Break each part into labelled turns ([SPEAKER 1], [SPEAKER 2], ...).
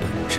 [SPEAKER 1] 本质。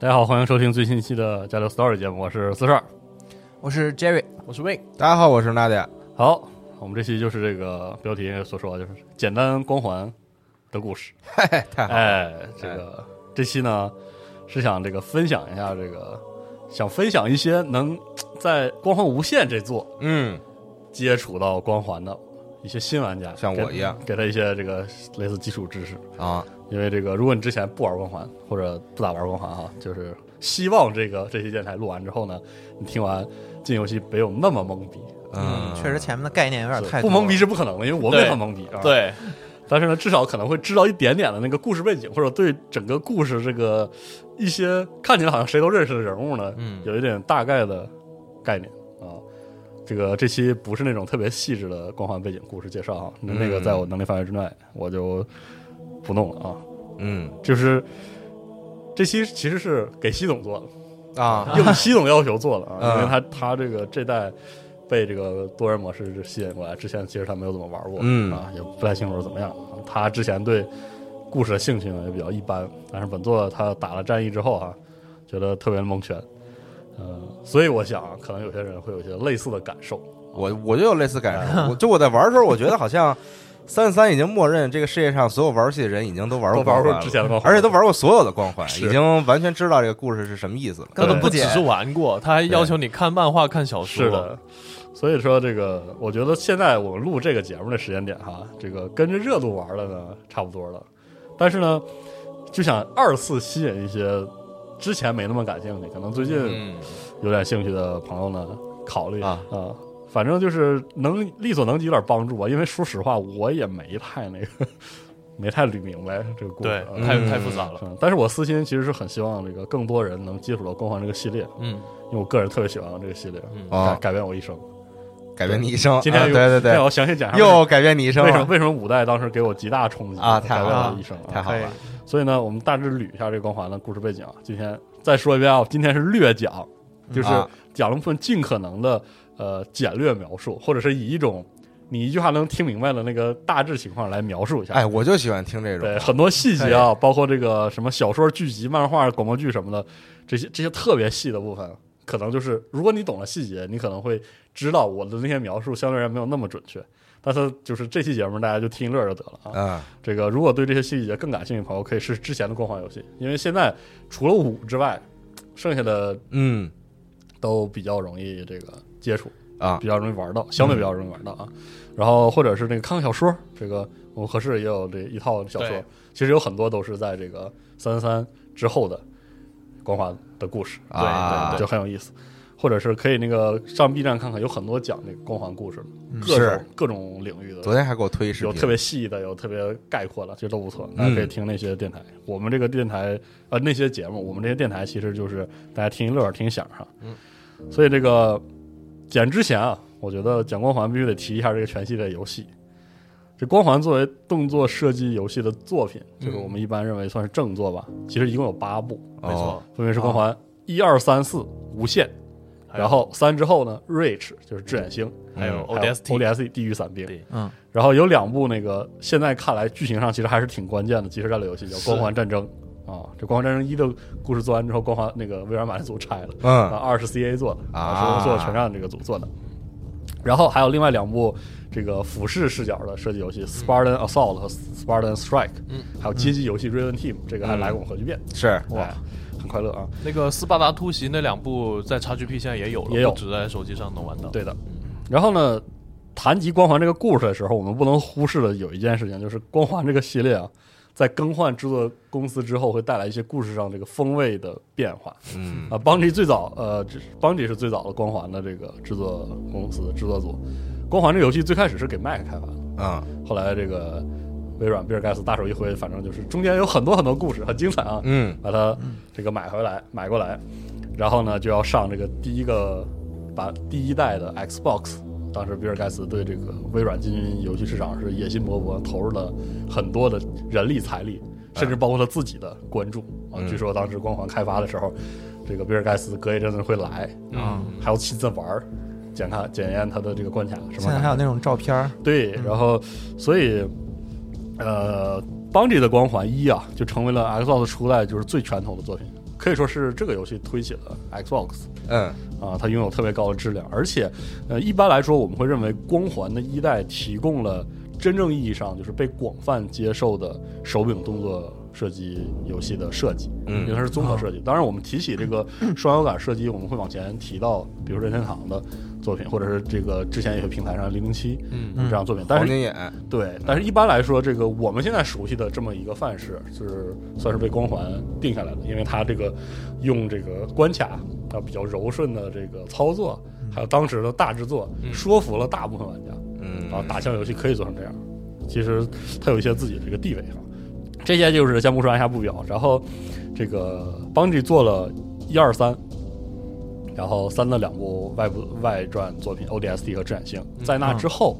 [SPEAKER 2] 大家好，欢迎收听最新一期的《加六 Story》节目，我是四十二。
[SPEAKER 3] 我是 Jerry，我是 Wing。
[SPEAKER 4] 大家好，我是娜姐。
[SPEAKER 2] 好，我们这期就是这个标题所说，就是简单光环的故事。
[SPEAKER 4] 嘿嘿，太好了，
[SPEAKER 2] 哎，这个这期呢是想这个分享一下这个，想分享一些能在《光环无限》这座
[SPEAKER 4] 嗯，
[SPEAKER 2] 接触到光环的一些新玩家，
[SPEAKER 4] 像我一样
[SPEAKER 2] 给，给他一些这个类似基础知识。
[SPEAKER 4] 啊，
[SPEAKER 2] 因为这个，如果你之前不玩光环或者不咋玩光环哈，就是希望这个这期电台录完之后呢，你听完进游戏没有那么懵逼，
[SPEAKER 4] 嗯，
[SPEAKER 3] 确实前面的概念有点
[SPEAKER 2] 是
[SPEAKER 3] 太
[SPEAKER 2] 不
[SPEAKER 3] 多
[SPEAKER 2] 懵逼是不可能的，因为我们也
[SPEAKER 5] 对
[SPEAKER 2] 很懵逼啊。，
[SPEAKER 5] 对，
[SPEAKER 2] 但是呢，至少可能会知道一点点的那个故事背景，或者对整个故事这个一些看起来好像谁都认识的人物呢，
[SPEAKER 4] 嗯
[SPEAKER 2] 有一点大概的概念啊。这个这期不是那种特别细致的光环背景故事介绍啊，那那个
[SPEAKER 4] 嗯
[SPEAKER 2] 在我能力范围之内，我就不弄了啊。
[SPEAKER 4] 嗯
[SPEAKER 2] 就是这期其实是给习总做的，
[SPEAKER 4] 啊，
[SPEAKER 2] 应习总要求做的啊，
[SPEAKER 4] 嗯
[SPEAKER 2] 因为他他这个这代被这个多人模式吸引过来，之前其实他没有怎么玩过，
[SPEAKER 4] 嗯
[SPEAKER 2] 啊，也不太清楚是怎么样。他之前对故事的兴趣呢也比较一般，但是本作他打了战役之后啊，觉得特别蒙圈，嗯，所以我想啊可能有些人会有一些类似的感受，
[SPEAKER 4] 我我就有类似感受，我就我在玩的时候，我觉得好像 三十三已经默认这个世界上所有玩游戏的人已经都玩
[SPEAKER 2] 都
[SPEAKER 4] 过
[SPEAKER 2] 玩
[SPEAKER 4] 光
[SPEAKER 2] 过
[SPEAKER 4] 环
[SPEAKER 2] 之
[SPEAKER 4] 了，
[SPEAKER 2] 前的光环，
[SPEAKER 4] 而且都玩过所有的光环，
[SPEAKER 2] 是呃
[SPEAKER 4] 已经完全知道这个故事是什么意思了。
[SPEAKER 3] 根本不
[SPEAKER 5] 只
[SPEAKER 3] 解。
[SPEAKER 5] 是玩过，他还要求你看漫画、看小说。
[SPEAKER 2] 是，的，所以说这个，我觉得现在我们录这个节目的时间点哈，这个跟着热度玩的呢差不多了，但是呢，就想二次吸引一些之前没那么感兴趣，可能最近
[SPEAKER 4] 嗯
[SPEAKER 2] 有点兴趣的朋友呢考虑
[SPEAKER 4] 啊
[SPEAKER 2] 反正就是能力所能及有点帮助吧，因为说实话我也没太那个， 没太捋明白这个故事
[SPEAKER 5] 对
[SPEAKER 2] 啊。，
[SPEAKER 5] 太
[SPEAKER 4] 嗯
[SPEAKER 5] 太复杂了。
[SPEAKER 2] 嗯但是我私心其实是很希望这个更多人能接触到《光环》这个系列，
[SPEAKER 5] 嗯，
[SPEAKER 2] 因为我个人特别喜欢这个系列，改
[SPEAKER 4] 啊，
[SPEAKER 2] 改变我一生。
[SPEAKER 4] 改变你一生，
[SPEAKER 2] 今天
[SPEAKER 4] 啊
[SPEAKER 2] 有
[SPEAKER 4] 对对
[SPEAKER 2] 让
[SPEAKER 4] 对，
[SPEAKER 2] 我详细讲一下
[SPEAKER 4] 又改变你一生
[SPEAKER 2] 为什么为什么为
[SPEAKER 4] 了，
[SPEAKER 2] 什么五代当时给我极大冲击
[SPEAKER 4] 啊
[SPEAKER 2] 改
[SPEAKER 4] 太好
[SPEAKER 2] 变了
[SPEAKER 3] 了
[SPEAKER 2] 一生啊
[SPEAKER 4] 太好 了，
[SPEAKER 2] 所以呢，我们大致捋一下这个光环的故事背景啊。今天再说一遍啊，今天是略讲，就是
[SPEAKER 4] 啊
[SPEAKER 2] 讲了部分尽可能的呃简略描述，或者是以一种你一句话能听明白的那个大致情况来描述一下。
[SPEAKER 4] 哎，我就喜欢听这种
[SPEAKER 2] 对，很多细节啊，包括这个什么小说、剧集、漫画、广播剧什么的，这些这些特别细的部分，可能就是如果你懂了细节，你可能会知道我的那些描述相对而言没有那么准确。但是就是这期节目大家就听一乐就得了啊。
[SPEAKER 4] 啊，
[SPEAKER 2] 这个如果对这些细节更感兴趣的朋友，可以试试之前的光环游戏，因为现在除了五之外，剩下的
[SPEAKER 4] 嗯
[SPEAKER 2] 都比较容易这个接触，
[SPEAKER 4] 啊
[SPEAKER 2] 比，较容易玩到，相对比较容易玩到啊。然后或者是那个看看小说，这个我们合适也有这一套小说
[SPEAKER 5] 对，
[SPEAKER 2] 其实有很多都是在这个三三之后的光华的故事啊
[SPEAKER 4] 对对对
[SPEAKER 2] 就很有意思。或者是可以那个上 B 站看看，有很多讲那个光环故事的，
[SPEAKER 3] 嗯
[SPEAKER 2] 各
[SPEAKER 4] 是
[SPEAKER 2] 种各种领域的，
[SPEAKER 4] 昨天还给我推一视
[SPEAKER 2] 有
[SPEAKER 4] 频，嗯
[SPEAKER 2] 特别细的，有特别概括的，其实都不错。大家可以听那些电台，我们这个电台呃那些节目，我们这些电台其实就是大家听一乐儿，听一响哈。
[SPEAKER 4] 嗯，
[SPEAKER 2] 所以这个讲之前啊，我觉得讲光环必须得提一下这个全系列游戏。这光环作为动作射击游戏的作品，就是我们一般认为算是正作吧。
[SPEAKER 4] 嗯
[SPEAKER 2] 其实一共有八部，
[SPEAKER 4] 哦
[SPEAKER 5] 没错，
[SPEAKER 2] 分别是光
[SPEAKER 4] 啊
[SPEAKER 2] 环一二三四无限，
[SPEAKER 5] 还有
[SPEAKER 2] 然后三之后呢，Reach 就是致远星，
[SPEAKER 4] 嗯
[SPEAKER 5] 还有
[SPEAKER 2] 还有
[SPEAKER 5] ODST
[SPEAKER 2] ODST 地狱伞兵。
[SPEAKER 5] 对
[SPEAKER 3] 嗯，
[SPEAKER 2] 然后有两部那个现在看来剧情上其实还是挺关键的即时战略游戏，叫《光环战争》啊。这《光环战争一》的故事做完之后，光环那个微软把这组拆了，啊，
[SPEAKER 4] 嗯
[SPEAKER 2] 二是 CA 做的，
[SPEAKER 4] 啊
[SPEAKER 2] 是做全战这个组做的。然后还有另外两部这个俯视视角的射击游戏《Spartan Assault》和《Spartan Strike》，
[SPEAKER 5] 嗯，
[SPEAKER 2] 还有街机游戏《Raven Team》，这个还来过我们核聚变，
[SPEAKER 4] 是
[SPEAKER 2] 哇、很快乐啊！
[SPEAKER 5] 那个斯巴达突袭那两部在 XGP 现在也有了，
[SPEAKER 2] 也有
[SPEAKER 5] 不止在手机上能玩到。
[SPEAKER 2] 对的
[SPEAKER 5] 嗯。
[SPEAKER 2] 然后呢，谈及光环这个故事的时候，我们不能忽视的有一件事情，就是光环这个系列啊，在更换制作公司之后，会带来一些故事上这个风味的变化
[SPEAKER 4] 嗯
[SPEAKER 2] 啊。邦迪最早，呃，这是邦迪是最早的光环的这个制作公司制作组。光环这个游戏最开始是给 Mac 开发的，
[SPEAKER 4] 啊
[SPEAKER 2] 后来这个微软比尔盖茨大手一挥，反正就是中间有很多很多故事，很精彩啊。
[SPEAKER 4] 嗯
[SPEAKER 2] 把它这个买回来，买过来，然后呢就要上这个第一个把第一代的 Xbox。当时比尔盖茨对这个微软进军游戏市场是野心勃勃，投入了很多的人力财力，甚至包括他自己的关注啊。
[SPEAKER 4] 嗯
[SPEAKER 2] 据说当时光环开发的时候，这个比尔盖茨隔一阵子会来，啊
[SPEAKER 5] 嗯，
[SPEAKER 2] 还要亲自玩儿，检看检验他的这个关卡什么。
[SPEAKER 3] 现在还有那种照片儿，
[SPEAKER 2] 对，
[SPEAKER 3] 嗯
[SPEAKER 2] 然后所以呃，邦迪的光环一啊，就成为了 Xbox 初代就是最拳头的作品，可以说是这个游戏推起了 Xbox
[SPEAKER 4] 嗯
[SPEAKER 2] 啊，它拥有特别高的质量，而且呃，一般来说我们会认为光环的一代提供了真正意义上就是被广泛接受的手柄动作。射击游戏的设计，
[SPEAKER 4] 嗯
[SPEAKER 2] 因为它是综合设计。当然，我们提起这 个双摇杆射击，我们会往前提到，比如任天堂的作品，或者是这个之前有些平台上零零七
[SPEAKER 5] 嗯，
[SPEAKER 2] 这样作品。但
[SPEAKER 4] 黄
[SPEAKER 2] 是嗯
[SPEAKER 4] 金眼
[SPEAKER 2] 对，但是一般来说，这个我们现在熟悉的这么一个范式，就是算是被光环定下来的，因为它这个用这个关卡啊比较柔顺的这个操作，还有当时的大制作，
[SPEAKER 5] 嗯
[SPEAKER 2] 说服了大部分玩家，然后
[SPEAKER 4] 嗯
[SPEAKER 2] 哦打枪游戏可以做成这样。其实它有一些自己的这个地位哈，这些就是先不说按下不表，然后这个邦 e 做了一二三。然后三的两部外部外传作品 ODST 和《致远星》，在那之后，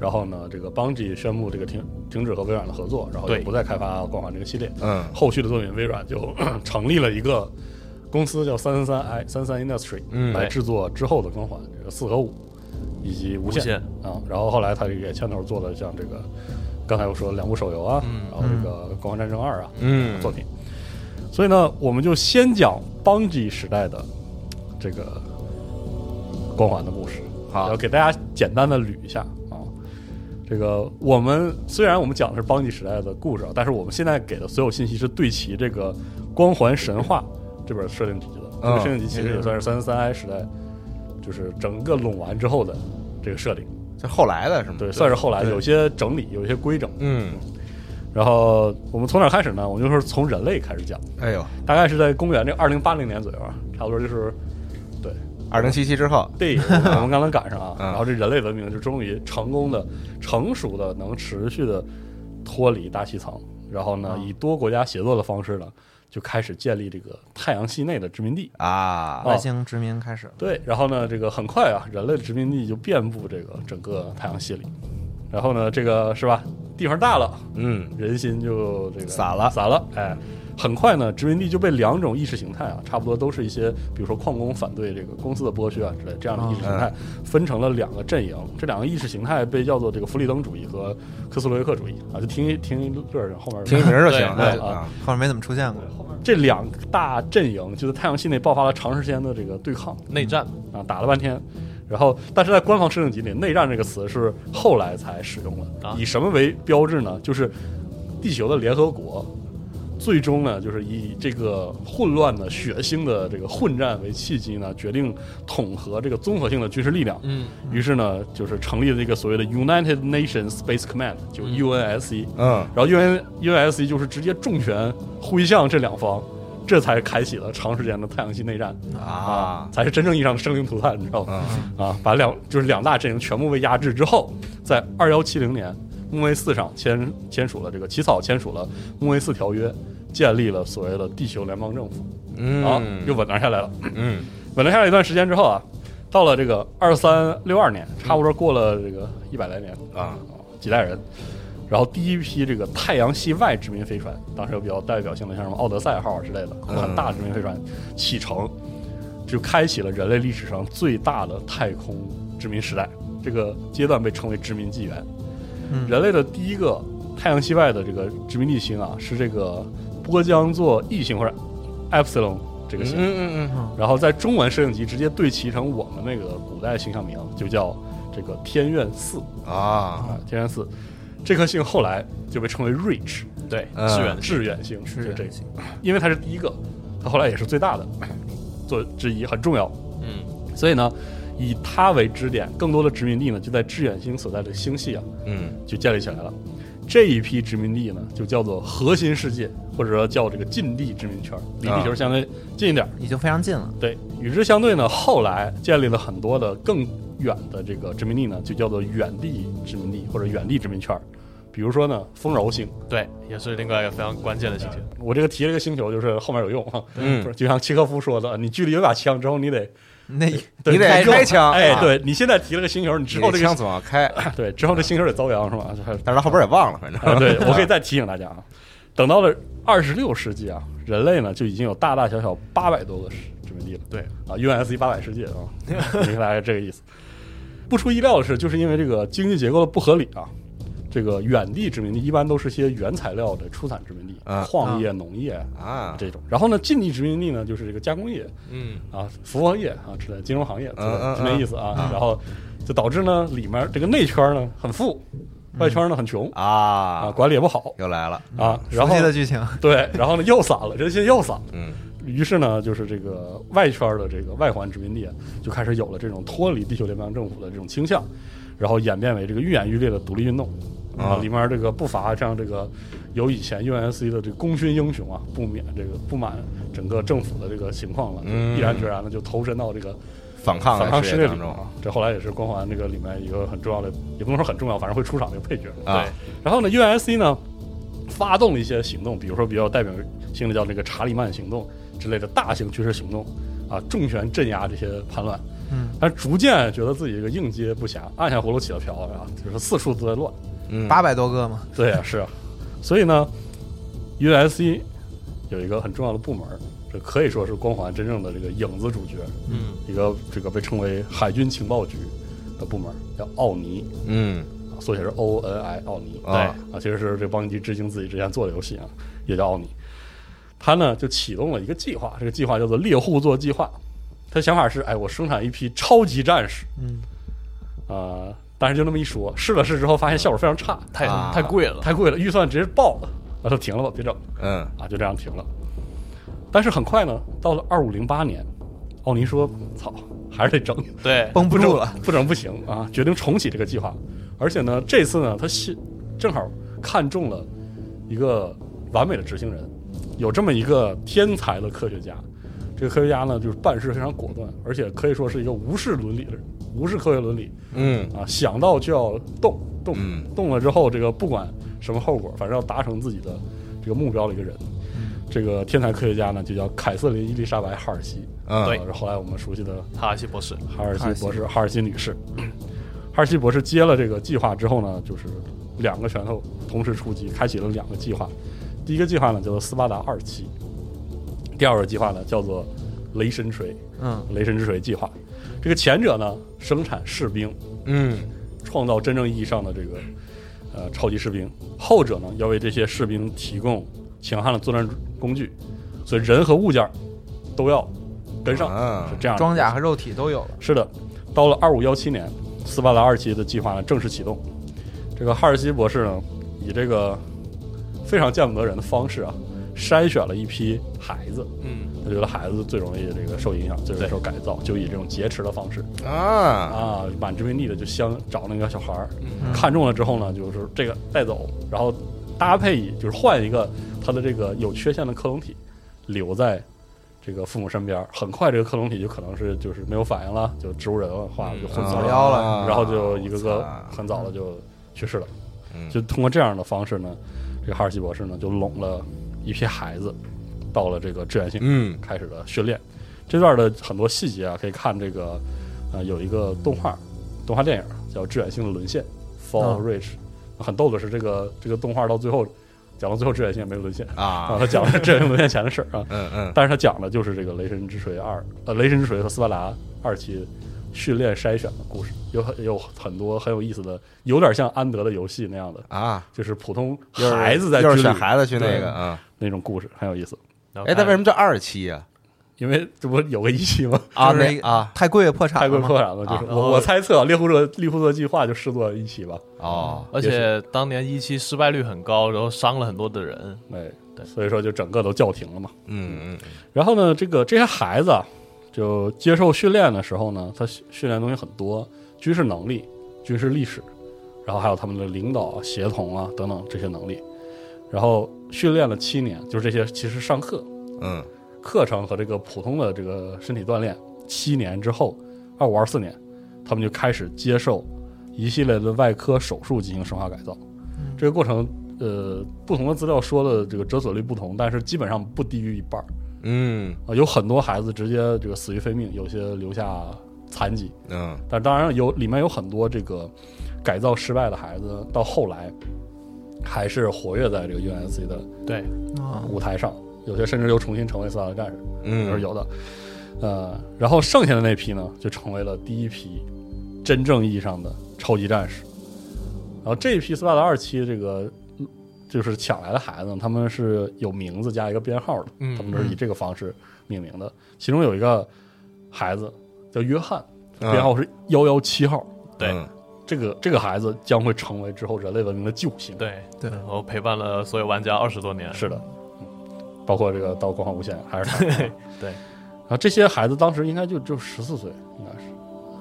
[SPEAKER 2] 然后呢，这个邦 e 宣布这个停停止和微软的合作，然后就
[SPEAKER 5] 对
[SPEAKER 2] 不再开发光环这个系列。
[SPEAKER 4] 嗯
[SPEAKER 2] 后续的作品，微软就 成立了一个公司叫三三三 i 三三 Industry
[SPEAKER 4] 嗯
[SPEAKER 2] 来制作之后的光环，这个四和五以及无
[SPEAKER 5] 无
[SPEAKER 2] 限
[SPEAKER 5] 限
[SPEAKER 2] 啊。然后后来他这个也牵头做了像这个刚才我说的两部手游啊，
[SPEAKER 5] 嗯
[SPEAKER 2] 然后这个《光环战争二》啊，
[SPEAKER 4] 嗯
[SPEAKER 2] 作品。所以呢，我们就先讲邦吉时代的这个光环的故事，
[SPEAKER 4] 好
[SPEAKER 2] 要给大家简单的捋一下啊。这个我们虽然我们讲的是邦吉时代的故事啊，但是我们现在给的所有信息是对齐这个《光环神话》这本设定集的。这个
[SPEAKER 4] 嗯
[SPEAKER 2] 设定集其实也算是三十三 I 时代，就是整个拢完之后的这个设定，
[SPEAKER 4] 这后来的是吗？
[SPEAKER 2] 对，算是后来
[SPEAKER 4] 嗯对
[SPEAKER 2] 有些整理，有一些规整。
[SPEAKER 4] 嗯
[SPEAKER 2] 然后我们从哪儿开始呢？我们就是从人类开始讲。
[SPEAKER 4] 哎呦
[SPEAKER 2] 大概是在公元这二零八零年左右，啊，差不多就是对
[SPEAKER 4] 二零七七之后
[SPEAKER 2] 对，我们刚能赶上啊。
[SPEAKER 4] 嗯
[SPEAKER 2] 然后这人类文明就终于成功的、成熟的、能持续的脱离大气层，然后呢，以多国家协作的方式呢，就开始建立这个太阳系内的殖民地。
[SPEAKER 4] 啊
[SPEAKER 2] 哦
[SPEAKER 3] 外星殖民开始了。
[SPEAKER 2] 对，然后呢，这个很快啊，人类的殖民地就遍布这个整个太阳系里。然后呢，这个是吧？地方大了，
[SPEAKER 4] 嗯，
[SPEAKER 2] 人心就这个
[SPEAKER 4] 散了
[SPEAKER 2] 散了。哎，很快呢，殖民地就被两种意识形态啊，差不多都是一些，比如说矿工反对这个公司的剥削啊之类这样的意识形态，分成了两个阵营。这两个意识形态被叫做这个弗里登主义和科斯洛维克主义啊，就听一听一乐儿，后面
[SPEAKER 4] 听名儿就行
[SPEAKER 2] 对
[SPEAKER 4] 了啊。
[SPEAKER 3] 后面没怎么出现过。
[SPEAKER 2] 这两大阵营就在太阳系内爆发了长时间的这个对抗
[SPEAKER 5] 内战，
[SPEAKER 2] 啊，打了半天。然后，但是在官方设定集里，“内战”这个词是后来才使用的。
[SPEAKER 5] 啊
[SPEAKER 2] 以什么为标志呢？就是地球的联合国最终呢，就是以这个混乱的、血腥的这个混战为契机呢，决定统合这个综合性的军事力量。
[SPEAKER 5] 嗯，
[SPEAKER 2] 于是呢，就是成立了一个所谓的 United Nations Space Command，就
[SPEAKER 5] 嗯
[SPEAKER 2] UNSC。
[SPEAKER 4] 嗯，
[SPEAKER 2] 然后 UN UNSC 就是直接重拳挥向这两方，这才开启了长时间的太阳系内战
[SPEAKER 4] 啊
[SPEAKER 2] 才是真正意义上的生灵涂炭，你知道吗？
[SPEAKER 4] 嗯
[SPEAKER 2] 啊，把两就是两大阵营全部被压制之后，在二幺七零年木卫四上签签署了这个起草签署了木卫四条约，建立了所谓的地球联邦政府，啊，
[SPEAKER 4] 嗯
[SPEAKER 2] 又稳当下来了。
[SPEAKER 4] 嗯
[SPEAKER 2] 稳了下来一段时间之后啊，到了这个二三六二年，差不多过了这个一百来年，
[SPEAKER 4] 啊
[SPEAKER 2] 几代人，然后第一批这个太阳系外殖民飞船，当时有比较代表性的，像什么奥德赛号啊之类的，很大殖民飞船启程，就开启了人类历史上最大的太空殖民时代。这个阶段被称为殖民纪元。
[SPEAKER 3] 嗯
[SPEAKER 2] 人类的第一个太阳系外的这个殖民地星啊，是这个波江座 E 星或者 Epsilon 这个
[SPEAKER 4] 嗯
[SPEAKER 2] 星。
[SPEAKER 4] 嗯嗯
[SPEAKER 2] 然后在中文摄影集直接对齐成我们那个古代形象名，就叫这个天苑寺。
[SPEAKER 4] 嗯啊，
[SPEAKER 2] 啊，天然寺。这颗星后来就被称为呃 Reach
[SPEAKER 5] 对，
[SPEAKER 4] 嗯
[SPEAKER 5] 志远，
[SPEAKER 2] 致远星，
[SPEAKER 3] 是
[SPEAKER 2] 就这个
[SPEAKER 3] 人，性
[SPEAKER 2] 因为它是第一个，它后来也是最大的 做之一，很重要。
[SPEAKER 5] 嗯，
[SPEAKER 2] 所以呢，以它为支点，更多的殖民地呢就在致远星所在的星系啊
[SPEAKER 4] 嗯
[SPEAKER 2] 就建立起来了。这一批殖民地呢，就叫做核心世界，或者说叫这个近地殖民圈，离
[SPEAKER 4] 啊
[SPEAKER 2] 地球相对近一点儿。
[SPEAKER 3] 已经非常近了。
[SPEAKER 2] 对，与之相对呢，后来建立了很多的更远的这个殖民地呢，就叫做远地殖民地或者远地殖民圈儿。比如说呢，丰饶星，
[SPEAKER 5] 对，也是另外一个非常关键的星球。
[SPEAKER 2] 我这个提了一个星球，就是后面有用啊。不
[SPEAKER 4] 嗯
[SPEAKER 2] 是，， 就像契诃夫说的，你距离有把枪之后，你得
[SPEAKER 3] 那
[SPEAKER 2] 对
[SPEAKER 4] 你得
[SPEAKER 2] 你
[SPEAKER 4] 开枪
[SPEAKER 2] 哎，
[SPEAKER 4] 啊
[SPEAKER 2] 对你现在提了个星球，你之后这
[SPEAKER 4] 你枪
[SPEAKER 2] 个
[SPEAKER 4] 总要开，
[SPEAKER 2] 对之后这星球得遭殃是吧？这还
[SPEAKER 4] 但是他后边也忘了，反正
[SPEAKER 2] 啊，对，我可以再提醒大家啊，等到了二十六世纪啊，人类呢就已经有大大小小八百多个殖民地了。
[SPEAKER 5] 对
[SPEAKER 2] 啊，UNSC 八百世界啊， 你看大概这个意思。不出意料的是，就是因为这个经济结构的不合理啊，这个远地殖民地一般都是些原材料的出产殖民地，
[SPEAKER 4] 啊
[SPEAKER 2] 矿业、农业
[SPEAKER 4] 啊，
[SPEAKER 2] 这种。然后呢，近地殖民地呢就是这个加工业
[SPEAKER 5] 嗯，
[SPEAKER 2] 啊、服务业啊之类的金融行业之类
[SPEAKER 4] 嗯嗯
[SPEAKER 2] 的，就那意思啊。然后就导致呢，里面这个内圈呢很富，外圈呢很穷。嗯啊，
[SPEAKER 4] 啊，
[SPEAKER 2] 管理也不好，
[SPEAKER 4] 又来了，
[SPEAKER 2] 啊，然
[SPEAKER 3] 嗯熟
[SPEAKER 2] 后
[SPEAKER 3] 悉的剧情，
[SPEAKER 2] 对，然后呢又散了，人心又散了。
[SPEAKER 4] 嗯
[SPEAKER 2] 于是呢，就是这个外圈的这个外环殖民地啊就开始有了这种脱离地球联邦政府的这种倾向，然后演变为这个愈演愈烈的独立运动啊，
[SPEAKER 4] 啊
[SPEAKER 2] 里面这个不乏像这个有以前 UNSC 的这个功勋英雄啊，不免这个不满整个政府的这个情况了，
[SPEAKER 4] 嗯
[SPEAKER 2] 毅然决然的就投身到这个
[SPEAKER 4] 反抗
[SPEAKER 2] 反抗
[SPEAKER 4] 在
[SPEAKER 2] 势
[SPEAKER 4] 事
[SPEAKER 2] 力
[SPEAKER 4] 业
[SPEAKER 2] 里
[SPEAKER 4] 当
[SPEAKER 2] 面
[SPEAKER 4] 中
[SPEAKER 2] 啊。这后来也是光环这个里面一个很重要的，也不能说很重要，反正会出场的一个配角。
[SPEAKER 4] 啊
[SPEAKER 5] 对，
[SPEAKER 2] 然后呢，UNSC 呢发动了一些行动，比如说比较有代表性的叫这个查理曼行动之类的大型军事行动，啊，重拳镇压这些叛乱。
[SPEAKER 3] 嗯，
[SPEAKER 2] 但逐渐觉得自己这个应接不暇，按下葫芦起了瓢啊，就是四处都在乱。
[SPEAKER 4] 嗯
[SPEAKER 3] 八百多个嘛，
[SPEAKER 2] 对啊，是啊。所以呢，UNSC 有一个很重要的部门，这可以说是光环真正的这个影子主角，
[SPEAKER 5] 嗯，
[SPEAKER 2] 一个这个被称为海军情报局的部门，叫奥尼。
[SPEAKER 4] 嗯
[SPEAKER 2] 啊缩写是 O N I 奥尼，
[SPEAKER 4] 啊
[SPEAKER 2] 对啊，其实是这邦尼致敬自己之前做的游戏啊，也叫奥尼。他呢就启动了一个计划，这个计划叫做猎户座计划。他想法是，哎，我生产一批超级战士，
[SPEAKER 3] 嗯，
[SPEAKER 2] 啊、但是就那么一说，试了试之后发现效果非常差，
[SPEAKER 5] 太
[SPEAKER 4] 啊
[SPEAKER 5] 太贵了，
[SPEAKER 2] 太贵了，预算直接爆了，那就停了吧，别整了
[SPEAKER 4] 嗯
[SPEAKER 2] 啊，就这样停了。但是很快呢，到了二五零八年，奥尼说：“操，还是得整。”
[SPEAKER 5] 对，
[SPEAKER 3] 绷不住了。
[SPEAKER 2] 不整不行啊，决定重启这个计划。而且呢，这次呢，他是正好看中了一个完美的执行人，有这么一个天才的科学家。这个科学家呢，就是办事非常果断，而且可以说是一个无视伦理的人，无视科学伦理
[SPEAKER 4] 嗯
[SPEAKER 2] 啊，想到就要动动
[SPEAKER 4] 嗯
[SPEAKER 2] 动了之后，这个不管什么后果，反正要达成自己的这个目标的一个人。这个天才科学家呢，就叫凯瑟琳伊丽莎白哈尔西，
[SPEAKER 4] 嗯，
[SPEAKER 5] 对
[SPEAKER 2] 啊是后来我们熟悉的
[SPEAKER 5] 哈希博士，
[SPEAKER 2] 哈尔西博士、哈尔西女士。 哈士奇博士接了这个计划之后呢，就是两个拳头同时出击，开启了两个计划。第一个计划呢叫做斯巴达二期，第二个计划呢叫做雷神锤，
[SPEAKER 3] 嗯
[SPEAKER 2] 雷神之锤计划。这个前者呢，生产士兵，
[SPEAKER 4] 嗯
[SPEAKER 2] 创造真正意义上的这个呃超级士兵；后者呢，要为这些士兵提供强悍的作战工具，所以人和物件儿都要跟上，
[SPEAKER 4] 啊
[SPEAKER 2] 是这样的。
[SPEAKER 3] 装甲和肉体都有了。
[SPEAKER 2] 是的，到了二五幺七年，斯巴达二期的计划呢正式启动。这个哈尔西博士呢，以这个非常见不得人的方式啊，筛选了一批孩子，
[SPEAKER 5] 嗯，
[SPEAKER 2] 他觉得孩子最容易这个受影响，最容易受改造，就以这种劫持的方式
[SPEAKER 4] 啊，
[SPEAKER 2] 啊，满殖民地的就相找那个小孩儿，看中了之后呢，就是这个带走，然后搭配以就是换一个他的这个有缺陷的克隆体留在这个父母身边儿，很快这个克隆体就可能是就是没有反应了，就植物人了，化就混
[SPEAKER 4] 早
[SPEAKER 2] 走了，啊
[SPEAKER 4] 夭了
[SPEAKER 2] 然后就一个
[SPEAKER 4] 我
[SPEAKER 2] 个
[SPEAKER 4] 操
[SPEAKER 2] 很早的就去世了。
[SPEAKER 4] 嗯
[SPEAKER 2] 就通过这样的方式呢，这个哈尔奇博士呢就拢了一批孩子到了这个志愿性
[SPEAKER 4] 嗯
[SPEAKER 2] 开始了训练。这段的很多细节啊，可以看这个呃有一个动画动画电影叫《致远性的沦陷》（Fall of Reach）。很逗的是，这个这个动画到最后讲到最后，致远性也没沦陷啊，
[SPEAKER 4] 啊，
[SPEAKER 2] 他讲的是致远性沦陷前的事儿啊，
[SPEAKER 4] 嗯嗯
[SPEAKER 2] 但是他讲的就是这个雷神之锤二呃雷神之锤和斯巴达二期。训练筛选的故事有很有很多很有意思的，有点像安德的游戏那样的，
[SPEAKER 4] 啊，
[SPEAKER 2] 就是普通
[SPEAKER 4] 又是
[SPEAKER 2] 孩子在
[SPEAKER 4] 又是
[SPEAKER 2] 军
[SPEAKER 4] 选
[SPEAKER 2] 旅
[SPEAKER 4] 孩子去那
[SPEAKER 2] 对
[SPEAKER 4] 个啊，
[SPEAKER 2] 那种故事，很有意思。
[SPEAKER 4] 哎，但为什
[SPEAKER 5] 么
[SPEAKER 4] 么叫二期啊？
[SPEAKER 2] 因为这不有个一期吗？
[SPEAKER 4] 啊
[SPEAKER 3] 就是
[SPEAKER 4] 那啊
[SPEAKER 3] 太贵破产
[SPEAKER 2] 太
[SPEAKER 3] 了
[SPEAKER 2] 贵
[SPEAKER 3] 嘛
[SPEAKER 2] 破产了，就是
[SPEAKER 5] 啊
[SPEAKER 2] 我
[SPEAKER 5] 哦
[SPEAKER 2] 我猜测猎户座猎户座计划就视作一期吧，
[SPEAKER 4] 哦，
[SPEAKER 5] 而且当年一期失败率很高，然后伤了很多的人。
[SPEAKER 2] 哎，
[SPEAKER 5] 对
[SPEAKER 2] 所以说就整个都叫停了嘛。
[SPEAKER 4] 嗯嗯
[SPEAKER 2] 然后呢，这个这些孩子啊，就接受训练的时候呢，他训训练的东西很多，军事能力、军事历史，然后还有他们的领导啊、协同啊等等这些能力。然后训练了七年，就是这些其实上课
[SPEAKER 4] 嗯
[SPEAKER 2] 课程和这个普通的这个身体锻炼，七年之后，二五二四年，他们就开始接受一系列的外科手术进行生化改造。这个过程，呃，不同的资料说的这个折损率不同，但是基本上不低于一半儿
[SPEAKER 4] 嗯
[SPEAKER 2] 啊、有很多孩子直接这个死于非命，有些留下残疾。
[SPEAKER 4] 嗯
[SPEAKER 2] 但当然有里面有很多这个改造失败的孩子，到后来还是活跃在这个 UNSC 的
[SPEAKER 5] 对，
[SPEAKER 2] 啊
[SPEAKER 3] 啊，
[SPEAKER 2] 舞台上，有些甚至又重新成为斯巴达战士。也是
[SPEAKER 4] 嗯，
[SPEAKER 2] 有的。呃，然后剩下的那批呢，就成为了第一批真正意义上的超级战士。然后这一批斯巴达二期这个嗯就是抢来的孩子呢，他们是有名字加一个编号的，
[SPEAKER 5] 嗯
[SPEAKER 2] 他们都是以这个方式命名的。其中有一个孩子叫约翰，
[SPEAKER 4] 嗯
[SPEAKER 2] 编号是幺幺七号。
[SPEAKER 5] 对
[SPEAKER 4] 嗯
[SPEAKER 2] 这个这个孩子将会成为之后人类文明的救星。
[SPEAKER 5] 对
[SPEAKER 3] 对
[SPEAKER 5] 然后陪伴了所有玩家二十多年。
[SPEAKER 2] 是的，嗯包括这个到光环无限还是他
[SPEAKER 5] 对
[SPEAKER 2] 然后这些孩子当时应该就就十四岁，应该是，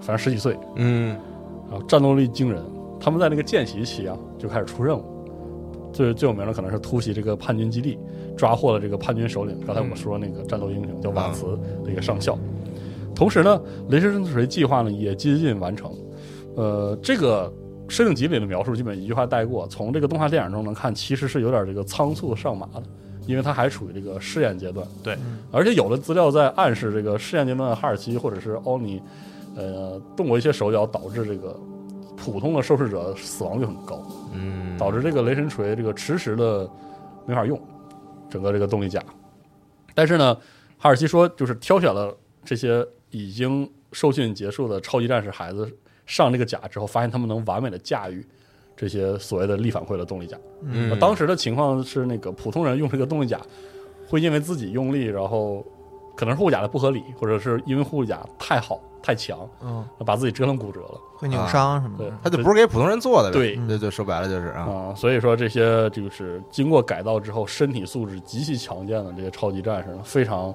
[SPEAKER 2] 反正十几岁，
[SPEAKER 4] 嗯
[SPEAKER 2] 然后战斗力惊人。他们在那个见习期啊，就开始出任务。最最有名的可能是突袭这个叛军基地，抓获了这个叛军首领。刚才我们说那个战斗英雄叫瓦茨的一个上校。同时呢，雷神之锤计划呢也接近完成。呃，这个设定集里的描述基本一句话带过。从这个动画电影中能看，其实是有点这个仓促上马的，因为它还处于这个试验阶段。
[SPEAKER 5] 对
[SPEAKER 3] 嗯，
[SPEAKER 2] 而且有的资料在暗示这个试验阶段的哈尔奇或者是欧尼，呃，动过一些手脚，导致这个普通的受试者死亡率很高，
[SPEAKER 4] 嗯，
[SPEAKER 2] 导致这个雷神锤这个迟迟的没法用，整个这个动力甲。但是呢，哈尔奇说，就是挑选了这些已经受训结束的超级战士孩子上这个甲之后，发现他们能完美的驾驭这些所谓的力反馈的动力甲。
[SPEAKER 4] 嗯
[SPEAKER 2] 当时的情况是，那个普通人用这个动力甲，会因为自己用力，然后可能是护甲的不合理，或者是因为护甲太好太强，
[SPEAKER 3] 嗯，
[SPEAKER 2] 把自己折腾骨折了。
[SPEAKER 3] 会
[SPEAKER 4] 啊
[SPEAKER 3] 扭伤什么
[SPEAKER 2] 对
[SPEAKER 3] 的，，
[SPEAKER 4] 嗯他就不是给普通人做的呗，
[SPEAKER 2] 对
[SPEAKER 4] 对对，说白了就是啊，
[SPEAKER 2] 啊、所以说这些就是经过改造之后，身体素质极其强健的这些超级战士呢，非常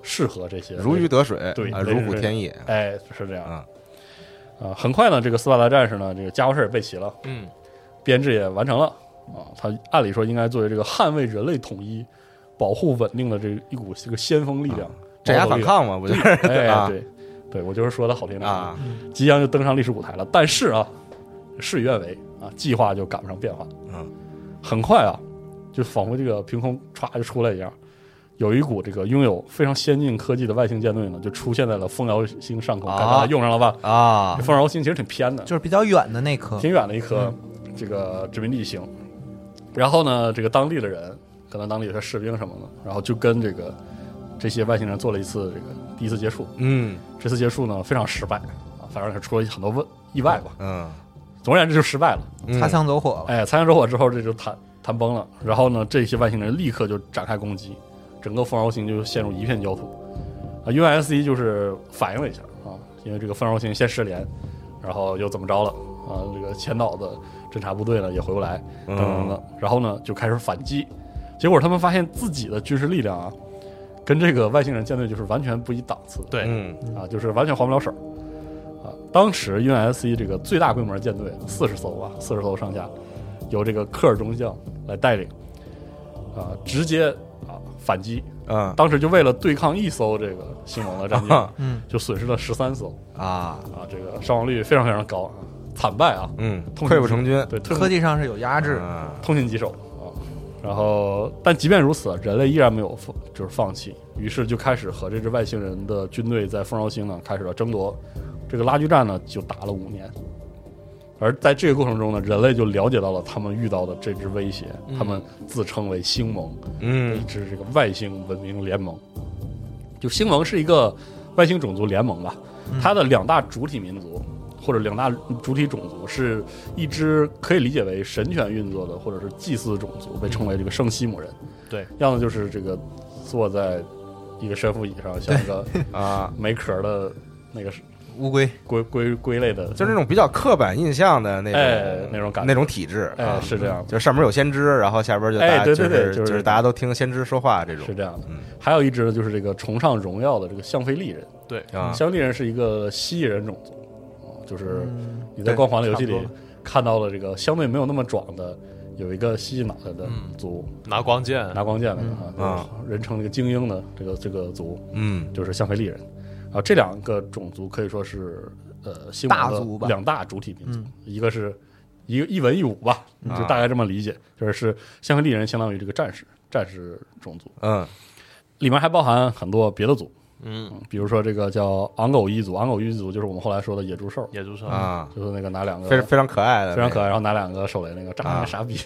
[SPEAKER 2] 适合这些
[SPEAKER 4] 如鱼得水，
[SPEAKER 2] 对
[SPEAKER 4] 啊
[SPEAKER 2] 对
[SPEAKER 4] 如
[SPEAKER 2] 对
[SPEAKER 4] 虎
[SPEAKER 2] 对
[SPEAKER 4] 添翼，
[SPEAKER 2] 哎，是这样
[SPEAKER 4] 啊。
[SPEAKER 2] 啊，很快呢，这个斯巴达战士呢，这个家伙事儿也备齐了，
[SPEAKER 5] 嗯，
[SPEAKER 2] 编制也完成了啊。他按理说应该作为这个捍卫人类统一、保护稳定的这一股这个先锋力量，
[SPEAKER 4] 镇嗯压反抗嘛，不就是
[SPEAKER 2] 保守力量。哎，
[SPEAKER 4] 啊
[SPEAKER 2] 对，对我就是说的好听点
[SPEAKER 4] 啊，
[SPEAKER 2] 即将就登上历史舞台了。但是啊，事与愿违啊，计划就赶不上变化。
[SPEAKER 4] 嗯，
[SPEAKER 2] 很快啊，就仿佛这个凭空歘就出来一样，有一股这个拥有非常先进科技的外星舰队呢，就出现在了蜂巢星上空，大家
[SPEAKER 4] 啊
[SPEAKER 2] 用上了吧？
[SPEAKER 4] 啊
[SPEAKER 2] 这，蜂巢星其实挺偏的，
[SPEAKER 3] 就是比较远的那颗，
[SPEAKER 2] 挺远的一颗
[SPEAKER 4] 嗯
[SPEAKER 2] 这个殖民地星。然后呢，这个当地的人，可能当地有些士兵什么的，然后就跟这个这些外星人做了一次这个第一次接触。
[SPEAKER 4] 嗯
[SPEAKER 2] 这次接触呢非常失败啊，反正是出了很多问意外吧。
[SPEAKER 4] 嗯，
[SPEAKER 2] 总而言之就失败了。
[SPEAKER 4] 嗯
[SPEAKER 3] 擦枪走火了。
[SPEAKER 2] 哎，擦枪走火之后，这就谈谈崩了。然后呢，这些外星人立刻就展开攻击，整个蜂巢星就陷入一片焦土。啊，USC 就是反应了一下啊，因为这个蜂巢星先失联，然后又怎么着了啊？这个前岛的侦察部队呢也回不来，等等
[SPEAKER 4] 嗯
[SPEAKER 2] 等。然后呢就开始反击，结果他们发现自己的军事力量啊，跟这个外星人舰队就是完全不一档次的。
[SPEAKER 5] 对，
[SPEAKER 4] 嗯
[SPEAKER 2] 啊，就是完全还不了手儿啊。当时 UNSC 这个最大规模舰队四十艘啊，四十艘上下，由这个科尔中将来带领啊，直接啊反击。
[SPEAKER 4] 嗯
[SPEAKER 2] 当时就为了对抗一艘这个新盟的战舰，
[SPEAKER 3] 嗯，
[SPEAKER 2] 就损失了十三艘
[SPEAKER 4] 啊
[SPEAKER 2] 啊，这个伤亡率非常非常高啊，惨败啊，
[SPEAKER 4] 嗯，
[SPEAKER 2] 痛
[SPEAKER 4] 溃不成军，
[SPEAKER 2] 对，痛
[SPEAKER 3] 科技上是有压制，
[SPEAKER 4] 嗯
[SPEAKER 2] 痛心疾首啊。然后，但即便如此，人类依然没有放，就是放弃，于是就开始和这支外星人的军队在蜂巢星呢开始了争夺。这个拉锯战呢就打了五年，而在这个过程中呢，人类就了解到了他们遇到的这支威胁，他们自称为星盟，一
[SPEAKER 4] 嗯
[SPEAKER 2] 支这个外星文明联盟。就星盟是一个外星种族联盟吧，
[SPEAKER 4] 嗯
[SPEAKER 2] 它的两大主体民族或者两大主体种族是一支可以理解为神权运作的或者是祭祀种族，被称为这个圣西姆人。
[SPEAKER 5] 对，
[SPEAKER 2] 要么就是这个坐在一个神父椅上，像一 个
[SPEAKER 4] 啊，
[SPEAKER 2] 没壳儿的那个是
[SPEAKER 3] 乌龟
[SPEAKER 2] 龟龟龟类的，
[SPEAKER 4] 就是那种比较刻板印象的那
[SPEAKER 2] 哎
[SPEAKER 4] 种
[SPEAKER 2] 那种感觉
[SPEAKER 4] 那种体制，
[SPEAKER 2] 哎是这样的，
[SPEAKER 4] 就上面有先知，然后下边就大
[SPEAKER 2] 哎
[SPEAKER 4] 家
[SPEAKER 2] 对对
[SPEAKER 4] 就
[SPEAKER 2] 对
[SPEAKER 4] 是
[SPEAKER 2] 就是
[SPEAKER 4] 就是大家都听先知说话这种
[SPEAKER 2] 是这样的
[SPEAKER 4] 嗯。
[SPEAKER 2] 还有一支呢，就是这个崇尚荣耀的这个向菲利人，
[SPEAKER 4] 啊，
[SPEAKER 2] 香利人是一个蜥蜴人种族，哦就是
[SPEAKER 3] 嗯
[SPEAKER 2] 你在《光环》的游戏
[SPEAKER 3] 对
[SPEAKER 2] 里
[SPEAKER 3] 差
[SPEAKER 2] 看到了这个相对没有那么壮的，有一个蜥蜴脑袋的
[SPEAKER 5] 嗯
[SPEAKER 2] 族，
[SPEAKER 5] 拿光剑，
[SPEAKER 2] 拿光剑的啊，
[SPEAKER 4] 嗯啊
[SPEAKER 2] 就是人称这个精英的这个这个族
[SPEAKER 4] 嗯
[SPEAKER 2] 就是香菲利人，然后这两个种族可以说是呃西蒙
[SPEAKER 3] 大
[SPEAKER 2] 的
[SPEAKER 3] 族吧嗯
[SPEAKER 2] 两大主体民族，一个是一个一文一武吧，
[SPEAKER 4] 嗯
[SPEAKER 2] 就大概这么理解，就是是香菲利人相当于这个战士战士种族，
[SPEAKER 4] 嗯
[SPEAKER 2] 里面还包含很多别的族，
[SPEAKER 5] 嗯，
[SPEAKER 2] 比如说这个叫昂狗一族，昂狗一族就是我们后来说的野猪兽，
[SPEAKER 5] 野猪上，
[SPEAKER 4] 啊，
[SPEAKER 2] 就是那个拿两个
[SPEAKER 4] 非非常可爱的，
[SPEAKER 2] 嗯非常可爱，然后拿两个手雷那个炸
[SPEAKER 4] 哎啊
[SPEAKER 2] 那个傻 逼，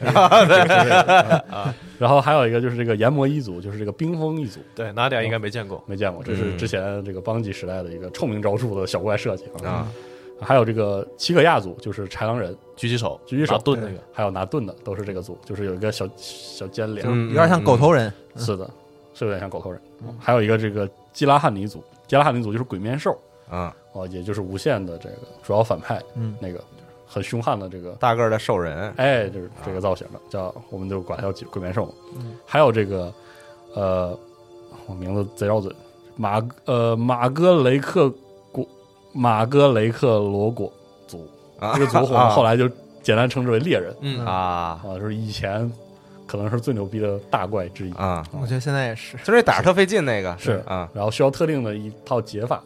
[SPEAKER 2] 啊然后还有一个就是这个炎魔一族，就是这个冰封一族，
[SPEAKER 5] 对，哪点应该没见过，
[SPEAKER 2] 没见过，这是
[SPEAKER 4] 嗯
[SPEAKER 2] 之前这个邦吉时代的一个臭名昭著的小怪设计
[SPEAKER 4] 爱啊，
[SPEAKER 2] 还有这个七个亚族，就是豺狼人，
[SPEAKER 5] 狙击手，
[SPEAKER 2] 狙击手
[SPEAKER 5] 拿盾那个，
[SPEAKER 2] 还有拿盾的都是这个族，就是有一个小小尖脸，
[SPEAKER 4] 嗯
[SPEAKER 3] 有点像狗头人，
[SPEAKER 2] 是的，是有点像狗头人。还有一个这个基拉汉尼族，基拉汉尼族就是鬼面兽，
[SPEAKER 4] 啊，
[SPEAKER 2] 哦，也就是无限的这个主要反派，
[SPEAKER 3] 嗯
[SPEAKER 2] 那个就是很凶悍的这个
[SPEAKER 4] 大个儿的兽人，
[SPEAKER 2] 哎，就是这个造型
[SPEAKER 4] 嗯
[SPEAKER 2] 的，叫我们就管它叫鬼面兽嘛。还有这个，呃，我名字贼绕嘴，马呃马哥雷克国马哥雷克罗果族，
[SPEAKER 4] 啊
[SPEAKER 2] 这个族 我们后来就简单称之为猎人
[SPEAKER 5] 嗯，
[SPEAKER 4] 啊
[SPEAKER 2] 啊，就是以前可能是最牛逼的大怪之一，
[SPEAKER 4] 啊，
[SPEAKER 3] 我觉得现在也是。
[SPEAKER 4] 就那打着特费劲那个
[SPEAKER 2] 嗯是
[SPEAKER 4] 啊，
[SPEAKER 2] 然后需要特定的一套解法，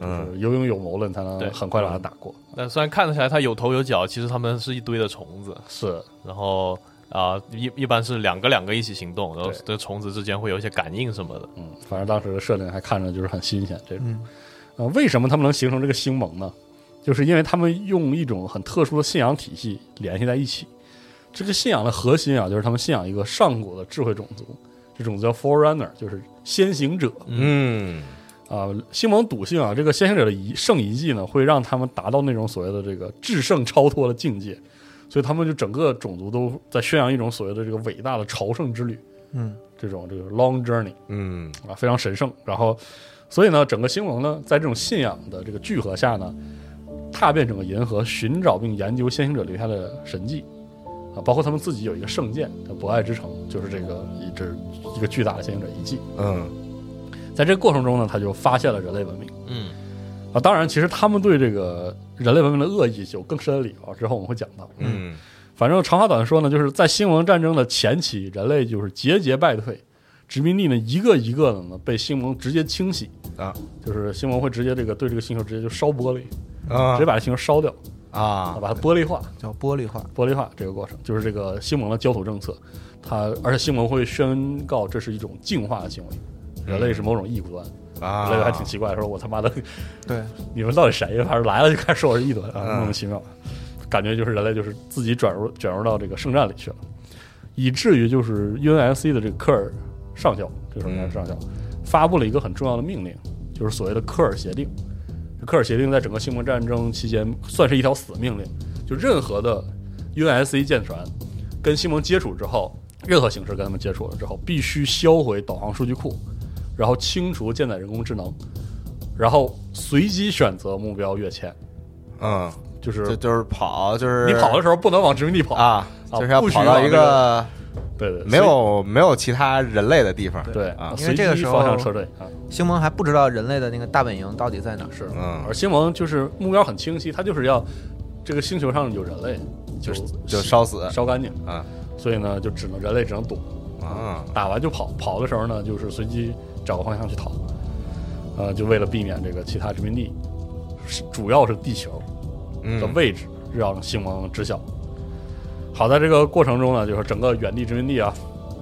[SPEAKER 2] 就
[SPEAKER 4] 嗯
[SPEAKER 2] 是有勇有谋论才能
[SPEAKER 5] 对
[SPEAKER 2] 很快把它打过。
[SPEAKER 5] 但呃虽然看得起来它有头有脚，其实它们是一堆的虫子，
[SPEAKER 2] 是
[SPEAKER 5] 然后啊、一一般是两个两个一起行动，然后
[SPEAKER 2] 对
[SPEAKER 5] 这虫子之间会有一些感应什么的。
[SPEAKER 2] 嗯，反正当时的设定还看着就是很新鲜这种。
[SPEAKER 3] 嗯
[SPEAKER 2] 呃，为什么他们能形成这个星盟呢？就是因为他们用一种很特殊的信仰体系联系在一起。这个信仰的核心啊，就是他们信仰一个上古的智慧种族，这种族叫 Forerunner，就是先行者
[SPEAKER 4] 嗯
[SPEAKER 2] 啊、星盟笃信啊，这个先行者的遗圣遗迹呢，会让他们达到那种所谓的这个至圣超脱的境界，所以他们就整个种族都在宣扬一种所谓的这个伟大的朝圣之旅，
[SPEAKER 3] 嗯，
[SPEAKER 2] 这种这个 long journey。
[SPEAKER 4] 嗯
[SPEAKER 2] 啊，非常神圣。然后，所以呢，整个星盟呢，在这种信仰的这个聚合下呢，踏遍整个银河，寻找并研究先行者留下的神迹啊，包括他们自己有一个圣剑叫博爱之城，就是这个一支一个巨大的先行者遗迹。
[SPEAKER 4] 嗯
[SPEAKER 2] 在这个过程中呢，他就发现了人类文明
[SPEAKER 5] 嗯，
[SPEAKER 2] 啊。当然，其实他们对这个人类文明的恶意有更深的理由，之后我们会讲到。
[SPEAKER 4] 嗯
[SPEAKER 2] 反正长话短说呢，就是在新盟战争的前期，人类就是节节败退，殖民地呢一个一个的呢被新盟直接清洗
[SPEAKER 4] 啊，
[SPEAKER 2] 就是新盟会直接这个对这个星球直接就烧玻璃，
[SPEAKER 4] 啊
[SPEAKER 2] 直接把这星球烧掉，
[SPEAKER 4] 啊
[SPEAKER 2] 把它玻璃化，
[SPEAKER 3] 叫玻璃化，
[SPEAKER 2] 玻璃化这个过程，就是这个西蒙的焦土政策，它而且西蒙会宣告这是一种进化的行为，人类是某种异端，
[SPEAKER 4] 嗯啊，
[SPEAKER 2] 人类还挺奇怪，说我他妈 的，
[SPEAKER 3] 对，
[SPEAKER 2] 你们到底谁？反正来了就开始说我是异端啊，
[SPEAKER 4] 嗯
[SPEAKER 2] 莫名其妙，感觉就是人类就是自己转入卷入到这个圣战里去了，以至于就是 UNSC 的这个科尔上校，这时候应该是上校，
[SPEAKER 4] 嗯
[SPEAKER 2] 发布了一个很重要的命令，就是所谓的科尔协定。科尔协定在整个西蒙战争期间算是一条死命令，就任何的 UNSC 舰船跟西蒙接触之后，任何形式跟他们接触了之后，必须销毁导航数据库，然后清除舰载人工智能，然后随机选择目标跃迁，
[SPEAKER 4] 嗯，
[SPEAKER 2] 就是
[SPEAKER 4] 就就是跑，就是
[SPEAKER 2] 你跑的时候不能往殖民地跑，
[SPEAKER 4] 啊，
[SPEAKER 2] 啊
[SPEAKER 4] 就是要
[SPEAKER 2] 不许
[SPEAKER 4] 跑到
[SPEAKER 2] 往
[SPEAKER 4] 一
[SPEAKER 2] 这
[SPEAKER 4] 个
[SPEAKER 2] 对对，
[SPEAKER 4] 没有没有其他人类的地方。
[SPEAKER 2] 随对
[SPEAKER 4] 啊
[SPEAKER 3] 因
[SPEAKER 2] 随
[SPEAKER 3] 为这个
[SPEAKER 2] 机
[SPEAKER 3] 时
[SPEAKER 2] 方
[SPEAKER 3] 候
[SPEAKER 2] 向车队啊，
[SPEAKER 3] 星盟还不知道人类的那个大本营到底在哪儿，
[SPEAKER 2] 是，
[SPEAKER 4] 嗯
[SPEAKER 2] 而，星盟就是目标很清晰，它就是要这个星球上有人类，就
[SPEAKER 4] 就是就烧死
[SPEAKER 2] 烧干净，
[SPEAKER 4] 啊
[SPEAKER 2] 所以呢，就只能人类只能躲，
[SPEAKER 4] 啊
[SPEAKER 2] 打完就跑，跑的时候呢，就是随机找个方向去逃，呃，就为了避免这个其他殖民地，是主要是地球的
[SPEAKER 4] 嗯
[SPEAKER 2] 位置让星盟知晓。好在这个过程中呢，就是整个远地殖民地啊，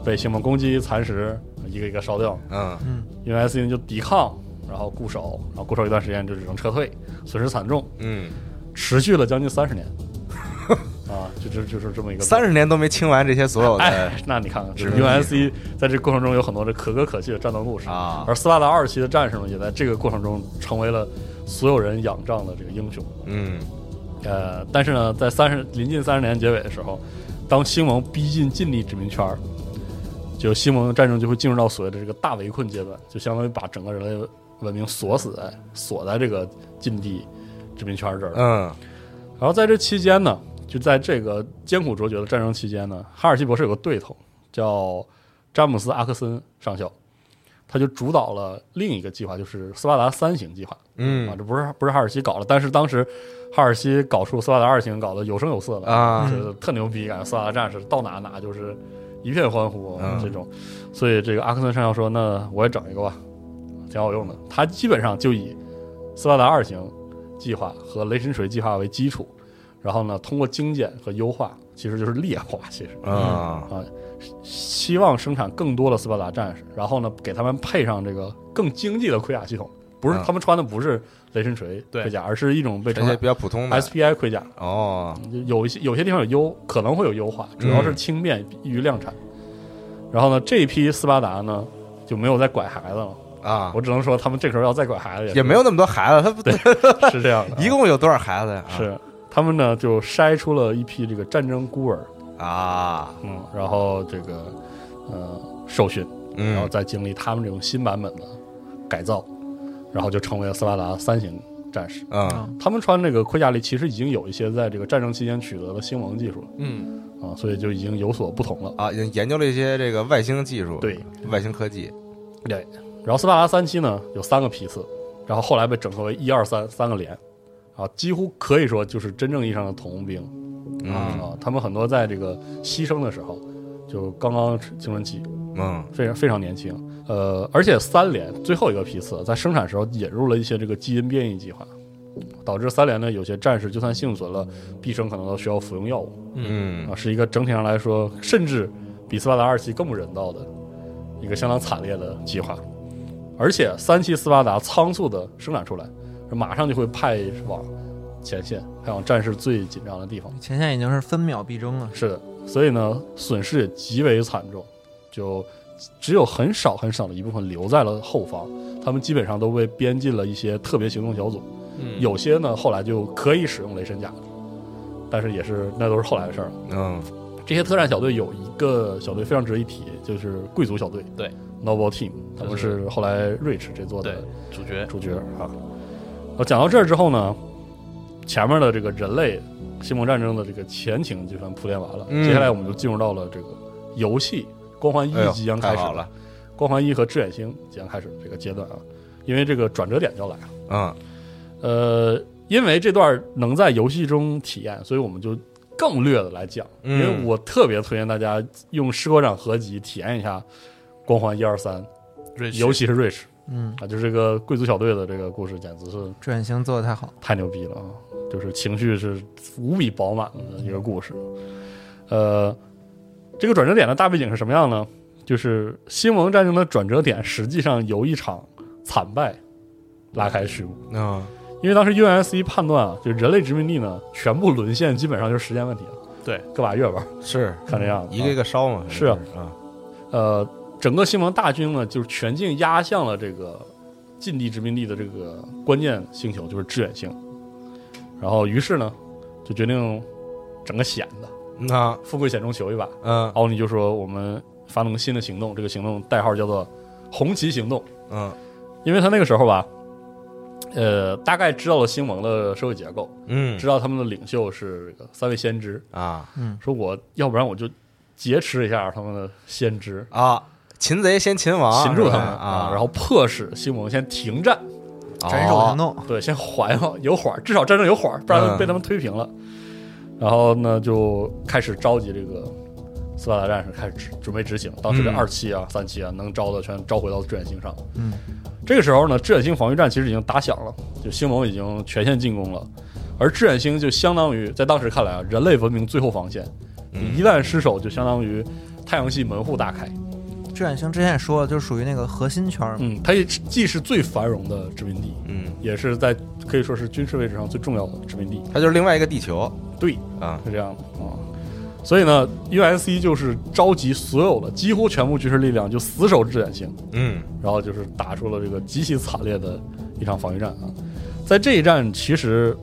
[SPEAKER 2] 被星盟攻击蚕食，一个一个烧掉，
[SPEAKER 4] 嗯
[SPEAKER 2] 因为 S 就抵抗，然后固守，然后固守一段时间就只能撤退，损失惨重，
[SPEAKER 4] 嗯，
[SPEAKER 2] 持续了将近三 十年，啊，就这就是这么一个
[SPEAKER 4] 三十年都没清完这些所有的
[SPEAKER 2] 哎，那你看看，
[SPEAKER 4] 殖
[SPEAKER 2] 是
[SPEAKER 4] 民地
[SPEAKER 2] UNSC 在这个过程中有很多的可歌可泣的战斗故事
[SPEAKER 4] 啊
[SPEAKER 2] 而斯巴达二期的战士们也在这个过程中成为了所有人仰仗的这个英雄。
[SPEAKER 4] 嗯
[SPEAKER 2] 呃，但是呢，在三十临近三十年结尾的时候，当西蒙逼近近地殖民圈儿，就西蒙战争就会进入到所谓的这个大围困阶段，就相当于把整个人类文明锁死在锁在这个近地殖民圈儿这儿了。
[SPEAKER 4] 嗯
[SPEAKER 2] 然后在这期间呢，就在这个艰苦卓绝的战争期间呢，哈尔西博士有个对头叫詹姆斯·阿克森上校，他就主导了另一个计划，就是斯巴达三型计划。啊，
[SPEAKER 4] 嗯
[SPEAKER 2] 这不是不是哈尔西搞了，但是当时哈尔西搞出斯巴达二型，搞得有声有色的，
[SPEAKER 4] 啊
[SPEAKER 2] 就是特牛逼，感觉斯巴达战士到哪哪就是一片欢呼、
[SPEAKER 4] 嗯
[SPEAKER 2] 这种。所以这个阿克森上校说：“那我也整一个吧，啊挺好用的。”他基本上就以斯巴达二型计划和雷神锤计划为基础，然后呢，通过精简和优化，其实就是劣化，其实嗯
[SPEAKER 4] 啊
[SPEAKER 2] 希望生产更多的斯巴达战士，然后呢，给他们配上这个更经济的盔甲系统。不是
[SPEAKER 4] 嗯
[SPEAKER 2] 他们穿的不是雷神锤
[SPEAKER 5] 对
[SPEAKER 2] 盔甲，而是一种被
[SPEAKER 4] 这
[SPEAKER 2] 称
[SPEAKER 4] 些
[SPEAKER 2] 为
[SPEAKER 4] 比较普通的
[SPEAKER 2] SPI 盔甲，
[SPEAKER 4] 哦，
[SPEAKER 2] 有一些有些地方有优，可能会有优
[SPEAKER 4] 嗯
[SPEAKER 2] 化，主要是轻便易于量产。然后呢，这一批斯巴达呢就没有再拐孩子了，
[SPEAKER 4] 啊，
[SPEAKER 2] 我只能说他们这个时候要再拐孩子
[SPEAKER 4] 也没有那么多孩子，他不
[SPEAKER 2] 有 是这样的啊，
[SPEAKER 4] 一共有多少孩子呀？
[SPEAKER 2] 是他们呢就筛出了一批这个战争孤儿，
[SPEAKER 4] 啊，
[SPEAKER 2] 嗯，然后这个呃受训，然后
[SPEAKER 4] 嗯
[SPEAKER 2] 再经历他们这种新版本的改造，然后就成为了斯巴达三型战士。
[SPEAKER 4] 嗯
[SPEAKER 2] 他们穿这个盔甲里，其实已经有一些在这个战争期间取得的星盟技术了
[SPEAKER 5] 嗯，
[SPEAKER 2] 啊，所以就已经有所不同了。
[SPEAKER 4] 啊，研研究了一些这个外星技术，
[SPEAKER 2] 对
[SPEAKER 4] 外星科技，
[SPEAKER 2] 对，然后斯巴达三期呢有三个批次，然后后来被整合为一二三三个连，啊，几乎可以说就是真正意义上的童兵
[SPEAKER 4] 嗯
[SPEAKER 2] 啊，他们很多在这个牺牲的时候就刚刚青春期，
[SPEAKER 4] 嗯
[SPEAKER 2] 非常非常年轻。呃，而且三连最后一个批次在生产时候引入了一些这个基因变异计划，导致三连呢有些战士就算幸存了，毕生可能都需要服用药物
[SPEAKER 4] 嗯
[SPEAKER 2] 啊，是一个整体上来说甚至比斯巴达二期更不人道的一个相当惨烈的计划。而且三期斯巴达仓促的生产出来，马上就会派往前线，派往战事最紧张的地方。
[SPEAKER 3] 前线已经是分秒必争了，
[SPEAKER 2] 是的，所以呢，损失也极为惨重，就只有很少很少的一部分留在了后方，他们基本上都被编进了一些特别行动小组，
[SPEAKER 5] 嗯
[SPEAKER 2] 有些呢后来就可以使用雷神甲了，但是也是那都是后来的事儿了。
[SPEAKER 4] 嗯
[SPEAKER 2] 这些特战小队有一个小队非常值得一提，就是贵族小队，
[SPEAKER 5] 对
[SPEAKER 2] ，Noble Team，他们
[SPEAKER 5] 就是
[SPEAKER 2] 是后来 Rich 这座的
[SPEAKER 5] 对主角
[SPEAKER 2] 主角啊。我讲到这儿之后呢，前面的这个人类星盟战争的这个前情就算铺垫完了，
[SPEAKER 4] 嗯
[SPEAKER 2] 接下来我们就进入到了这个游戏《光环一
[SPEAKER 4] 哎呦》
[SPEAKER 2] 即将开
[SPEAKER 4] 太
[SPEAKER 2] 始
[SPEAKER 4] 好了，
[SPEAKER 2] 《光环一》和《致远星》即将开始这个阶段啊，因为这个转折点就来了。
[SPEAKER 4] 嗯
[SPEAKER 2] 呃，因为这段能在游戏中体验，所以我们就更略的来讲，因
[SPEAKER 4] 嗯
[SPEAKER 2] 为我特别推荐大家用《试过长合集》体验一下《光环一二三》，
[SPEAKER 5] 瑞士
[SPEAKER 2] 尤其是 Rich，
[SPEAKER 3] 嗯，
[SPEAKER 2] 啊，就是这个贵族小队的这个故事，简直是
[SPEAKER 3] 转型做的太好，
[SPEAKER 2] 太牛逼了啊！就是情绪是无比饱满的一个故事。呃，这个转折点的大背景是什么样呢？就是西蒙战争的转折点，实际上由一场惨败拉开序幕。
[SPEAKER 4] 嗯，
[SPEAKER 2] 因为当时 UNSC 判断啊，就人类殖民地呢全部沦陷，基本上就是时间问题了。
[SPEAKER 5] 对，
[SPEAKER 2] 个把月吧，
[SPEAKER 4] 是
[SPEAKER 2] 看这样子啊
[SPEAKER 4] 嗯一个一个烧嘛，
[SPEAKER 2] 是啊
[SPEAKER 4] 啊，
[SPEAKER 2] 呃，整个西蒙大军呢，就是全境压向了这个近地殖民地的这个关键星球，就是致远星。然后，于是呢，就决定整个险的，
[SPEAKER 4] 嗯那
[SPEAKER 2] 富贵险中求一把。
[SPEAKER 4] 嗯
[SPEAKER 2] 奥尼就说：“我们发动新的行动，这个行动代号叫做‘红旗行动
[SPEAKER 4] 嗯’，
[SPEAKER 2] 因为他那个时候吧，呃，大概知道了新盟的社会结构，
[SPEAKER 4] 嗯
[SPEAKER 2] 知道他们的领袖是这个三位先知，
[SPEAKER 4] 啊
[SPEAKER 2] 说我要不然我就劫持一下他们的先知，
[SPEAKER 4] 啊，擒贼先擒王，
[SPEAKER 2] 擒住
[SPEAKER 4] 是
[SPEAKER 2] 他
[SPEAKER 4] 吧
[SPEAKER 2] 们
[SPEAKER 4] 啊，
[SPEAKER 2] 然后迫使西蒙先停战，
[SPEAKER 4] 哦
[SPEAKER 3] 斩首行
[SPEAKER 4] 动，
[SPEAKER 3] 动，
[SPEAKER 2] 对，先缓缓，有缓儿，至少战争有缓儿，不然
[SPEAKER 4] 嗯
[SPEAKER 2] 被他们推平了。然后呢，就开始召集这个斯巴达战士开始执准备执行。当时的
[SPEAKER 4] 嗯
[SPEAKER 2] 二期啊、三期啊，能招的全召回到致远星上。
[SPEAKER 3] 嗯，
[SPEAKER 2] 这个时候呢，致远星防御战其实已经打响了，就星盟已经全线进攻了，而致远星就相当于在当时看来啊，人类文明最后防线，
[SPEAKER 4] 嗯
[SPEAKER 2] 一旦失守就相当于太阳系门户大开。
[SPEAKER 3] 志远星之前也说了，就是属于那个核心圈儿嘛，
[SPEAKER 2] 嗯，它也既是最繁荣的殖民地，
[SPEAKER 4] 嗯，
[SPEAKER 2] 也是在可以说是军事位置上最重要的殖民地。
[SPEAKER 4] 它就是另外一个地球
[SPEAKER 2] 对，
[SPEAKER 4] 啊，
[SPEAKER 2] 是这样的啊。所以呢，USC 就是召集所有的几乎全部军事力量，就死守致远星，
[SPEAKER 4] 嗯
[SPEAKER 2] 然后就是打出了这个极其惨烈的一场防御战啊。在这一战，其实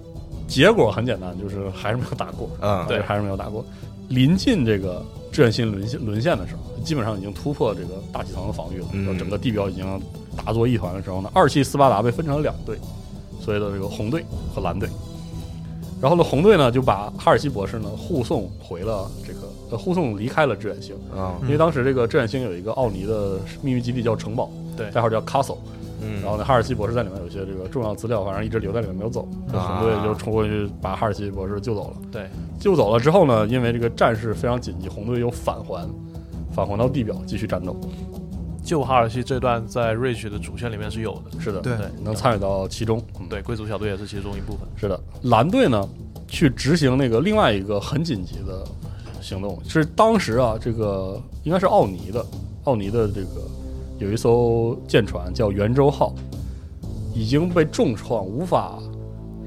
[SPEAKER 2] 结果很简单，就是还是没有打过，
[SPEAKER 4] 嗯，
[SPEAKER 2] 对，啊还是没有打过。临近这个致远星沦陷沦陷的时候，基本上已经突破这个大气层的防御了，
[SPEAKER 4] 嗯
[SPEAKER 2] 然后整个地表已经打作一团的时候呢，二期斯巴达被分成了两队，所谓的这个红队和蓝队。然后呢，红队呢就把哈尔西博士呢护送回了这个呃护送离开了致远星，
[SPEAKER 4] 嗯
[SPEAKER 2] 因为当时这个致远星有一个奥尼的秘密基地叫城堡，
[SPEAKER 5] 对
[SPEAKER 2] 代号叫 Castle。
[SPEAKER 4] 嗯，
[SPEAKER 2] 然后呢，哈尔西博士在里面有一些这个重要资料，反正一直留在里面没有走。那
[SPEAKER 4] 啊
[SPEAKER 2] 红队就冲过去把哈尔西博士救走了。
[SPEAKER 5] 对，
[SPEAKER 2] 救走了之后呢，因为这个战事非常紧急，红队又返还，返还到地表继续战斗。
[SPEAKER 5] 旧哈尔西这段在 Rich 的主线里面是有的，
[SPEAKER 2] 是的，
[SPEAKER 3] 对
[SPEAKER 5] 对，
[SPEAKER 2] 能参与到其中。嗯，
[SPEAKER 5] 对，贵族小队也是其中一部分。
[SPEAKER 2] 是的。蓝队呢，去执行那个另外一个很紧急的行动，是当时啊，这个应该是奥尼的，奥尼的这个有一艘舰船叫圆周号，已经被重创，无法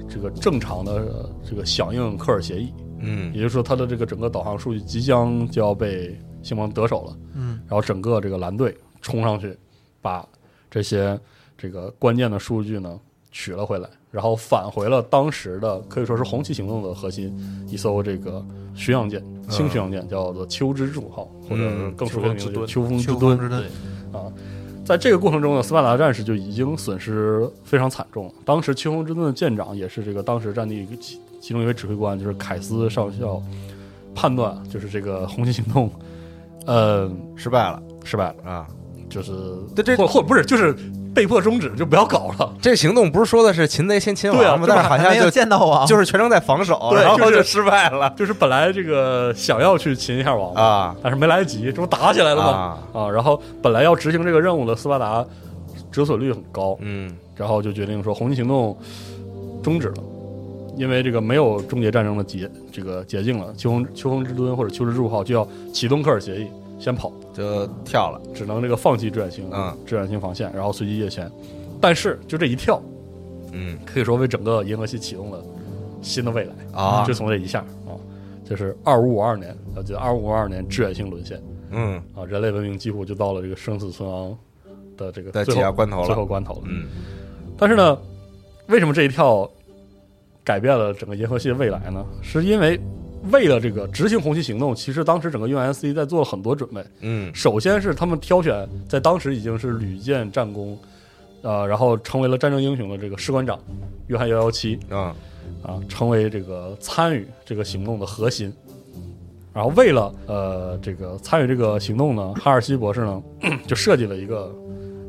[SPEAKER 2] 这个正常的呃这个响应科尔协议，也
[SPEAKER 4] 嗯
[SPEAKER 2] 就是说，它的这个整个导航数据即将就要被西蒙得手了。
[SPEAKER 3] 嗯，
[SPEAKER 2] 然后整个这个蓝队冲上去，把这些这个关键的数据呢取了回来，然后返回了当时的可以说是红旗行动的核心一艘这个巡洋舰，轻巡洋舰叫做秋之助号，或者是更熟悉的名字就是秋
[SPEAKER 4] 嗯
[SPEAKER 2] 风之
[SPEAKER 3] 秋
[SPEAKER 2] 盾
[SPEAKER 3] 风。之盾，
[SPEAKER 2] 在这个过程中呢，斯巴达战士就已经损失非常惨重了。当时秋风之盾的舰长也是这个当时战地其其中一位指挥官，就是凯斯上校，判断就是这个红旗行动，呃，
[SPEAKER 4] 失败了
[SPEAKER 2] 失败了。
[SPEAKER 4] 啊，
[SPEAKER 2] 就是
[SPEAKER 4] 对这
[SPEAKER 2] 或或不是就是被迫终止，就不要搞了。
[SPEAKER 4] 这行动不是说的是擒贼先擒
[SPEAKER 2] 对啊
[SPEAKER 4] 王吗？但是好
[SPEAKER 3] 还
[SPEAKER 4] 像
[SPEAKER 3] 没有
[SPEAKER 4] 就
[SPEAKER 3] 见到 王，
[SPEAKER 4] 就是是全程在防守，
[SPEAKER 2] 对
[SPEAKER 4] 然后
[SPEAKER 2] 就是
[SPEAKER 4] 就失败了
[SPEAKER 2] 就是本来这个想要去擒一下王嘛，
[SPEAKER 4] 啊
[SPEAKER 2] 但是没来得及，这不打起来了吗？
[SPEAKER 4] 啊，
[SPEAKER 2] 啊然后本来要执行这个任务的斯巴达折损率很高，
[SPEAKER 4] 嗯
[SPEAKER 2] 然后就决定说红旗行动终止了。因为这个没有终结战争的捷这个捷径了，秋风秋风之盾或者秋之助号就要启动科尔协议，先跑，
[SPEAKER 4] 就跳了，
[SPEAKER 2] 只能这个放弃志愿星，
[SPEAKER 4] 嗯，
[SPEAKER 2] 志愿星防线，然后随机夜潜。但是就这一跳，
[SPEAKER 4] 嗯
[SPEAKER 2] 可以说为整个银河系启动了新的未来。
[SPEAKER 4] 啊
[SPEAKER 2] 就，从这一下啊，就是二五五二年，要记得二五五二年致远星沦陷
[SPEAKER 4] 嗯
[SPEAKER 2] 啊，人类文明几乎就到了这个生死存亡的这个
[SPEAKER 4] 在
[SPEAKER 2] 最
[SPEAKER 4] 紧要
[SPEAKER 2] 后
[SPEAKER 4] 关头
[SPEAKER 2] 最
[SPEAKER 4] 了，
[SPEAKER 2] 后关头了。
[SPEAKER 4] 嗯
[SPEAKER 2] 但是呢，为什么这一跳改变了整个银河系的未来呢？是因为为了这个执行红旗行动，其实当时整个 UNSC 在做了很多准备。
[SPEAKER 4] 嗯
[SPEAKER 2] 首先是他们挑选在当时已经是屡建战功，呃，然后成为了战争英雄的这个士官长约翰幺幺七，
[SPEAKER 4] 嗯
[SPEAKER 2] 啊，成为这个参与这个行动的核心。然后为了呃这个参与这个行动呢，哈尔西博士呢就设计了一个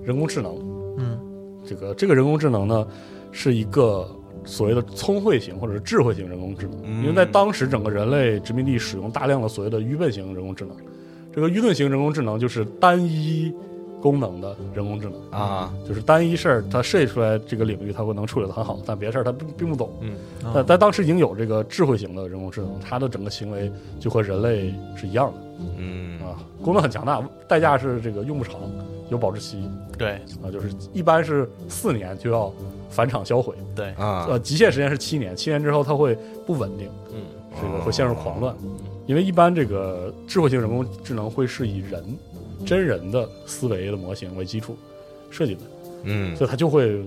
[SPEAKER 2] 人工智能。
[SPEAKER 3] 嗯
[SPEAKER 2] 这个这个人工智能呢是一个所谓的聪慧型或者是智慧型人工智能，
[SPEAKER 4] 嗯
[SPEAKER 2] 因为在当时整个人类殖民地使用大量的所谓的愚笨型人工智能。这个愚钝型人工智能就是单一功能的人工智能，
[SPEAKER 4] 啊，
[SPEAKER 2] 就是单一事儿它设计出来这个领域它会能处理得很好，但别的事儿它并并不懂。
[SPEAKER 5] 嗯，
[SPEAKER 2] 但但当时已经有这个智慧型的人工智能，它的整个行为就和人类是一样的
[SPEAKER 4] 嗯
[SPEAKER 2] 啊，功能很强大，代价是这个用不长，有保质期
[SPEAKER 5] 对
[SPEAKER 2] 啊，就是一般是四年就要返厂销毁，
[SPEAKER 5] 对，
[SPEAKER 4] 啊，
[SPEAKER 2] 呃，极限时间是七年，七年之后它会不稳定，
[SPEAKER 5] 嗯
[SPEAKER 2] 这个会陷入狂乱，因为一般这个智慧型人工智能会是以人真人的思维的模型为基础设计的，
[SPEAKER 4] 嗯
[SPEAKER 2] 所以它就会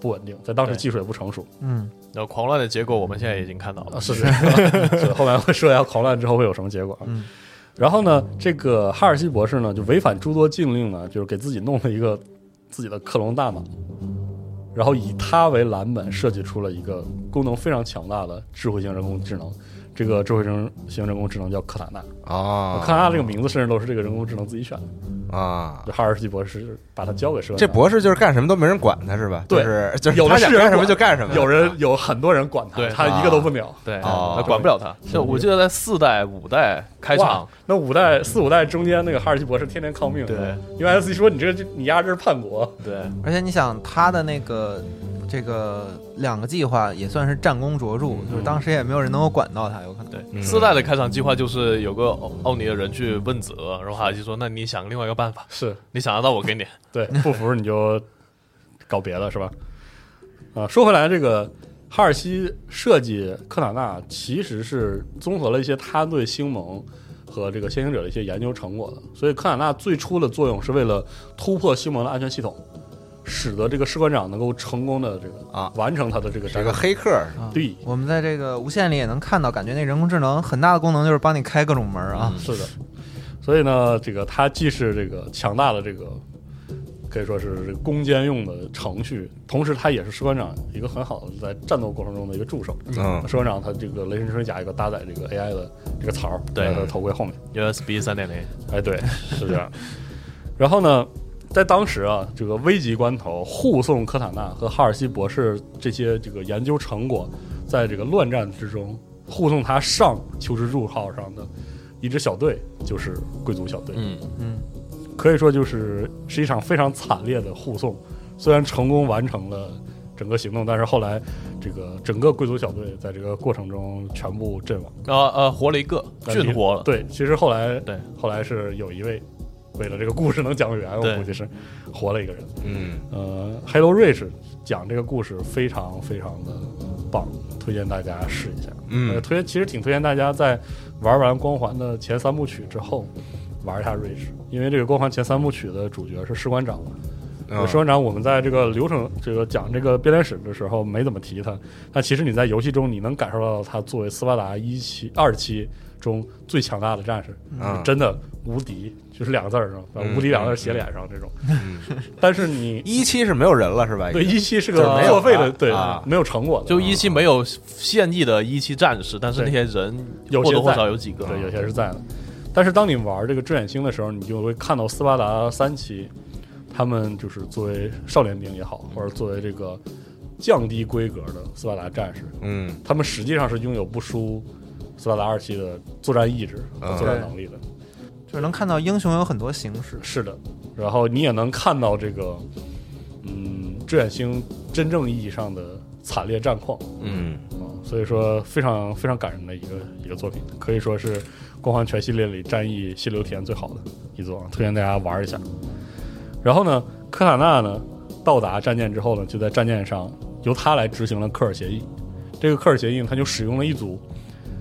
[SPEAKER 2] 不稳定，在当时
[SPEAKER 5] 对
[SPEAKER 2] 技术也不成熟。
[SPEAKER 3] 嗯，
[SPEAKER 5] 那狂乱的结果我们现在已经看到
[SPEAKER 2] 啊，
[SPEAKER 5] 了，
[SPEAKER 2] 是是， 所以后来会说要狂乱之后会有什么结果。
[SPEAKER 3] 嗯，
[SPEAKER 2] 然后呢，这个哈尔西博士呢就违反诸多禁令呢，就是给自己弄了一个自己的克隆大脑，然后以它为蓝本设计出了一个功能非常强大的智慧型人工智能。这个智慧型人工智能叫克塔纳，
[SPEAKER 4] 啊，
[SPEAKER 2] 克塔纳这个名字甚至都是这个人工智能自己选的，
[SPEAKER 4] 啊，
[SPEAKER 2] 就哈尔西博士把它交给社
[SPEAKER 4] 这博士就是干什么都没人管他是吧？
[SPEAKER 2] 对
[SPEAKER 4] 就是就是
[SPEAKER 2] 有的
[SPEAKER 4] 他想
[SPEAKER 2] 是人
[SPEAKER 4] 干什么
[SPEAKER 2] 管
[SPEAKER 4] 就干什么，啊
[SPEAKER 2] 有人有很多人管他，
[SPEAKER 5] 对
[SPEAKER 2] 他一个都不鸟。
[SPEAKER 5] 对，
[SPEAKER 4] 哦
[SPEAKER 5] 那管不了他。像啊我记得在四代、五代开
[SPEAKER 2] 哇
[SPEAKER 5] 场，，
[SPEAKER 2] 那五代四五代中间那个哈尔西博士天天抗命，
[SPEAKER 5] 对，
[SPEAKER 2] 因为 S 说你这你丫这是叛国，
[SPEAKER 5] 对
[SPEAKER 3] 而且你想他的那个这个两个计划也算是战功卓著，就是当时也没有人能够管到他，有可能。
[SPEAKER 5] 对，嗯四代的开场计划就是有个奥奥尼的人去问责，然后哈希说：“那你想另外一个办法，
[SPEAKER 2] 是
[SPEAKER 5] 你想得到我给你。
[SPEAKER 2] 对， 不服你就搞别的是吧？啊，说回来，这个哈尔西设计科塔纳其实是综合了一些他对星盟和这个先行者的一些研究成果的，所以科塔纳最初的作用是为了突破星盟的安全系统，使得这个士官长能够成功的这个
[SPEAKER 4] 啊
[SPEAKER 2] 完成他的这个
[SPEAKER 4] 是
[SPEAKER 2] 战
[SPEAKER 4] 个
[SPEAKER 2] 略。
[SPEAKER 4] 黑客儿
[SPEAKER 3] 啊
[SPEAKER 2] 对
[SPEAKER 3] 我们在这个无线里也能看到，感觉那人工智能很大的功能就是帮你开各种门儿啊。
[SPEAKER 2] 是的，所以呢，这个它既是这个强大的这个可以说是这个攻坚用的程序，同时它也是士官长一个很好的在战斗过程中的一个助手。
[SPEAKER 4] 嗯
[SPEAKER 2] 士官长他这个雷神之盔甲有个搭载这个 AI 的这个槽儿，
[SPEAKER 5] 对
[SPEAKER 2] 在他的头盔后面。”
[SPEAKER 5] USB 三点零，
[SPEAKER 2] 哎，对，是这样。然后呢，在当时啊，这个危急关头，护送科塔纳和哈尔西博士这些这个研究成果，在这个乱战之中护送他上求知柱号上的一支小队，就是贵族小队。
[SPEAKER 5] 嗯，
[SPEAKER 3] 嗯，
[SPEAKER 2] 可以说就是是一场非常惨烈的护送。虽然成功完成了整个行动，但是后来这个整个贵族小队在这个过程中全部阵亡。
[SPEAKER 5] 然后呃活了一个，
[SPEAKER 2] 但
[SPEAKER 5] 俊
[SPEAKER 2] 你
[SPEAKER 5] 活了，
[SPEAKER 2] 对，其实后来
[SPEAKER 5] 对
[SPEAKER 2] 后来是有一位为了这个故事能讲圆，我
[SPEAKER 5] 对
[SPEAKER 2] 估计是活了一个人。
[SPEAKER 4] 嗯
[SPEAKER 2] 呃，黑楼瑞士讲这个故事非常非常的棒，推荐大家试一下。呃，
[SPEAKER 4] 嗯
[SPEAKER 2] 推其实挺推荐大家在玩完《光环》的前三部曲之后玩一下瑞士，因为这个《光环》前三部曲的主角是士官长。
[SPEAKER 4] 嗯
[SPEAKER 2] 士官长，我们在这个流程这个讲这个编年史的时候没怎么提他，但其实你在游戏中你能感受到他作为斯巴达一期、二期中最强大的战士，
[SPEAKER 4] 嗯
[SPEAKER 2] 真的无敌，就是两个字儿上，把
[SPEAKER 4] 嗯
[SPEAKER 2] 无敌两个字写脸上这种。 但是你
[SPEAKER 4] 一期是没有人了是吧？
[SPEAKER 2] 对一期是
[SPEAKER 4] 就
[SPEAKER 2] 个
[SPEAKER 4] 是没
[SPEAKER 2] 作
[SPEAKER 4] 有
[SPEAKER 2] 废的，
[SPEAKER 4] 啊
[SPEAKER 2] 对、
[SPEAKER 4] 啊
[SPEAKER 2] 没有成果的，
[SPEAKER 5] 就一期没有现役的一期战士，但是那些人
[SPEAKER 2] 有
[SPEAKER 5] 或
[SPEAKER 2] 些
[SPEAKER 5] 多或
[SPEAKER 2] 在
[SPEAKER 5] 少有几个，啊
[SPEAKER 2] 对，有些是在的。但是当你玩这个致远星的时候，你就会看到斯巴达三期，他们就是作为少年兵也好，或者作为这个降低规格的斯巴达战士，
[SPEAKER 4] 嗯
[SPEAKER 2] 他们实际上是拥有不输斯巴达二期的作战意志和
[SPEAKER 4] 嗯
[SPEAKER 2] 作战能力的。
[SPEAKER 3] 就是能看到英雄有很多形式。
[SPEAKER 2] 是的，然后你也能看到这个，嗯，致远星真正意义上的惨烈战况。
[SPEAKER 4] 嗯
[SPEAKER 2] 啊，所以说非常非常感人的一个一个作品，可以说是《光环》全系列里战役心流体验最好的一作，推荐大家玩一下。然后呢，科塔纳呢到达战舰之后呢，就在战舰上由他来执行了科尔协议。这个科尔协议呢，他就使用了一组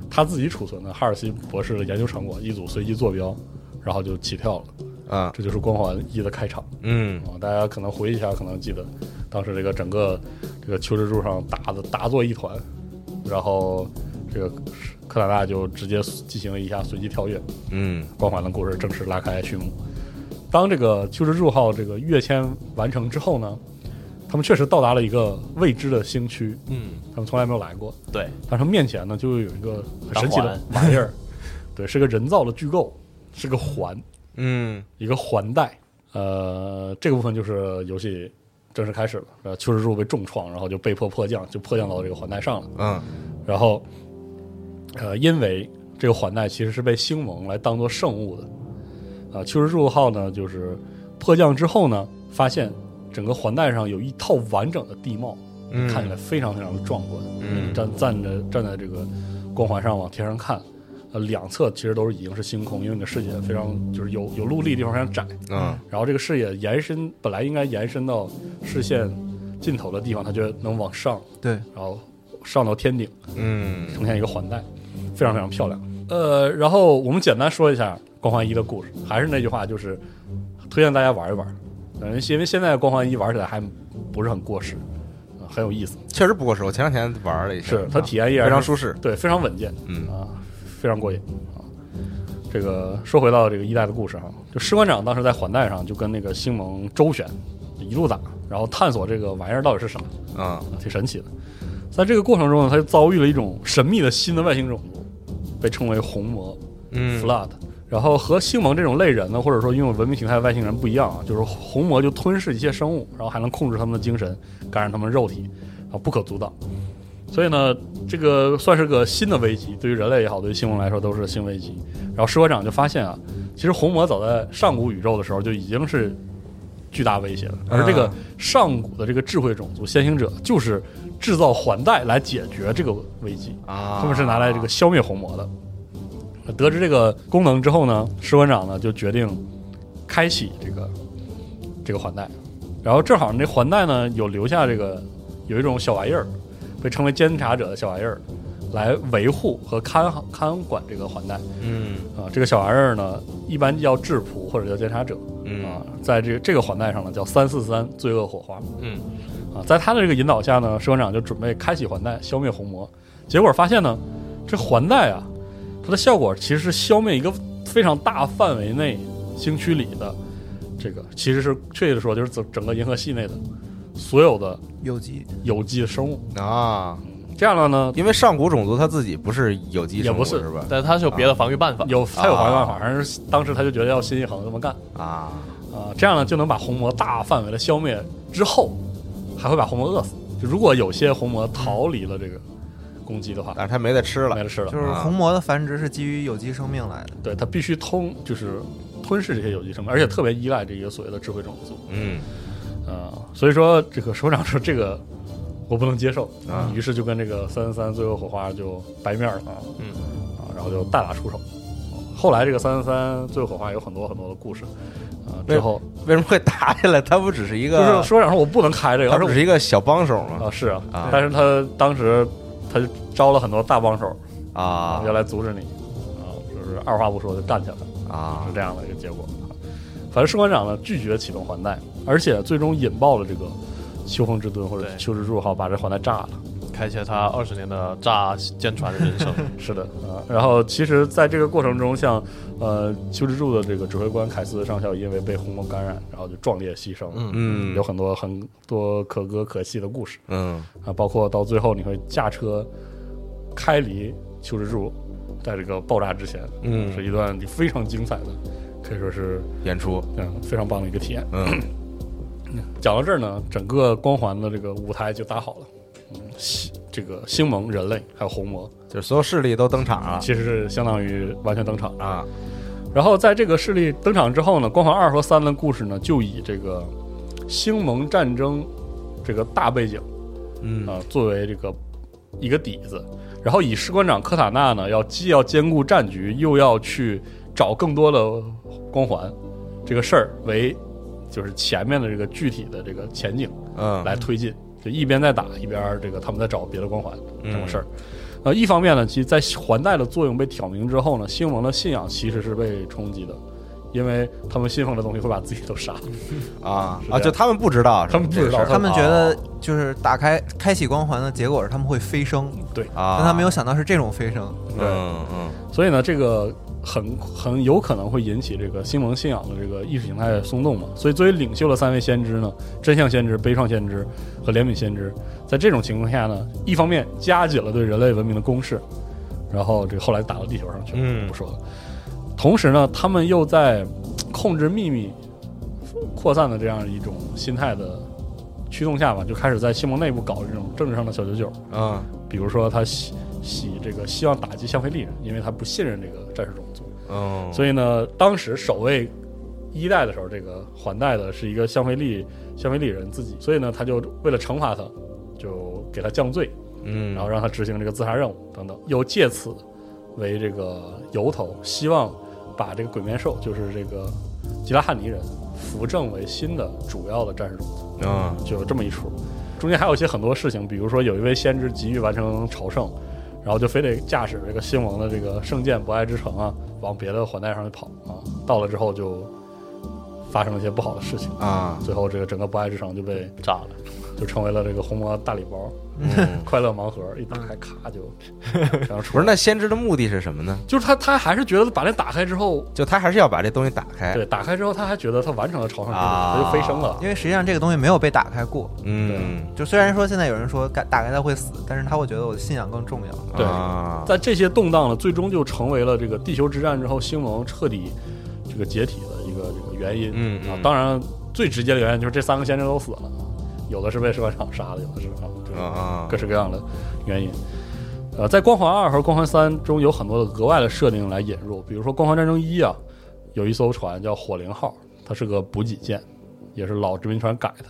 [SPEAKER 2] 他自己储存的哈尔西博士的研究成果，一组随机坐标，然后就起跳了。
[SPEAKER 4] 啊
[SPEAKER 2] 这就是《光环一》的开场。
[SPEAKER 4] 嗯
[SPEAKER 2] 啊，大家可能回忆一下，可能记得当时这个整个这个求职柱上打的打作一团，然后这个科塔纳就直接进行了一下随机跳跃，
[SPEAKER 4] 嗯
[SPEAKER 2] 光环的故事正式拉开序幕。当这个求职柱号这个跃迁完成之后呢，他们确实到达了一个未知的星区，
[SPEAKER 5] 嗯，
[SPEAKER 2] 他们从来没有来过，
[SPEAKER 5] 对，
[SPEAKER 2] 但是面前呢就有一个很神奇的玩意儿， 对，是个人造的巨构，是个环，
[SPEAKER 4] 嗯
[SPEAKER 2] 一个环带。呃，这个部分就是游戏正式开始了。呃，秋实柱被重创，然后就被迫迫降，就迫降到这个环带上了。
[SPEAKER 4] 嗯
[SPEAKER 2] 然后，呃，因为这呃个环带其实是被星盟来当做圣物的。啊、秋实柱号呢，就是迫降之后呢，发现整个环带上有一套完整的地貌，
[SPEAKER 4] 嗯
[SPEAKER 2] 看起来非常非常的壮观。
[SPEAKER 4] 嗯
[SPEAKER 2] 站站着站在这个光环上往天上看，呃，两侧其实都是已经是星空，因为你的视野非常就是有有陆地地方非常窄，
[SPEAKER 4] 嗯
[SPEAKER 2] 然后这个视野延伸本来应该延伸到视线尽头的地方，它就能往上，
[SPEAKER 3] 对，
[SPEAKER 2] 然后上到天顶，
[SPEAKER 4] 嗯
[SPEAKER 2] 呈现一个环带，非常非常漂亮。呃，然后我们简单说一下光环一的故事，还是那句话，就是推荐大家玩一玩，嗯，因为现在光环一玩起来还不是很过时，呃很有意思，
[SPEAKER 4] 确实不过时。我前两天玩了一下，
[SPEAKER 2] 是它
[SPEAKER 4] 啊
[SPEAKER 2] 体验依然
[SPEAKER 4] 非常
[SPEAKER 2] 是
[SPEAKER 4] 舒适。
[SPEAKER 2] 对，非常稳健，
[SPEAKER 4] 嗯
[SPEAKER 2] 啊，非常过瘾啊。这个说回到这个一代的故事哈，就士官长当时在环带上就跟那个星盟周旋，一路打，然后探索这个玩意儿到底是啥，啊
[SPEAKER 4] 嗯
[SPEAKER 2] 挺神奇的。在这个过程中呢，他就遭遇了一种神秘的新的外星种族，被称为红魔
[SPEAKER 4] 嗯
[SPEAKER 2] （Flood）。然后和星盟这种类人呢，或者说拥有文明形态的外星人不一样啊，就是红魔就吞噬一切生物，然后还能控制他们的精神，感染他们的肉体，啊，不可阻挡。所以呢，这个算是个新的危机，对于人类也好，对于星盟来说都是新危机。然后士官长就发现啊，其实红魔早在上古宇宙的时候就已经是巨大威胁了，而这个上古的这个智慧种族先行者就是制造环带来解决这个危机。
[SPEAKER 4] 啊，
[SPEAKER 2] 他们是拿来这个消灭红魔的。得知这个功能之后呢，士官长呢就决定开启这个这个环带，然后正好那环带呢有留下这个有一种小玩意儿，被称为监察者的小玩意儿，来维护和看看管这个环带
[SPEAKER 4] 嗯
[SPEAKER 2] 啊。这个小玩意儿呢，一般叫质仆或者叫监察者啊
[SPEAKER 4] 嗯，
[SPEAKER 2] 在这个这个环带上呢叫三四三罪恶火花。
[SPEAKER 5] 嗯，
[SPEAKER 2] 啊，在他的这个引导下呢，士官长就准备开启环带消灭红魔，结果发现呢，这环带啊，它的效果其实是消灭一个非常大范围内星区里的这个，其实是确切的说，就是整整个银河系内的所有的
[SPEAKER 3] 有机
[SPEAKER 2] 有机的生物。
[SPEAKER 4] 啊，
[SPEAKER 2] 这样了呢，
[SPEAKER 4] 因为上古种族它自己不是有机生物
[SPEAKER 2] 也不是
[SPEAKER 4] 是吧？
[SPEAKER 5] 但是他是有别的防御办法，
[SPEAKER 2] 有他有防御办法，反正是当时他就觉得要心一横这么干
[SPEAKER 4] 啊，
[SPEAKER 2] 啊，这样呢就能把红魔大范围的消灭之后，还会把红魔饿死。就如果有些红魔逃离了这个攻击的话，
[SPEAKER 4] 但是它没得吃
[SPEAKER 2] 没
[SPEAKER 4] 了。
[SPEAKER 2] 得吃了
[SPEAKER 3] 就。是红魔的繁殖是基于有机生命来的，
[SPEAKER 2] 对，它必须通就是吞噬这些有机生命，而且特别依赖这个所谓的智慧种族。
[SPEAKER 4] 嗯
[SPEAKER 2] 呃，所以说这个首长说这个我不能接受，
[SPEAKER 4] 啊
[SPEAKER 2] 于是就跟这个三三三最后火花就白面了啊，
[SPEAKER 5] 嗯
[SPEAKER 2] 啊，然后就大打出手。后来这个三三三最后火花有很多很多的故事，啊，
[SPEAKER 4] 对
[SPEAKER 2] 之后
[SPEAKER 4] 为什么会打起来？它不只是一
[SPEAKER 2] 就是
[SPEAKER 4] 个，
[SPEAKER 2] 首长说我不能开这个，
[SPEAKER 4] 它
[SPEAKER 2] 而是
[SPEAKER 4] 不只是一个小帮手
[SPEAKER 2] 我
[SPEAKER 4] 吗？
[SPEAKER 2] 啊是啊，
[SPEAKER 4] 啊
[SPEAKER 2] 但是他当时他就招了很多大帮手
[SPEAKER 4] 啊
[SPEAKER 2] 要来阻止你，啊，就是二话不说就干起来了。
[SPEAKER 4] 啊
[SPEAKER 2] 是这样的一个结果。反正士官长呢拒绝启动环带，而且最终引爆了这个秋风之盾或者
[SPEAKER 5] 对
[SPEAKER 2] 秋之柱号，把这环带炸了。
[SPEAKER 5] 开启了他二十年的炸舰船人 生。
[SPEAKER 2] 是的，啊、然后其实在这个过程中，像呃秋之柱的这个指挥官凯斯上校，因为被红魔感染，然后就壮烈牺牲。
[SPEAKER 5] 嗯
[SPEAKER 4] 嗯
[SPEAKER 2] 有很多很多可歌可泣的故事
[SPEAKER 4] 嗯
[SPEAKER 2] 啊，包括到最后你会驾车开离秋之柱，在这个爆炸之前，是
[SPEAKER 4] 嗯，
[SPEAKER 2] 一段非常精彩的，可以说是
[SPEAKER 4] 演出
[SPEAKER 2] 嗯非常棒的一个体验。
[SPEAKER 4] 嗯
[SPEAKER 2] 讲到这儿呢，整个光环的这个舞台就搭好了。嗯，西这个星盟、人类还有红魔，
[SPEAKER 4] 就是所有势力都登 场了
[SPEAKER 2] 其实是相当于完全登场。
[SPEAKER 4] 啊
[SPEAKER 2] 然后在这个势力登场之后呢，光环二和三的故事呢，就以这个星盟战争这个大背景
[SPEAKER 4] 嗯
[SPEAKER 2] 啊、作为这个一个底子，然后以士官长科塔纳呢，要既要兼顾战局，又要去找更多的光环这个事儿为，就是前面的这个具体的这个前景。
[SPEAKER 4] 嗯
[SPEAKER 2] 来推进，就一边在打，一边儿这个他们在找别的光环
[SPEAKER 4] 嗯
[SPEAKER 2] 这种事儿。呃，一方面呢，其实，在环带的作用被挑明之后呢，星盟的信仰其实是被冲击的，因为他们信奉的东西会把自己都杀，
[SPEAKER 4] 啊
[SPEAKER 2] 是这
[SPEAKER 4] 啊！
[SPEAKER 2] 样
[SPEAKER 4] 就他们不知道是
[SPEAKER 2] 他
[SPEAKER 4] 吧，
[SPEAKER 2] 们不知道
[SPEAKER 4] 这个事儿
[SPEAKER 2] 他
[SPEAKER 3] 他们觉得就是打开开启光环的结果是他们会飞升，
[SPEAKER 4] 啊，
[SPEAKER 3] 但他没有想到是这种飞升。
[SPEAKER 4] 嗯嗯
[SPEAKER 2] 所以呢，这个很很有可能会引起这个星盟信仰的这个意识形态松动嘛。所以，作为领袖的三位先知呢，真相先知、悲怆先知和怜悯先知，在这种情况下呢，一方面加紧了对人类文明的攻势，然后这个后来打到地球上去了，
[SPEAKER 4] 嗯
[SPEAKER 2] 不说了。同时呢，他们又在控制秘密扩散的这样一种心态的驱动下吧，就开始在星盟内部搞这种政治上的小九九。
[SPEAKER 4] 嗯
[SPEAKER 2] 比如说他希希这个希望打击香菲利人，因为他不信任这个战士种族，
[SPEAKER 4] 嗯，
[SPEAKER 2] 所以呢，当时守卫一代的时候，这个还代的是一个香菲利香菲利人自己，所以呢，他就为了惩罚他，就给他降罪，
[SPEAKER 4] 嗯，
[SPEAKER 2] 然后让他执行这个自杀任务等等，又借此为这个由头，希望把这个鬼面兽，就是这个吉拉汉尼人扶正为新的主要的战士种族，
[SPEAKER 4] 啊，
[SPEAKER 2] 就有这么一出。中间还有一些很多事情，比如说有一位先知急于完成朝圣，然后就非得驾驶这个新王的这个圣剑博爱之城啊，往别的环带上去跑啊，到了之后就发生了一些不好的事情。
[SPEAKER 4] 啊，
[SPEAKER 2] 最后，这个整个博爱之城就被
[SPEAKER 5] 炸了，
[SPEAKER 2] 就成为了这个红魔大礼包，
[SPEAKER 4] 嗯
[SPEAKER 2] 快乐盲盒一打开，咔就全都出
[SPEAKER 4] 不
[SPEAKER 2] 来
[SPEAKER 4] 是，
[SPEAKER 2] 了。
[SPEAKER 4] 那先知的目的是什么呢？
[SPEAKER 2] 嗯 就是他，他还是觉得把那打开之后，
[SPEAKER 4] 就他还是要把这东西打开，
[SPEAKER 2] 对，打开之后他还觉得他完成了朝圣之旅，
[SPEAKER 4] 啊
[SPEAKER 2] 他就飞升了。
[SPEAKER 3] 因为实际上这个东西没有被打开过。
[SPEAKER 4] 嗯，
[SPEAKER 3] 就虽然说现在有人说打打开它会死，但是他会觉得我的信仰更重要。
[SPEAKER 2] 对
[SPEAKER 4] 啊，
[SPEAKER 2] 在这些动荡呢，最终就成为了这个地球之战之后星盟彻底这个解体的一个这个原因。
[SPEAKER 4] 嗯
[SPEAKER 2] 啊
[SPEAKER 4] 嗯，
[SPEAKER 2] 当然最直接的原因就是这三个先知都死了，有的是被射馆长杀的，有的是啊，就是
[SPEAKER 4] 啊
[SPEAKER 2] 各式各样的原因。呃，在《光环二》和《光环三》中有很多的额外的设定来引入，比如说《光环战争一》啊，有一艘船叫火灵号，它是个补给舰，也是老殖民船改的，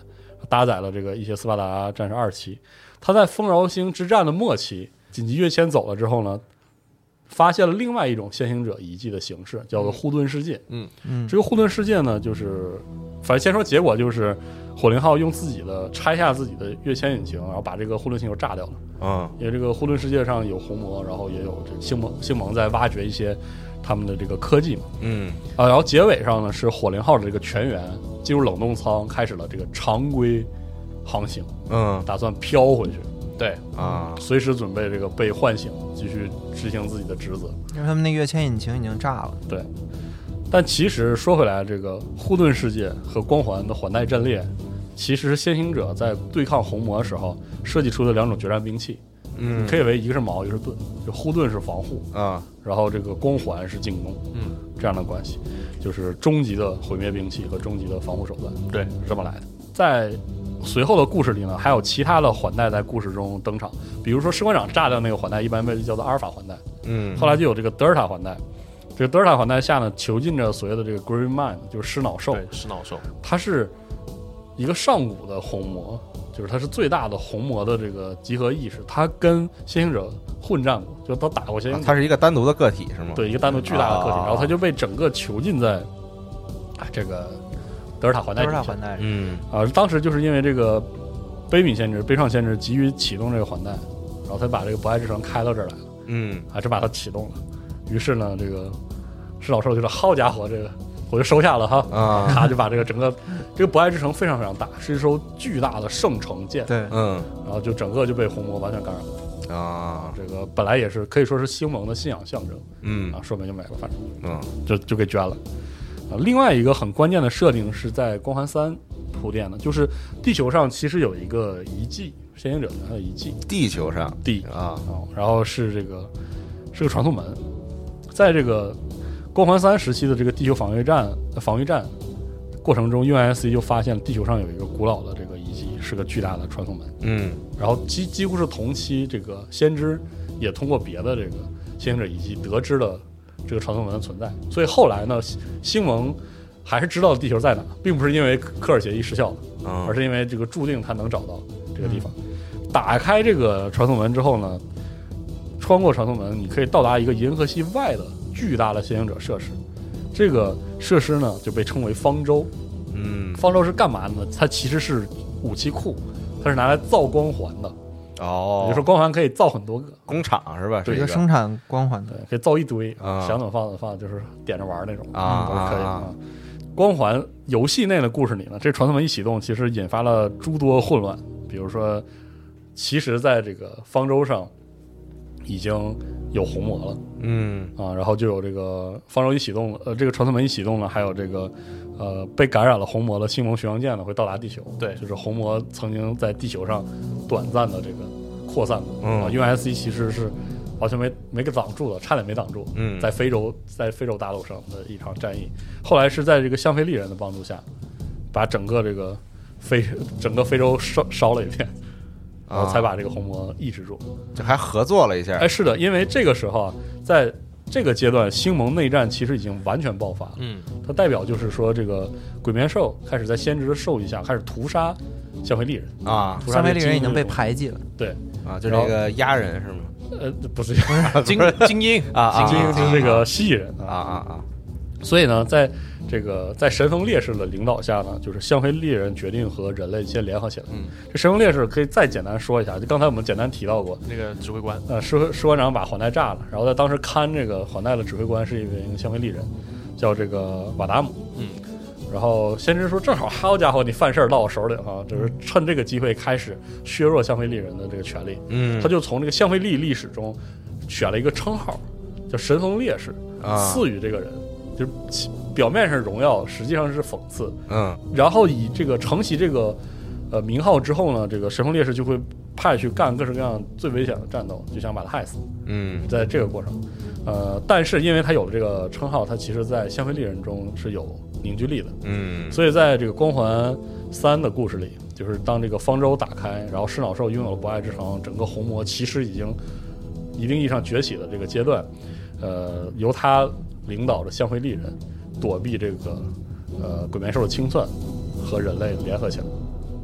[SPEAKER 2] 搭载了这个一些斯巴达战士二期。它在丰饶星之战的末期紧急跃迁走了之后呢，发现了另外一种先行者遗迹的形式，叫做护盾世界。
[SPEAKER 3] 嗯
[SPEAKER 2] 这个护盾世界呢，就是反正先说结果，就是火灵号用自己的拆下自己的跃迁引擎，然后把这个护盾星球炸掉了。
[SPEAKER 4] 嗯
[SPEAKER 2] 因为这个护盾世界上有红魔，然后也有这星盟，星盟在挖掘一些他们的这个科技嘛。
[SPEAKER 4] 嗯
[SPEAKER 2] 啊，然后结尾上呢是火灵号的这个全员进入冷冻舱，开始了这个常规航行，
[SPEAKER 4] 嗯
[SPEAKER 2] 打算飘回去，
[SPEAKER 5] 对，
[SPEAKER 4] 啊，
[SPEAKER 2] 随时准备这个被唤醒，继续执行自己的职责。
[SPEAKER 3] 因为他们那跃迁引擎已经炸了，
[SPEAKER 2] 但其实说回来，这个护盾世界和光环的环带阵列，其实是先行者在对抗红魔的时候设计出的两种决战兵器，
[SPEAKER 4] 嗯
[SPEAKER 2] 可以为一个是矛，一个是盾。就护盾是防护，
[SPEAKER 4] 啊，
[SPEAKER 2] 然后这个光环是进攻，
[SPEAKER 5] 嗯，
[SPEAKER 2] 这样的关系，就是终极的毁灭兵器和终极的防护手段，
[SPEAKER 5] 对，
[SPEAKER 2] 是这么来的。在随后的故事里呢，还有其他的环带在故事中登场，比如说士官长炸掉那个环带，一般被叫做阿尔法环带，
[SPEAKER 4] 嗯
[SPEAKER 2] 后来就有这个德尔塔环带。这个德尔塔环带下呢，囚禁着所谓的这个 Green Mind，就是狮脑兽，
[SPEAKER 5] 对，是脑兽，
[SPEAKER 2] 它是一个上古的红魔，就是它是最大的红魔的这个集合意识。它跟先行者混战过，就都打过先行者，
[SPEAKER 4] 它是一个单独的个体是吗？
[SPEAKER 2] 对一个单独巨大的个体，
[SPEAKER 4] 啊
[SPEAKER 2] 然后它就被整个囚禁在啊这个德尔塔环带
[SPEAKER 3] 都是
[SPEAKER 2] 底
[SPEAKER 3] 他
[SPEAKER 2] 下
[SPEAKER 3] 还贷。
[SPEAKER 4] 嗯
[SPEAKER 2] 啊。当时就是因为这个悲悯先知、悲怆先知急于启动这个环带，然后他把这个不爱之城开到这儿来了，
[SPEAKER 4] 嗯
[SPEAKER 2] 啊，真把它启动了。于是呢，这个施老兽就是好家伙，这个我就收下了哈。
[SPEAKER 4] 啊，
[SPEAKER 2] 咔就把这个整个这个博爱之城非常非常大，是一艘巨大的圣城舰，
[SPEAKER 3] 对，
[SPEAKER 4] 嗯
[SPEAKER 2] 然后就整个就被红魔完全感染了。
[SPEAKER 4] 啊，
[SPEAKER 2] 这个本来也是可以说是星盟的信仰象征
[SPEAKER 4] 嗯
[SPEAKER 2] 啊，说没就没了，反正
[SPEAKER 4] 嗯
[SPEAKER 2] 就就给捐了。啊，另外一个很关键的设定是在《光环三》铺垫的，就是地球上其实有一个遗迹，先行者的遗迹
[SPEAKER 4] 地球上
[SPEAKER 2] 地
[SPEAKER 4] 啊，
[SPEAKER 2] 啊，然后是这个是个传送门，在这个光环三时期的这个地球防卫战防御战过程中，UNSC 就发现地球上有一个古老的这个遗迹，是个巨大的传送门。
[SPEAKER 4] 嗯
[SPEAKER 2] 然后几几乎是同期，这个先知也通过别的这个先行者遗迹得知了这个传送门的存在。所以后来呢，星星盟还是知道地球在哪，并不是因为科尔协议失效了。
[SPEAKER 4] 啊
[SPEAKER 2] 而，是因为这个注定他能找到这个地方。打开这个传送门之后呢，穿过传送门，你可以到达一个银河系外的巨大的先行者设施。这个设施呢就被称为方舟。
[SPEAKER 4] 嗯
[SPEAKER 2] 方舟是干嘛的呢？它其实是武器库，它是拿来造光环的。也
[SPEAKER 4] 哦，
[SPEAKER 2] 就是说，光环可以造很多个，
[SPEAKER 4] 工厂是吧？
[SPEAKER 2] 对
[SPEAKER 4] 是
[SPEAKER 3] 一个
[SPEAKER 4] 一
[SPEAKER 3] 生产光环
[SPEAKER 2] 对
[SPEAKER 3] 的，，
[SPEAKER 2] 可以造一堆，
[SPEAKER 4] 啊
[SPEAKER 2] 想怎么放怎么放，就是点着玩儿那种
[SPEAKER 4] 啊
[SPEAKER 2] 都是嗯可以的
[SPEAKER 4] 啊
[SPEAKER 2] 啊。光环游戏内的故事里呢，这传送门一启动，其实引发了诸多混乱。比如说，其实在这个方舟上已经有红魔了
[SPEAKER 4] 嗯
[SPEAKER 2] 啊，然后就有这个方舟一启动了，呃，这个传送门一启动了，还有这个呃被感染了红魔的星盟巡洋舰呢会到达地球，
[SPEAKER 5] 对
[SPEAKER 2] 就是红魔曾经在地球上短暂的这个扩散过、
[SPEAKER 4] 嗯
[SPEAKER 2] 啊，USC 其实是完全没没给挡住的，差点没挡住，
[SPEAKER 4] 嗯，
[SPEAKER 2] 在非洲在非洲大陆上的一场战役，后来是在这个香菲利人的帮助下，把整个这个非整个非洲烧烧了一遍，
[SPEAKER 4] 啊
[SPEAKER 2] 然后才把这个红魔抑制住。
[SPEAKER 4] 这还合作了一下
[SPEAKER 2] 哎哎，是的，因为这个时候啊，在这个阶段，星盟内战其实已经完全爆发了。
[SPEAKER 5] 嗯
[SPEAKER 2] 它代表就是说，这个鬼面兽开始在先知的授意下开始屠杀消费利人，
[SPEAKER 4] 啊
[SPEAKER 2] 屠杀
[SPEAKER 3] 三维
[SPEAKER 2] 这
[SPEAKER 3] 利
[SPEAKER 2] 个
[SPEAKER 3] 人已经被
[SPEAKER 2] 精英
[SPEAKER 3] 排挤了，
[SPEAKER 4] 啊，就那个压人是 吗？
[SPEAKER 2] 呃，不是
[SPEAKER 5] 精精英
[SPEAKER 4] 啊啊
[SPEAKER 2] 精英，
[SPEAKER 4] 啊
[SPEAKER 2] 是这个蜥蜴人
[SPEAKER 4] 啊啊啊！
[SPEAKER 2] 所以呢，在这个在神风烈士的领导下呢，就是香妃猎人决定和人类先联合起来。
[SPEAKER 5] 嗯
[SPEAKER 2] 这神风烈士可以再简单说一下，就刚才我们简单提到过，
[SPEAKER 5] 那个指挥官，
[SPEAKER 2] 呃，师师官长把环带炸了，然后在当时看这个环带的指挥官是一名香妃猎人，叫这个瓦达姆。
[SPEAKER 5] 嗯。
[SPEAKER 2] 然后先知说，正好好家伙，你犯事儿到我手里哈，就是趁这个机会开始削弱香妃猎人的这个权利。
[SPEAKER 4] 嗯
[SPEAKER 2] 他就从这个香妃利历史中选了一个称号，叫神风烈士。
[SPEAKER 4] 啊，
[SPEAKER 2] 赐予这个人，就是其表面上荣耀，实际上是讽刺。
[SPEAKER 4] 嗯
[SPEAKER 2] 然后以这个承袭这个呃名号之后呢，这个神风烈士就会派去干各式各样最危险的战斗，就想把他害死。
[SPEAKER 4] 嗯
[SPEAKER 2] 在这个过程，呃，但是因为他有了这个称号，他其实在香妃利人中是有凝聚力的。
[SPEAKER 4] 嗯
[SPEAKER 2] 所以在这个光环三的故事里，就是当这个方舟打开，然后噬脑兽拥有了不爱之城，整个红魔其实已经一定意义上崛起的这个阶段，呃，由他领导的香灰利人躲避这个呃鬼面兽的清算，和人类联合起来，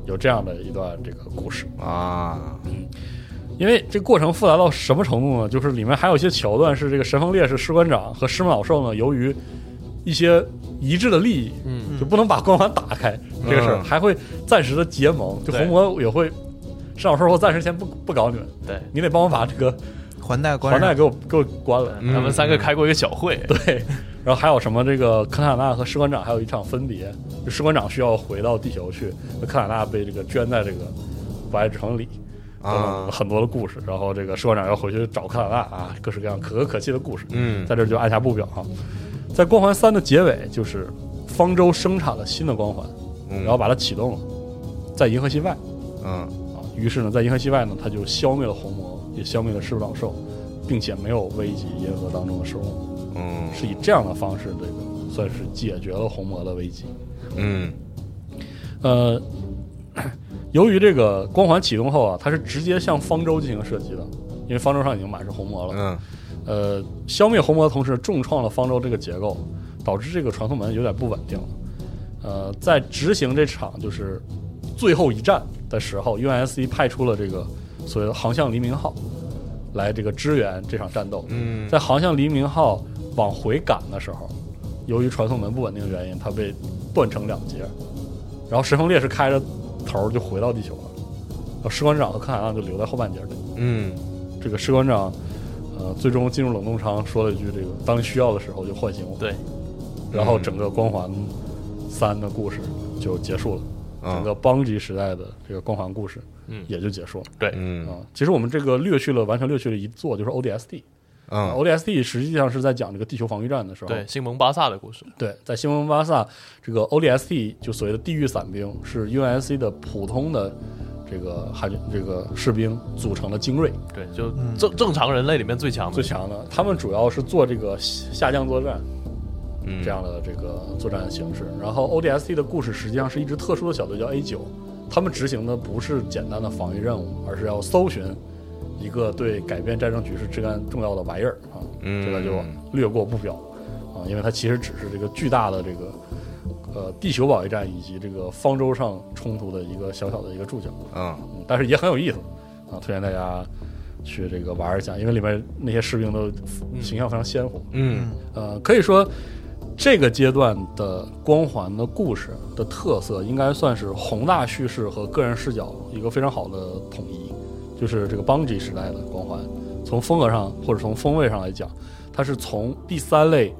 [SPEAKER 2] 有这样的一段这个故事。
[SPEAKER 4] 啊
[SPEAKER 2] 因为这过程复杂到什么程度呢？就是里面还有一些桥段是这个神风烈士士官长和狮门老兽呢，由于一些一致的利益，
[SPEAKER 5] 嗯
[SPEAKER 2] 就不能把光环打开这个事儿，
[SPEAKER 4] 嗯
[SPEAKER 2] 还会暂时的结盟，就
[SPEAKER 5] 对
[SPEAKER 2] 红魔也会。上手说：“我暂时先不不搞你们，
[SPEAKER 5] 对
[SPEAKER 2] 你得帮我把这个
[SPEAKER 3] 环带关
[SPEAKER 2] 环带
[SPEAKER 3] 上，
[SPEAKER 2] 给我给我关了。
[SPEAKER 5] 他们三个开过一个小会，
[SPEAKER 2] 嗯对，然后还有什么这个科塔纳和士官长还有一场分别，就士官长需要回到地球去，科塔纳被这个圈在这个不爱之城里，
[SPEAKER 4] 啊
[SPEAKER 2] 很多的故事。然后这个士官长要回去找科塔纳啊，各式各样可歌可泣的故事，
[SPEAKER 4] 嗯
[SPEAKER 2] 在这儿就按下不表哈。在光环三的结尾，就是方舟生产了新的光环，
[SPEAKER 4] 嗯
[SPEAKER 2] 然后把它启动了，在银河系外
[SPEAKER 4] 嗯
[SPEAKER 2] 啊。于是呢，在银河系外呢，它就消灭了红魔，也消灭了狮子岛兽，并且没有危及银河当中的生物。
[SPEAKER 4] 嗯
[SPEAKER 2] 是以这样的方式，这个算是解决了红魔的危机。
[SPEAKER 4] 嗯
[SPEAKER 2] 呃， 由于这个光环启动后啊，它是直接向方舟进行射击的，因为方舟上已经满是红魔了。
[SPEAKER 4] 嗯
[SPEAKER 2] 呃，消灭红魔的同时，重创了方舟这个结构，导致这个传送门有点不稳定了。呃，在执行这场就是最后一战的时候，UNSC 派出了这个所谓的航向黎明号来这个支援这场战斗。
[SPEAKER 4] 嗯
[SPEAKER 2] 在航向黎明号往回赶的时候，由于传送门不稳定的原因，它被断成两截，然后神风烈士开着头儿就回到地球了，然后士官长和科海啊浪就留在后半截里。
[SPEAKER 4] 嗯
[SPEAKER 2] 这个士官长，呃，最终进入冷冻舱，说了一句：“这个当你需要的时候就唤醒我。”
[SPEAKER 5] 对，
[SPEAKER 2] 然后整个光环三的故事就结束了，整个邦吉时代的这个光环故事
[SPEAKER 5] 嗯
[SPEAKER 2] 也就结束了。啊、
[SPEAKER 4] 嗯
[SPEAKER 2] 其实我们这个略去了，完全略去了一座，就是 ODSD。
[SPEAKER 4] 嗯
[SPEAKER 2] ODSD 实际上是在讲这个地球防御战的时候，
[SPEAKER 5] 对，新蒙巴萨的故事，
[SPEAKER 2] 对在新闻巴萨这个 ODST 就所谓的地狱伞兵是 UNSC 的普通的这个海军这个士兵组成的精锐
[SPEAKER 5] 对，就
[SPEAKER 3] 嗯
[SPEAKER 5] 正正常人类里面最强
[SPEAKER 2] 最
[SPEAKER 5] 的，
[SPEAKER 2] 强的，他们主要是做这个下下降作战
[SPEAKER 4] 嗯
[SPEAKER 2] 这样的这个作战形式。然后 ODST 的故事实际上是一支特殊的小队叫 A 九，他们执行的不是简单的防御任务，而是要搜寻一个对改变战争局势至关重要的玩意儿啊。
[SPEAKER 4] 嗯
[SPEAKER 2] 这个就略过不表啊，因为它其实只是这个巨大的这个呃地球保卫战以及这个方舟上冲突的一个小小的一个注脚，
[SPEAKER 4] 嗯
[SPEAKER 2] 嗯，但是也很有意思啊，推荐大家去这个玩一下，因为里面那些士兵都形象非常鲜活，
[SPEAKER 4] 嗯
[SPEAKER 2] 呃，可以说这个阶段的光环的故事的特色，应该算是宏大叙事和个人视角一个非常好的统一，就是这个邦吉时代的光环，从风格上或者从风味上来讲，它是从第三类。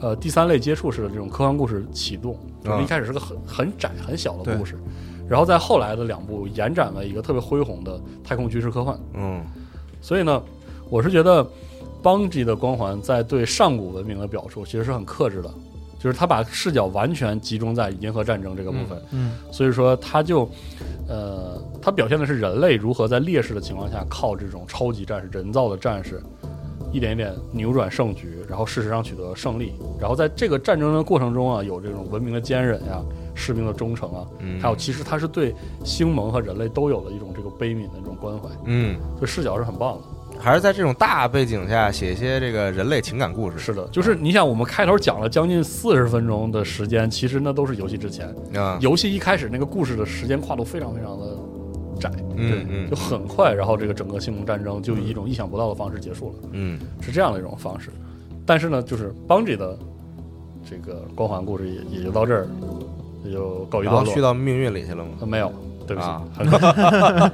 [SPEAKER 2] 呃，第三类接触式的这种科幻故事启动，就是
[SPEAKER 4] 嗯
[SPEAKER 2] 一开始是个很很窄很小的
[SPEAKER 3] 对
[SPEAKER 2] 故事，然后在后来的两部延展为一个特别恢宏的太空军事科幻，
[SPEAKER 4] 嗯
[SPEAKER 2] 所以呢，我是觉得邦吉的光环在对上古文明的表述其实是很克制的，就是他把视角完全集中在银河战争这个部分，
[SPEAKER 3] 嗯，
[SPEAKER 2] 所以说他就，呃，他表现的是人类如何在劣势的情况下靠这种超级战士、人造的战士，一点一点扭转胜局，然后事实上取得胜利，然后在这个战争的过程中啊，有这种文明的坚忍呀、士兵的忠诚啊，
[SPEAKER 4] 嗯
[SPEAKER 2] 还有其实他是对星盟和人类都有了一种这个悲悯的一种关怀。
[SPEAKER 4] 嗯
[SPEAKER 2] 这视角是很棒的。
[SPEAKER 4] 还是在这种大背景下写一些这个人类情感故事。
[SPEAKER 2] 是的，就是你想，我们开头讲了将近四十分钟的时间，其实那都是游戏之前。
[SPEAKER 4] 啊，
[SPEAKER 2] 游戏一开始那个故事的时间跨度非常非常的窄，
[SPEAKER 4] 嗯嗯
[SPEAKER 2] 就很快，然后这个整个星盟战争就以一种意想不到的方式结束了，
[SPEAKER 4] 嗯
[SPEAKER 2] 是这样的一种方式。但是呢，就是 Bungie 的这个光环故事也也就到这儿，也就告一
[SPEAKER 4] 然
[SPEAKER 2] 段
[SPEAKER 4] 后
[SPEAKER 2] 落
[SPEAKER 4] 去。到命运里去了吗？
[SPEAKER 2] 呃没有，对不起，
[SPEAKER 4] 啊
[SPEAKER 2] 很啊。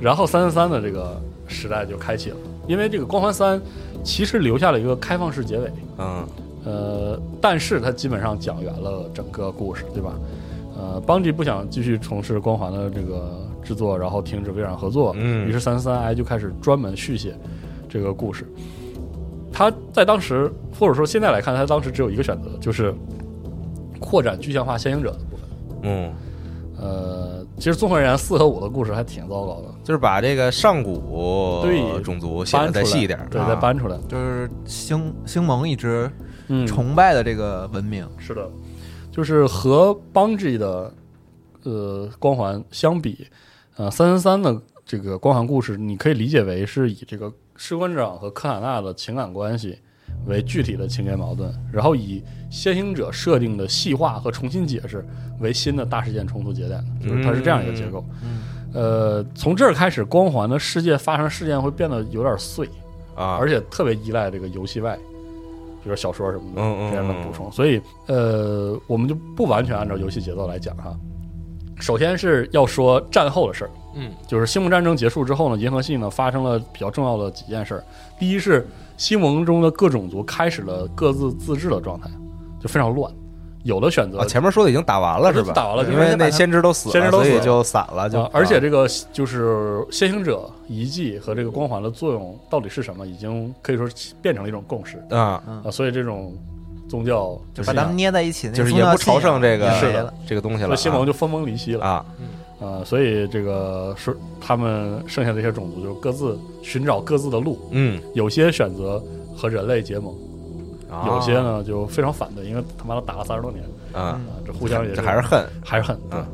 [SPEAKER 2] 然后三三三的这个时代就开启了，因为这个光环三其实留下了一个开放式结尾，
[SPEAKER 4] 嗯
[SPEAKER 2] 呃，但是它基本上讲圆了整个故事，对吧？呃，Bungie 不想继续从事光环的这个制作，然后停止微软合作，
[SPEAKER 4] 嗯
[SPEAKER 2] 于是三三 I 就开始专门续写这个故事。他在当时，或者说现在来看，他当时只有一个选择，就是扩展具象化先行者的部分。
[SPEAKER 4] 嗯，
[SPEAKER 2] 呃，其实综合而言，四和五的故事还挺糟糕的，
[SPEAKER 4] 就是把这个上古
[SPEAKER 2] 对
[SPEAKER 4] 种族写
[SPEAKER 2] 搬
[SPEAKER 4] 的
[SPEAKER 2] 出
[SPEAKER 4] 再
[SPEAKER 2] 来
[SPEAKER 4] 细一点，
[SPEAKER 2] 对，
[SPEAKER 4] 啊
[SPEAKER 2] 再搬出来，
[SPEAKER 3] 就是星星盟一直
[SPEAKER 2] 嗯
[SPEAKER 3] 崇拜的这个文明，
[SPEAKER 2] 是的，就是和邦 G 的呃光环相比，呃三三三的这个光环故事，你可以理解为是以这个士官长和科塔纳的情感关系为具体的情节矛盾，然后以先行者设定的细化和重新解释为新的大事件冲突节点，就是它是这样一个结构。
[SPEAKER 3] 嗯，
[SPEAKER 2] 呃，从这儿开始，光环的世界发生事件会变得有点碎，
[SPEAKER 4] 啊，
[SPEAKER 2] 而且特别依赖这个游戏外，比如小说什么的
[SPEAKER 4] 嗯嗯
[SPEAKER 2] 这样的补充。所以，呃，我们就不完全按照游戏节奏来讲哈。首先是要说战后的事儿，
[SPEAKER 5] 嗯，
[SPEAKER 2] 就是星盟战争结束之后呢，银河系呢发生了比较重要的几件事儿。第一是星盟中的各种族开始了各自自治的状态，就非常乱，有的选择
[SPEAKER 4] 啊，前面说的已经打完了是吧？
[SPEAKER 2] 打完了就是
[SPEAKER 4] 因为那先知都死了，
[SPEAKER 2] 先知都死了
[SPEAKER 4] 所以就散了，就
[SPEAKER 2] 啊而且这个就是先行者遗迹和这个光环的作用到底是什么，已经可以说是变成了一种共识
[SPEAKER 4] 啊，
[SPEAKER 2] 啊。所以这种宗教
[SPEAKER 4] 就
[SPEAKER 3] 把
[SPEAKER 4] 是
[SPEAKER 3] 咱们捏在一起，那个
[SPEAKER 4] 就是
[SPEAKER 3] 宗
[SPEAKER 4] 也
[SPEAKER 3] 教
[SPEAKER 4] 不朝
[SPEAKER 3] 信仰
[SPEAKER 4] 圣这个
[SPEAKER 3] 也没了，
[SPEAKER 4] 这个东西
[SPEAKER 2] 这
[SPEAKER 4] 了
[SPEAKER 2] 个
[SPEAKER 4] 啊，
[SPEAKER 2] 西蒙就分崩离析了
[SPEAKER 4] 啊，
[SPEAKER 2] 啊，所以这个是他们剩下的一些种族就各自寻找各自的路，
[SPEAKER 4] 嗯，
[SPEAKER 2] 有些选择和人类结盟，
[SPEAKER 4] 啊
[SPEAKER 2] 有些呢就非常反对，因为他妈的打了三十多年
[SPEAKER 4] 啊，
[SPEAKER 2] 啊，这互相也
[SPEAKER 4] 这还是恨，
[SPEAKER 2] 还是很对
[SPEAKER 4] 嗯。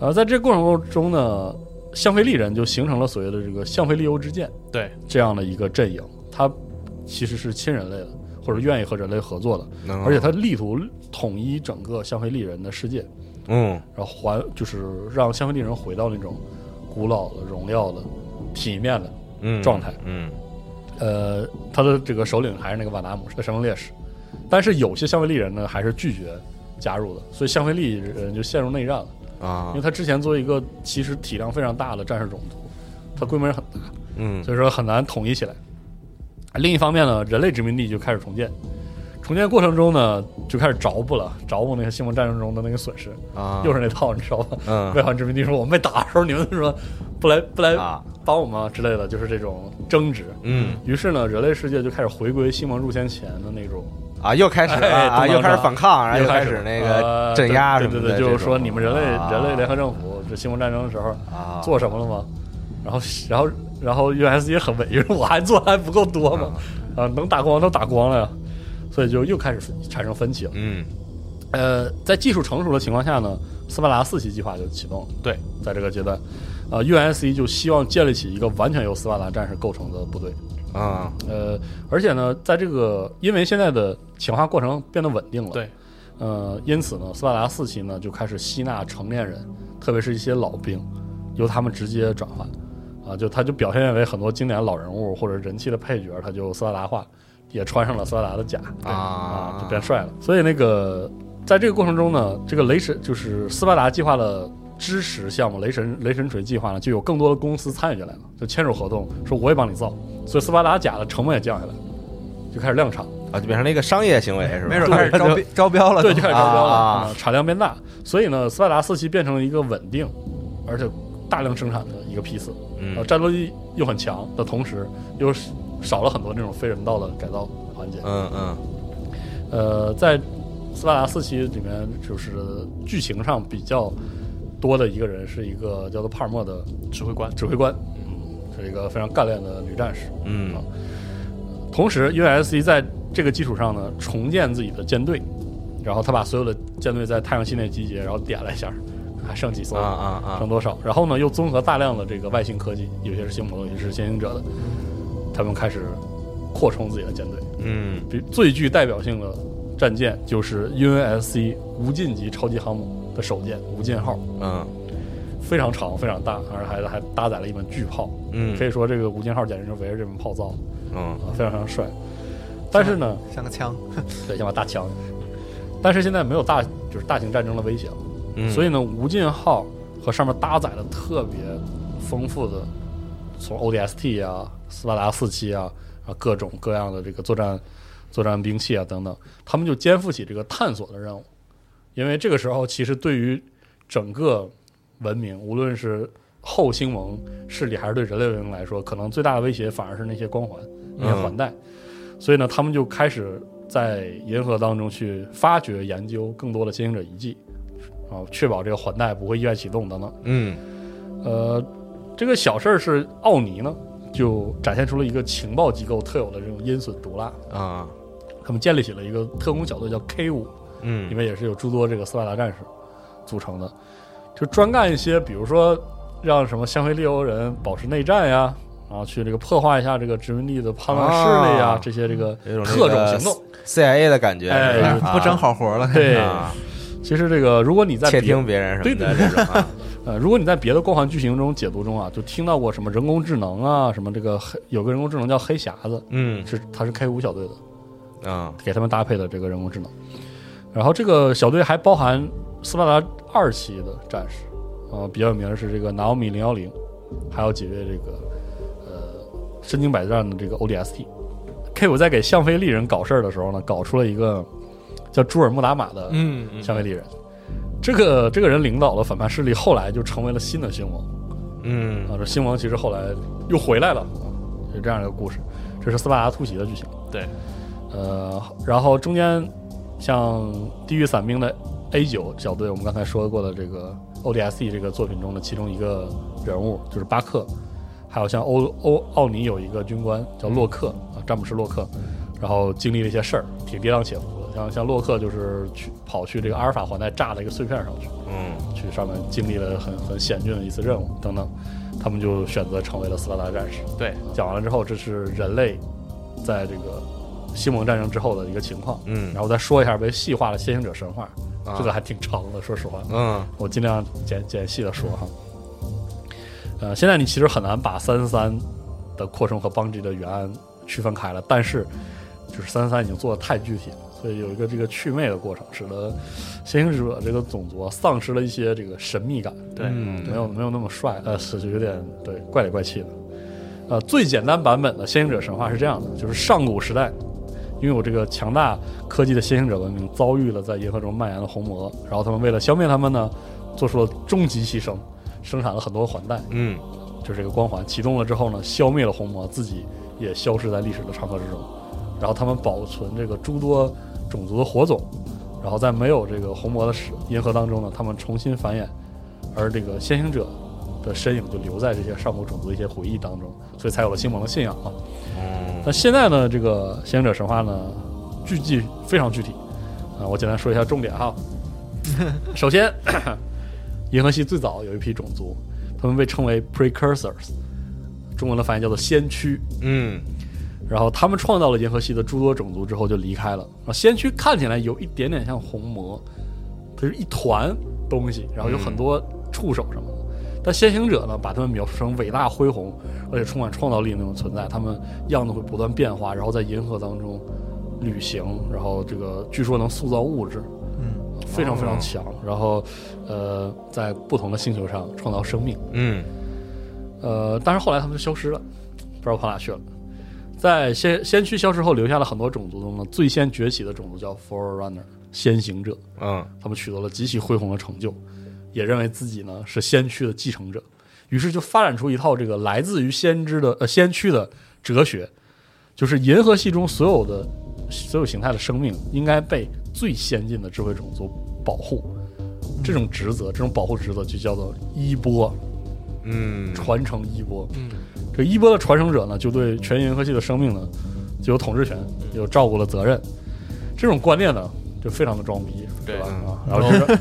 [SPEAKER 2] 呃，在这个过程中呢，项菲利人就形成了所谓的这个项菲利欧之剑，
[SPEAKER 5] 对
[SPEAKER 2] 这样的一个阵营，它其实是亲人类的，或者愿意和人类合作的，
[SPEAKER 4] 嗯
[SPEAKER 2] 而且它力图统一整个项菲利人的世界，
[SPEAKER 4] 嗯
[SPEAKER 2] 然后还就是让香格里人回到那种古老的、荣耀的、体面的。
[SPEAKER 4] 嗯
[SPEAKER 2] 状态，
[SPEAKER 4] 嗯
[SPEAKER 2] 呃，他的这个首领还是那个瓦达姆，是个神风烈士。但是有些香格里人呢，还是拒绝加入的，所以香格里人就陷入内战了。因
[SPEAKER 4] 啊
[SPEAKER 2] 为他之前作为一个其实体量非常大的战士种族，它规模也很大，
[SPEAKER 4] 嗯
[SPEAKER 2] 所以说很难统一起来。另一方面呢，人类殖民地就开始重建，重建过程中呢，就开始着补了，着补那个西蒙战争中的那个损失，
[SPEAKER 4] 啊，
[SPEAKER 2] 又是那套，你知道吧？
[SPEAKER 4] 嗯
[SPEAKER 2] 外环殖民地啊说我们被打的时候，你们说不来不来
[SPEAKER 4] 啊
[SPEAKER 2] 帮我们啊之类的，就是这种争执。
[SPEAKER 4] 嗯
[SPEAKER 2] 于是呢，人类世界就开始回归西蒙入侵前的那种，
[SPEAKER 4] 啊，又开始了
[SPEAKER 2] 哎
[SPEAKER 4] 啊，
[SPEAKER 2] 东方
[SPEAKER 4] 又开始
[SPEAKER 2] 上
[SPEAKER 4] 反抗，然后又开
[SPEAKER 2] 始
[SPEAKER 4] 始那
[SPEAKER 2] 呃
[SPEAKER 4] 个镇压
[SPEAKER 2] 对
[SPEAKER 4] 什
[SPEAKER 2] 对
[SPEAKER 4] 么
[SPEAKER 2] 对
[SPEAKER 4] 的这
[SPEAKER 2] 对，
[SPEAKER 4] 种，
[SPEAKER 2] 就是说你们人类
[SPEAKER 4] 啊
[SPEAKER 2] 人类联合政府这西蒙战争的时候
[SPEAKER 4] 啊
[SPEAKER 2] 做什么了吗？然后然后然后 US 也很委屈，我还做的还不够多吗？
[SPEAKER 4] 嗯
[SPEAKER 2] 啊，能打光都打光了呀，所以就又开始产生分歧了。
[SPEAKER 4] 嗯
[SPEAKER 2] 呃，在技术成熟的情况下呢，斯巴达四期计划就启动了。
[SPEAKER 5] 对，
[SPEAKER 2] 在这个阶段，呃，UNSC 就希望建立起一个完全由斯巴达战士构成的部队。
[SPEAKER 4] 啊
[SPEAKER 2] 呃，而且呢，在这个因为现在的强化过程变得稳定了，
[SPEAKER 5] 对，
[SPEAKER 2] 呃，因此呢，斯巴达四期呢就开始吸纳成年人，特别是一些老兵，由他们直接转换，啊，就他就表现为很多经典老人物或者人气的配角，他就斯巴达化，也穿上了斯巴达的甲，啊，就变帅了。所以那个在这个过程中呢，这个雷神就是斯巴达计划的支持项目——雷神雷神锤计划呢，就有更多的公司参与进来了，就签署合同，说我也帮你造，所以斯巴达甲的成本也降下来了，就开始量产，
[SPEAKER 4] 啊，就变成了一个商业行为是吧？
[SPEAKER 3] 没准开始招标招标了都，
[SPEAKER 2] 对，就开始招标了，
[SPEAKER 4] 啊
[SPEAKER 2] 啊产量变大。所以呢，斯巴达四期变成了一个稳定而且大量生产的一个批次，呃，
[SPEAKER 4] 嗯
[SPEAKER 2] 战斗力又很强的同时，又少了很多那种非人道的改造环节。
[SPEAKER 4] 嗯嗯
[SPEAKER 2] 呃，在斯巴达四期里面，就是剧情上比较多的一个人是一个叫做帕尔默的
[SPEAKER 5] 指挥官，
[SPEAKER 2] 指挥官，嗯，是一个非常干练的女战士。
[SPEAKER 4] 嗯
[SPEAKER 2] 同时，USC 在这个基础上呢，重建自己的舰队，然后他把所有的舰队在太阳系内集结，然后点了一下，还剩几艘
[SPEAKER 4] 啊啊
[SPEAKER 2] 哦剩多少？然后呢，又综合大量的这个外星科技，有些是星魔，有些是先行者的，他们开始扩充自己的舰队。
[SPEAKER 4] 嗯
[SPEAKER 2] 比最具代表性的战舰就是 UNSC 无尽级超级航母的首舰无尽号，
[SPEAKER 4] 嗯
[SPEAKER 2] 非常长非常大，而且还还搭载了一门巨炮，
[SPEAKER 4] 嗯，
[SPEAKER 2] 可以说这个无尽号简直就围着这门炮造
[SPEAKER 4] 嗯
[SPEAKER 2] 啊，非常非常帅。但是呢，
[SPEAKER 3] 像个枪，
[SPEAKER 2] 嗯对，像把大枪，但是现在没有大就是大型战争的威胁了，
[SPEAKER 4] 嗯，
[SPEAKER 2] 所以呢，无尽号和上面搭载了特别丰富的，从 ODST 啊、斯巴达四七啊啊各种各样的这个作战作战兵器啊等等，他们就肩负起这个探索的任务，因为这个时候其实对于整个文明，无论是后星盟势力还是对人类文明来说，可能最大的威胁反而是那些光环、那些环带，所以呢，他们就开始在银河当中去发掘、研究更多的先行者遗迹，啊，确保这个环带不会意外启动等等。
[SPEAKER 4] 嗯
[SPEAKER 2] 呃，这个小事儿是奥尼呢，就展现出了一个情报机构特有的这种阴损毒辣，
[SPEAKER 4] 啊
[SPEAKER 2] 他们建立起了一个特工小队叫 K 五，里
[SPEAKER 4] 嗯
[SPEAKER 2] 面也是有诸多这个斯巴达战士组成的，就专干一些，比如说让什么香菲利欧人保持内战呀，然后去这个破坏一下这个殖民地的叛乱势力呀，
[SPEAKER 4] 啊
[SPEAKER 2] 这些这个
[SPEAKER 4] 有种这
[SPEAKER 2] 特种行
[SPEAKER 4] 个
[SPEAKER 2] 动。
[SPEAKER 4] CIA 的感觉，
[SPEAKER 2] 哎
[SPEAKER 4] 是吧
[SPEAKER 3] 不整好活了。
[SPEAKER 2] 对，
[SPEAKER 4] 啊，
[SPEAKER 2] 其实这个如果你在
[SPEAKER 4] 窃
[SPEAKER 2] 别
[SPEAKER 4] 听别人什么的
[SPEAKER 2] 对对
[SPEAKER 4] 这种 啊，
[SPEAKER 2] 呃，如果你在别的光环剧情中解读中啊，就听到过什么人工智能啊，什么这个黑有个人工智能叫黑匣子，
[SPEAKER 4] 嗯
[SPEAKER 2] 是它是 K 五小队的，
[SPEAKER 4] 啊
[SPEAKER 2] 给他们搭配的这个人工智能。然后这个小队还包含斯巴达二期的战士，呃，比较有名的是这个拿奥米零幺零，还有几位这个呃身经百战的这个 ODST。K 五在给向飞利人搞事儿的时候呢，搞出了一个叫朱尔穆达玛的
[SPEAKER 5] 嗯嗯
[SPEAKER 2] 向飞利人。这个这个人领导的反叛势力后来就成为了新的星盟
[SPEAKER 4] 嗯
[SPEAKER 2] 啊，这星盟其实后来又回来了啊，是这样一个故事。这是斯巴达突袭的剧情。
[SPEAKER 5] 对，
[SPEAKER 2] 呃，然后中间像地狱伞兵的 A 九小队，我们刚才说过的这个 ODSE E 这个作品中的其中一个人物就是巴克，还有像欧欧奥尼有一个军官叫洛克啊，詹姆士洛克，然后经历了一些事儿，挺跌宕起伏的。像像洛克就是去跑去这个阿尔法环带炸了一个碎片上去，
[SPEAKER 4] 嗯
[SPEAKER 2] 去上面经历了很很险峻的一次任务等等，他们就选择成为了斯巴达战士。
[SPEAKER 5] 对，
[SPEAKER 2] 讲完了之后，这是人类在这个西蒙战争之后的一个情况。
[SPEAKER 4] 嗯
[SPEAKER 2] 然后再说一下被细化的先行者神话，
[SPEAKER 4] 啊
[SPEAKER 2] 这个还挺长的，说实话，
[SPEAKER 4] 嗯
[SPEAKER 2] 我尽量简简细的说哈。呃，现在你其实很难把三三的扩充和邦吉的原案区分开了，但是就是三三已经做的太具体了，所以有一个这个祛魅的过程，使得先行者这个种族啊丧失了一些这个神秘感。
[SPEAKER 5] 对
[SPEAKER 4] 嗯
[SPEAKER 2] 没有没有那么帅，呃，是就有点对怪里怪气的。呃，最简单版本的《先行者神话》是这样的，就是上古时代，因为有这个强大科技的先行者文明遭遇了在银河中蔓延的红魔，然后他们为了消灭他们呢，做出了终极牺牲，生产了很多环带，
[SPEAKER 4] 嗯
[SPEAKER 2] 就是这个光环启动了之后呢，消灭了红魔，自己也消失在历史的长河之中。然后他们保存这个诸多种族的火种，然后在没有这个红魔的时银河当中呢，他们重新繁衍，而这个先行者的身影就留在这些上古种族的一些回忆当中，所以才有了星盟的信仰啊。
[SPEAKER 4] 嗯
[SPEAKER 2] 那现在呢，这个先行者神话呢，具体非常具体啊、我简单说一下重点哈。首先， 银河系最早有一批种族，他们被称为 precursors，中文的翻译叫做先驱。
[SPEAKER 4] 嗯
[SPEAKER 2] 然后他们创造了银河系的诸多种族之后就离开了。然后先驱看起来有一点点像红魔，它是一团东西，然后有很多触手什么的。但先行者呢，把他们描述成伟大恢宏，而且充满创造力的那种存在。他们样子会不断变化，然后在银河当中旅行，然后这个据说能塑造物质，
[SPEAKER 3] 嗯，
[SPEAKER 2] 非常非常强。然后，呃，在不同的星球上创造生命。
[SPEAKER 4] 嗯
[SPEAKER 2] 呃，但是后来他们就消失了，不知道跑哪去了。在先先驱消失后，留下了很多种族中呢，最先崛起的种族叫 Forerunner 先行者，
[SPEAKER 4] 嗯
[SPEAKER 2] 他们取得了极其恢宏的成就，也认为自己呢是先驱的继承者，于是就发展出一套这个来自于先知的呃先驱的哲学，就是银河系中所有的所有形态的生命应该被最先进的智慧种族保护，这种职责，这种保护职责就叫做衣钵。
[SPEAKER 4] 嗯
[SPEAKER 2] 传承衣钵。
[SPEAKER 5] 嗯，
[SPEAKER 2] 这衣钵的传承者呢，就对全银河系的生命呢，就有统治权，有照顾的责任。这种观念呢，就非常的装逼，
[SPEAKER 5] 对
[SPEAKER 2] 吧？
[SPEAKER 4] 嗯
[SPEAKER 2] 啊，然后就 让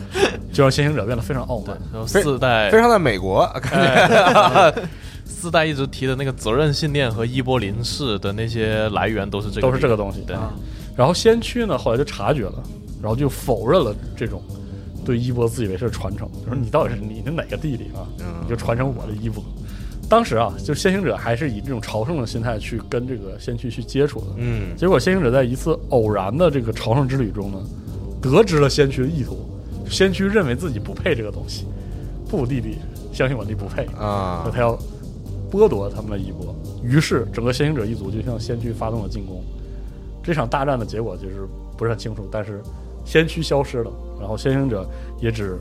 [SPEAKER 2] 就让先行者变得非常傲慢。
[SPEAKER 5] 然后四代
[SPEAKER 2] 哎
[SPEAKER 4] 非常在美国感觉，
[SPEAKER 5] 四代一直提的那个责任信念和伊波林式的那些来源都是这个，
[SPEAKER 2] 都是这个东西。啊
[SPEAKER 5] 对，
[SPEAKER 2] 然后先驱呢，后来就察觉了，然后就否认了这种对衣钵自以为是的传承，
[SPEAKER 5] 嗯
[SPEAKER 2] 就说你到底是你的哪个弟弟啊？你就传承我的衣钵。当时啊，就先行者还是以这种朝圣的心态去跟这个先驱去接触的。
[SPEAKER 4] 嗯
[SPEAKER 2] 结果先行者在一次偶然的这个朝圣之旅中呢，得知了先驱的意图。先驱认为自己不配这个东西，不，弟弟，相信我，你不配。
[SPEAKER 4] 啊
[SPEAKER 2] 那，他要剥夺他们的衣钵。于是，整个先行者一族就向先驱发动了进攻。这场大战的结果就是不是很清楚，但是先驱消失了，然后先行者也只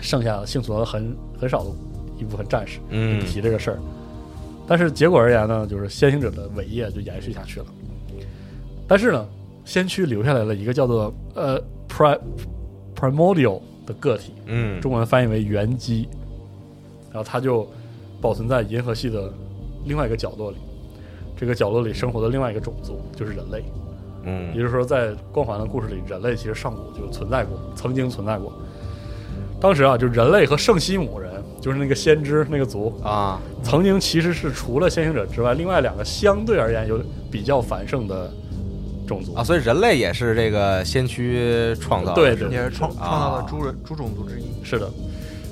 [SPEAKER 2] 剩下幸存了很很少的一部分战士。
[SPEAKER 4] 嗯
[SPEAKER 2] 不提这个事儿。但是结果而言呢，就是先行者的伟业就延续下去了。但是呢，先驱留下来了一个叫做呃 pri primordial 的个体，
[SPEAKER 4] 嗯
[SPEAKER 2] 中文翻译为原机，然后它就保存在银河系的另外一个角落里。这个角落里生活的另外一个种族就是人类，也
[SPEAKER 4] 嗯
[SPEAKER 2] 就是说，在光环的故事里，人类其实上古就存在过，曾经存在过。当时啊，就人类和圣西姆人，就是那个先知那个族，
[SPEAKER 4] 啊，
[SPEAKER 2] 曾经其实是除了先行者之外，另外两个相对而言有比较繁盛的种族
[SPEAKER 4] 啊，。所以人类也是这个先驱创造的，
[SPEAKER 2] 对
[SPEAKER 4] 是吧
[SPEAKER 2] 对
[SPEAKER 3] 也是创创造了
[SPEAKER 4] 啊
[SPEAKER 3] 猪人猪种族之一。
[SPEAKER 2] 是的。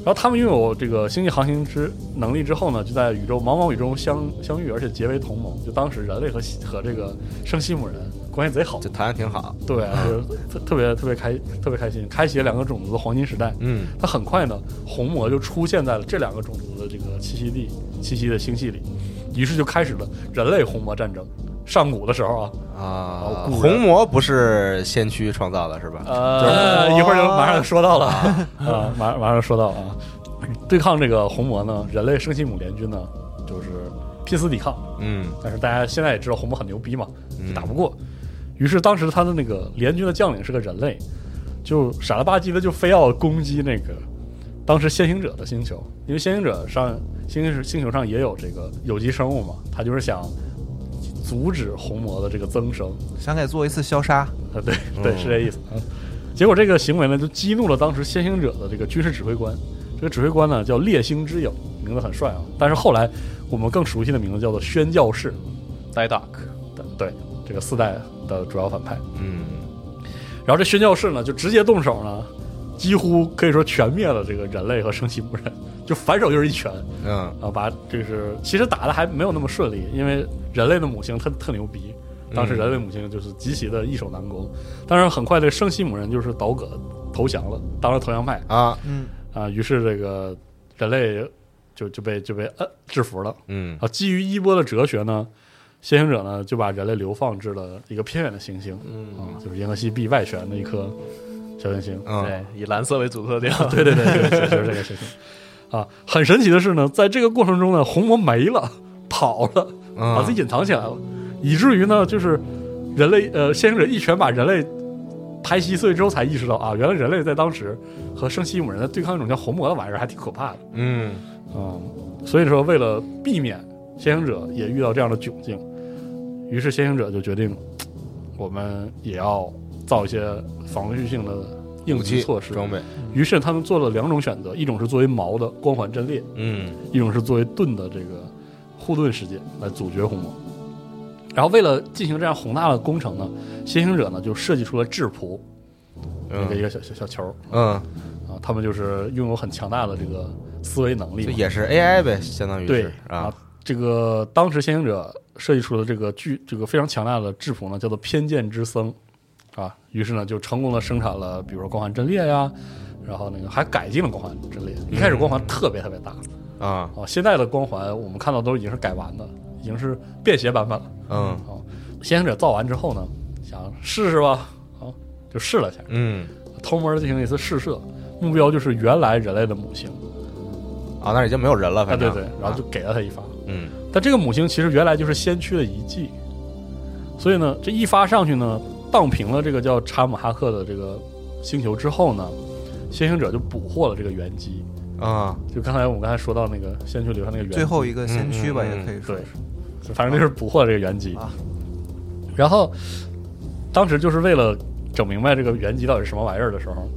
[SPEAKER 2] 然后他们拥有这个星际航行之能力之后呢，就在宇宙茫茫宇宙中相相遇，而且结为同盟。就当时人类和西和这个圣西姆人关系贼好
[SPEAKER 4] 就，谈的挺好。
[SPEAKER 2] 对、啊，就是特特别特别开特别开心，开启了两个种族的黄金时代。
[SPEAKER 4] 嗯
[SPEAKER 2] 它很快呢，红魔就出现在了这两个种族的这个栖息地、栖息的星系里，于是就开始了人类红魔战争。上古的时候啊，
[SPEAKER 4] 啊，
[SPEAKER 2] 古人
[SPEAKER 4] 红魔不是先驱创造的是吧？
[SPEAKER 2] 呃，一会儿就马上就说到了啊， 啊马上马上说到啊。对抗这个红魔呢，人类圣西姆联军呢，就是拼死抵抗，
[SPEAKER 4] 嗯
[SPEAKER 2] 但是大家现在也知道红魔很牛逼嘛，
[SPEAKER 4] 嗯
[SPEAKER 2] 就打不过。于是当时他的那个联军的将领是个人类，就傻了吧唧的就非要攻击那个当时先行者的星球，因为先行者上星星球上也有这个有机生物嘛，他就是想阻止红魔的这个增生。
[SPEAKER 3] 想给做一次消杀，
[SPEAKER 2] 啊， 对对，是这意思啊。结果这个行为呢，就激怒了当时先行者的这个军事指挥官。这个指挥官呢叫烈星之影，名字很帅啊。但是后来我们更熟悉的名字叫做宣教士，
[SPEAKER 5] 呆 duck
[SPEAKER 2] 对对，这个四代的主要反派。
[SPEAKER 4] 嗯
[SPEAKER 2] 然后这宣教士呢，就直接动手呢，几乎可以说全灭了这个人类和圣骑姆人，就反手就是一拳，
[SPEAKER 4] 嗯
[SPEAKER 2] 啊，把就是其实打的还没有那么顺利，因为人类的母星特特牛逼，当时人类母星就是极其的易守难攻，但是很快这圣西姆人就是倒戈投降了，当了投降派
[SPEAKER 4] 啊
[SPEAKER 3] 嗯，
[SPEAKER 2] 啊，于是这个人类就就被就被呃制服了
[SPEAKER 4] 嗯
[SPEAKER 2] 啊。基于衣钵的哲学呢，先行者呢就把人类流放至了一个偏远的行星，
[SPEAKER 5] 嗯
[SPEAKER 2] 啊，就是银河系 B 外旋的一颗小行星，
[SPEAKER 4] 嗯
[SPEAKER 5] 对，以蓝色为主色调，
[SPEAKER 2] 对对对，对对就是这个事情。啊，很神奇的是呢，在这个过程中呢，红魔没了，跑了，
[SPEAKER 4] 啊嗯
[SPEAKER 2] 把自己隐藏起来了，以至于呢，就是人类呃，先行者一拳把人类拍稀碎之后，才意识到啊，原来人类在当时和圣西姆人在对抗一种叫红魔的玩意儿，还挺可怕的。
[SPEAKER 4] 嗯
[SPEAKER 2] 嗯，所以说为了避免先行者也遇到这样的窘境，于是先行者就决定，我们也要造一些防御性的应
[SPEAKER 4] 武
[SPEAKER 2] 急
[SPEAKER 4] 器
[SPEAKER 2] 措施，
[SPEAKER 4] 装备，
[SPEAKER 2] 于是他们做了两种选择，一种是作为矛的光环阵列，
[SPEAKER 4] 嗯
[SPEAKER 2] 一种是作为盾的这个护盾世界来阻绝红魔。然后为了进行这样宏大的工程呢，先行者呢就设计出了质谱，一个一
[SPEAKER 4] 嗯
[SPEAKER 2] 个小小小球儿
[SPEAKER 4] 嗯，
[SPEAKER 2] 啊，他们就是拥有很强大的这个思维能力
[SPEAKER 4] 就
[SPEAKER 2] 嘛，
[SPEAKER 4] 也是 AI 呗，相当于
[SPEAKER 2] 对
[SPEAKER 4] 是啊，
[SPEAKER 2] 这个当时先行者设计出的这个巨这个非常强大的质谱呢，叫做偏见之僧啊，于是呢就成功的生产了，比如说光环阵列呀，然后那个还改进了光环阵列，一开始光环特别特别大。
[SPEAKER 4] 啊
[SPEAKER 2] 啊，现在的光环我们看到都已经是改完的，已经是便携版本了。
[SPEAKER 4] 嗯
[SPEAKER 2] 先行者造完之后呢，想试试吧，啊，就试了一下，
[SPEAKER 4] 嗯
[SPEAKER 2] 偷摸地进行一次试射，目标就是原来人类的母星，
[SPEAKER 4] 啊，那已经没有人了，
[SPEAKER 2] 啊，
[SPEAKER 4] 反正
[SPEAKER 2] 对对，然后就给了他一发。
[SPEAKER 4] 啊嗯
[SPEAKER 2] 但这个母星其实原来就是先驱的遗迹，所以呢，这一发上去呢，荡平了这个叫查姆哈克的这个星球之后呢，先行者就捕获了这个原机，
[SPEAKER 4] 啊
[SPEAKER 2] 就刚才我们刚才说到那个先驱留下那个原机
[SPEAKER 3] 最后一个先驱吧，
[SPEAKER 4] 嗯嗯嗯
[SPEAKER 3] 也可以说
[SPEAKER 2] 对，反正就是捕获了这个原机
[SPEAKER 3] 啊。
[SPEAKER 2] 然后当时就是为了整明白这个原机到底是什么玩意儿的时候，